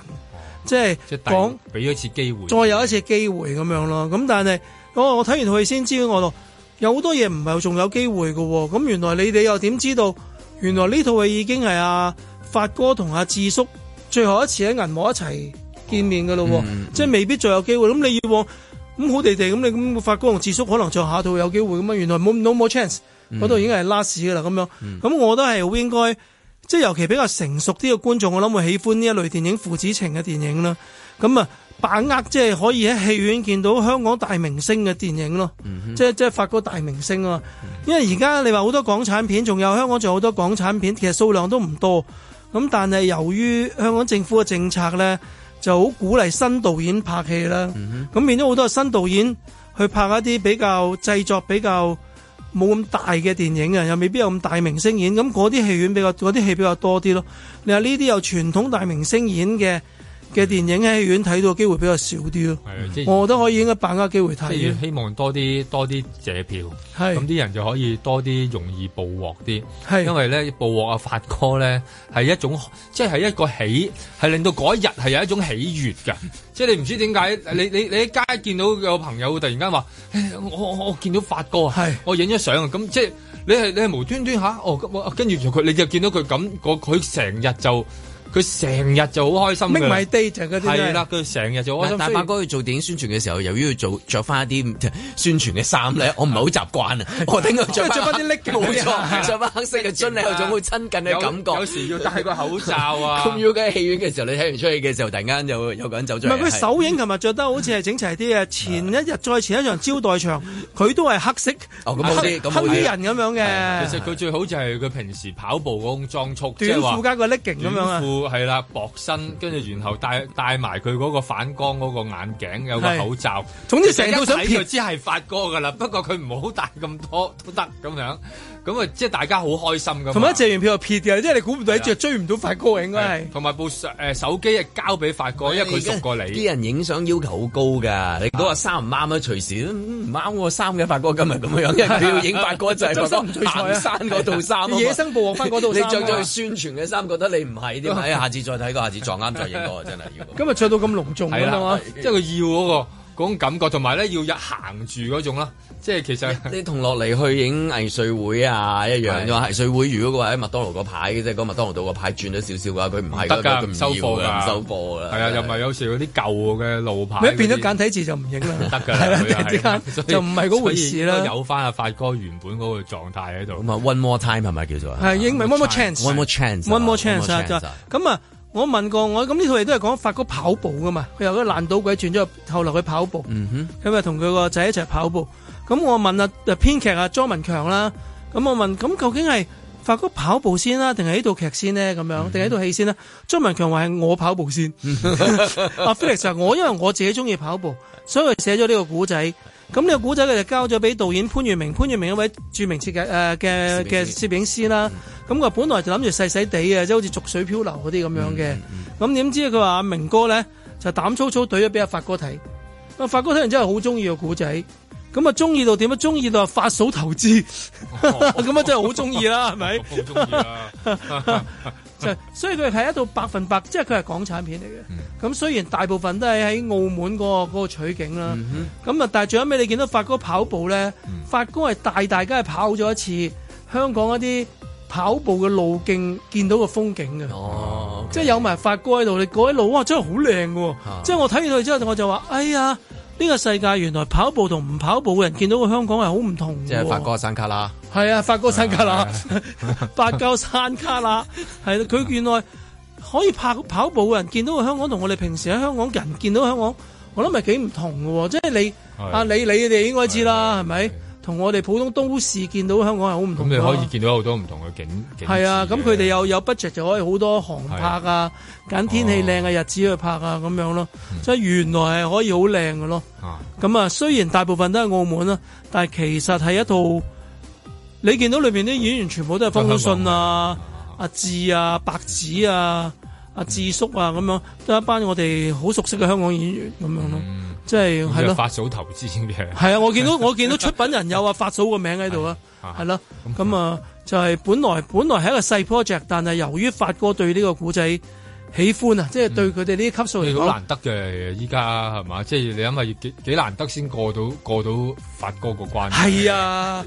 Speaker 4: 即係
Speaker 3: 即係
Speaker 4: 講。
Speaker 3: 第俾咗一次機會，
Speaker 4: 再有一次機會咁樣咯。咁但係哦我我睇完佢先知我咯，有好多嘢唔係仲有機會嘅喎。咁原來你哋又點知道？原來呢套戲已經係阿發哥同阿智叔最後一次喺銀幕一齊見面嘅咯喎，即係未必再有機會。咁你以往咁好地地咁，你咁發哥同智叔可能再下套有機會咁啊。原來冇 no more chance 嗰度、已經係 last 嘅啦咁樣。咁、我覺得係好應該。即係尤其比較成熟啲嘅觀眾，我諗會喜歡呢一類電影父子情嘅電影啦。咁啊，把握即係可以喺戲院見到香港大明星嘅電影咯，即係即係發哥大明星啊嘛。因為而家你話好多港產片，仲有香港仲有好多港產片，其實數量都唔多。咁但係由於香港政府嘅政策呢，就好鼓勵新導演拍戲啦。咁變咗好多新導演去拍一啲比較製作比較冇咁大嘅電影啊，又未必有咁大明星演，咁嗰啲戲院比較嗰啲戲比較多啲咯。你話呢啲有傳統大明星演嘅嘅電影喺戲院睇到嘅機會比較少啲咯。
Speaker 3: 係啊即係
Speaker 4: 我覺得可以應該把握機會
Speaker 3: 即係
Speaker 4: 睇。
Speaker 3: 希望多啲多啲借票，
Speaker 4: 係
Speaker 3: 咁啲人就可以多啲容易捕獲啲，
Speaker 4: 哎係
Speaker 3: 因為咧捕獲阿發哥咧係一種即係一個喜，係令到嗰一日係有一種喜悅㗎，即係你唔知點解你你你喺街見到有朋友突然間話，唉我我我見到發哥啊，我影咗相啊，咁即係你係你係無端端吓，哦咁我跟住就佢你就見到佢咁，嗰佢成日就佢成日就好開心㗎
Speaker 4: Make
Speaker 3: 啦
Speaker 4: my day 就係嗰啲真係
Speaker 3: 係啦，佢成日就開
Speaker 2: 但
Speaker 3: 心。
Speaker 2: 但
Speaker 3: 雖然
Speaker 2: 發哥去做電影宣傳嘅時候，由於要做着翻一啲宣傳嘅衫 咧，我唔係好習慣啊！我頂佢着
Speaker 3: 着返啲
Speaker 2: 黑
Speaker 3: legging
Speaker 2: 冇
Speaker 3: 啊
Speaker 2: 錯，着翻黑色嘅 樽，你有種好親近嘅感覺。
Speaker 3: 有有時要戴個口罩啊
Speaker 2: 咁要喺戲院嘅時候，你睇完出戲嘅時候，突然間有有個人走咗
Speaker 4: 唔
Speaker 2: 嚟。
Speaker 4: 係佢
Speaker 2: 係
Speaker 4: 首映琴日着得好似係整齊啲嘅，前一日再前一場招待場，佢都係黑色，
Speaker 2: 哦咁好啲咁好啲
Speaker 4: 黑衣人咁樣嘅，
Speaker 3: 其實佢最好就係佢平時跑步嗰種裝束，即
Speaker 4: 短
Speaker 3: 係話
Speaker 4: 褲加個 legging 咁樣啊
Speaker 3: 短。褲係啦，薄身，跟住然後戴戴埋佢嗰個反光嗰個眼鏡，有個
Speaker 4: 係
Speaker 3: 口罩。
Speaker 4: 總之成套想
Speaker 3: 一睇
Speaker 4: 撇
Speaker 3: 就知係發哥㗎啦，不過佢唔好戴咁多都得咁樣。咁啊，即係大家好開心咁。
Speaker 4: 同埋一謝完票就撇
Speaker 3: 啊
Speaker 4: 嘅，即係你估唔到，即係追唔到發哥嘅啊應該係。
Speaker 3: 同埋部手誒手機啊交俾發哥，因為佢熟過你。
Speaker 2: 啲人影相要求好高㗎，你嗰個衫唔啱啊，隨時都唔啱我衫嘅發哥今日咁樣，因為佢要影發哥就係
Speaker 4: 周
Speaker 2: 發
Speaker 4: 身唔聚
Speaker 2: 哥
Speaker 4: 財啊
Speaker 2: 行山嗰套衫啊嘛
Speaker 4: 野生捕獲返嗰套衫啊
Speaker 2: 你着咗去宣傳嘅衫，覺得你唔係添，哎呀下次再睇過，下次撞啱再影過，真係要。
Speaker 4: 今日着到咁隆重啊
Speaker 3: 係
Speaker 4: 㗎嘛
Speaker 3: 啦，，即係佢要嗰個嗰種感覺，同埋咧要日行住嗰種啦，即係其實
Speaker 2: 你同落嚟去影藝穗會啊一樣啫嘛，藝穗會如果佢話喺哎麥當勞個牌，即係嗰麥當勞度個牌轉咗少少嘅話，佢唔係
Speaker 3: 得㗎，
Speaker 2: 佢
Speaker 3: 唔
Speaker 2: 唔
Speaker 3: 收貨
Speaker 2: 㗎，
Speaker 3: 㗎，
Speaker 2: 唔收貨㗎。
Speaker 3: 係啊，又唔係有時嗰啲舊嘅路啊牌嗰啲，
Speaker 4: 你一變咗簡體字就唔影啦，
Speaker 3: 得㗎啦，
Speaker 4: 係啦
Speaker 3: 佢又係
Speaker 4: 突然之 間
Speaker 3: 所以
Speaker 4: 就唔係嗰回事啦
Speaker 3: 所以應該有翻阿發哥原本嗰個狀態喺度。
Speaker 2: 咁啊，One More Time 係咪叫做啊
Speaker 4: 係英文 one more
Speaker 2: One more
Speaker 4: chance，one
Speaker 2: chance 啊
Speaker 4: one more chance 啊
Speaker 2: one more
Speaker 4: 就
Speaker 2: chance 啊
Speaker 4: 咁啊！我問過我咁呢套戲都係講法國跑步噶嘛，佢由嗰個爛賭鬼轉咗，後來佢跑步，
Speaker 3: 嗯
Speaker 4: 咁啊同佢個仔一齊跑步。咁我問啊誒編劇啊莊文強啦，咁我問咁究竟係法國跑步先啦，定係呢套劇先呢？咁樣定係呢套戲先呢？莊文強話係我跑步先， 阿啊 Felix 話我因為我自己中意跑步，所以佢寫咗呢個古仔。咁呢個古仔佢就交咗俾導演潘粵明，潘粵明一位著名設計誒嘅嘅攝影師啦。咁佢本來就諗住細細地嘅，即係好似逐水漂流嗰啲咁樣嘅。咁點知佢話阿明哥咧就膽粗粗懟咗俾阿發哥睇，阿發哥睇完之後好中意個古仔。咁啊，中意到點啊？中意到啊發嫂投 資，咁啊真係好中意啦，係咪？
Speaker 3: 好中意啦。
Speaker 4: 就所以佢係一套百分百，即係佢係港產片嚟
Speaker 2: 嗯
Speaker 4: 嘅。咁、雖然大部分都係喺澳門嗰、個嗰個取景
Speaker 2: 嗯
Speaker 4: 啦，咁啊、但係最後尾你見到發哥跑步咧，發哥係帶大家係跑咗一次香港一啲跑步嘅路徑，見到個風景嘅。
Speaker 2: 哦，
Speaker 4: 即係有埋發哥喺度，你嗰一路哇真係好靚嘅
Speaker 2: 啊
Speaker 4: 喎！即係我睇完佢之後，我就話：哎呀，呢個世界原來跑步同唔跑步嘅人見到個香港係好唔同嘅喎。
Speaker 2: 即係發哥山卡啦。
Speaker 4: 係啊，發哥山卡啦，
Speaker 3: 啊
Speaker 4: 發鳩山卡啦，係啦，佢原來可以跑跑步嘅人見到個香港同我哋平時喺香港人見到香港，我諗係幾唔同嘅喎，即係你
Speaker 3: 係
Speaker 4: 啊，你你哋應該知啦，係咪？同我哋普通都市見到香港係好唔
Speaker 3: 咁
Speaker 4: 同
Speaker 3: 你
Speaker 4: 㗎
Speaker 3: 可以見到好多唔同嘅景景。
Speaker 4: 係啊，咁佢哋又有 budget 就可以好多航拍啊，揀天氣靚嘅日子去拍啊，咁樣咯。即係原來係可以好靚嘅咯。咁啊，雖然大部分都係澳門啦，但係其實係一套你見到裏邊啲演員全部都係方中信啊、阿志啊、白子啊、阿智叔啊咁樣，都係一班我哋好熟悉嘅香港演員咁樣咯。即係係
Speaker 3: 係咯，
Speaker 4: 咯，
Speaker 3: 發嫂投資嘅。
Speaker 4: 係啊，我見到 我見到出品人有啊發嫂個名喺度啊，係啦，咁啊就係本來本來係一個細 project，但係由於發哥對呢個古仔喜歡啊，即係對佢哋呢啲級數嚟
Speaker 3: 你好
Speaker 4: 講
Speaker 3: 難，得嘅，依家係嘛？即係你諗下，要幾幾難得先過到過到發哥個關。
Speaker 4: 係啊，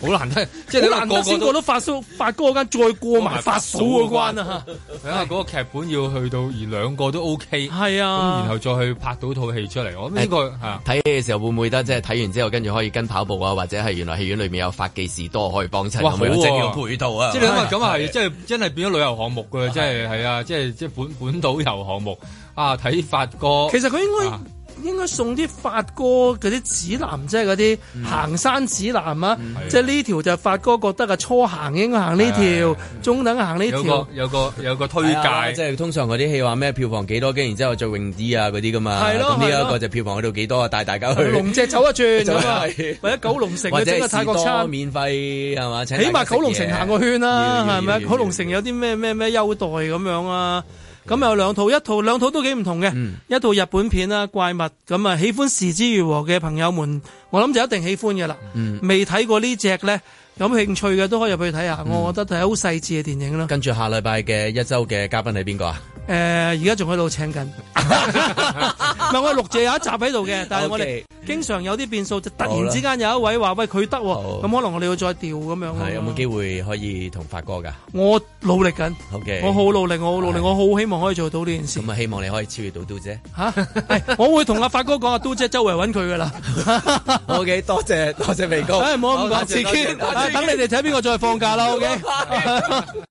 Speaker 3: 好難得，即係你
Speaker 4: 好難得先過
Speaker 3: 到
Speaker 4: 到發嫂發哥嗰間，再過埋發嫂嗰關啊！
Speaker 3: 睇下嗰個劇本要去到，而兩個都 OK。
Speaker 4: 係
Speaker 3: 咁
Speaker 4: 啊
Speaker 3: 然後再去拍到套戲出嚟，我諗呢個啊嚇。
Speaker 2: 睇戲嘅時候會唔會得？即係睇完之後，跟住可以跟跑步啊，或者係原來戲院裏面有法記士多可以幫襯
Speaker 3: 哇
Speaker 2: 咁
Speaker 3: 好
Speaker 2: 樣，
Speaker 3: 喎
Speaker 2: 即係呢個配套啊。
Speaker 3: 即係你諗下，咁啊係，即係真係變咗旅遊項目㗎啦，即係係啊，即係即係本本島遊項目啊，睇發哥。
Speaker 4: 其實佢應該、
Speaker 3: 啊
Speaker 4: 應該送啲發哥嗰啲指南，即係嗰啲行山指南啊！嗯即係呢條就係發哥覺得啊，初行應該行呢條，中等行呢
Speaker 3: 有
Speaker 4: 條
Speaker 3: 個。有個有個推
Speaker 2: 係啊
Speaker 3: 介
Speaker 2: 即。係通常嗰啲戲話咩票房幾多，跟住然之後着泳衣啊嗰啲噶嘛。
Speaker 4: 係咯
Speaker 2: 咁
Speaker 4: 係
Speaker 2: 呢一
Speaker 4: 咯
Speaker 2: 個就票房去到幾多啊？帶大家去
Speaker 4: 龍脊走一轉
Speaker 2: 就係
Speaker 4: 咁啊，或者九龍城
Speaker 2: 或
Speaker 4: 嘅
Speaker 2: 者
Speaker 4: 整個泰國餐
Speaker 2: 士多，免費係嘛？
Speaker 4: 起
Speaker 2: 起
Speaker 4: 碼九龍城行個圈啦，係咪？九龍城
Speaker 2: 有
Speaker 4: 有啲咩咩咩優待咁樣啊？咁有兩套，一套兩套都幾唔同嘅，
Speaker 2: 嗯
Speaker 4: 一套日本片啦，怪物咁啊，喜歡是枝裕和嘅朋友們，我諗就一定喜歡嘅啦。
Speaker 2: 嗯
Speaker 4: 未睇過呢只咧，有興趣嘅都可以入去睇
Speaker 2: 嗯
Speaker 4: 下，我覺得係好細緻嘅電影啦。
Speaker 2: 跟住下禮拜嘅一周嘅嘉賓係邊個啊？
Speaker 4: 誒呃而家仲喺 度請緊，唔係我錄住有一集喺度嘅，但係我哋
Speaker 2: OK
Speaker 4: 經常有啲變數，就突
Speaker 2: 好
Speaker 4: 然
Speaker 2: 啦
Speaker 4: 之間有一位話喂佢得喎，咁可能我哋要再調咁樣咯。
Speaker 2: 係有冇機會可以同發哥噶
Speaker 4: 我努力緊
Speaker 2: ？OK，
Speaker 4: 我好努力，我好努力，我好希望可以做到呢件事。
Speaker 2: 咁啊，啊希望你可以超越到都姐。
Speaker 4: 嚇，係我會同阿發哥講，阿都姐周圍揾佢噶啦。
Speaker 2: OK，多謝多謝肥哥，
Speaker 4: 哦唉唔好咁
Speaker 2: 好
Speaker 4: 講，
Speaker 2: 多謝多謝多謝
Speaker 4: 啊等你哋睇邊個再放假啦。OK。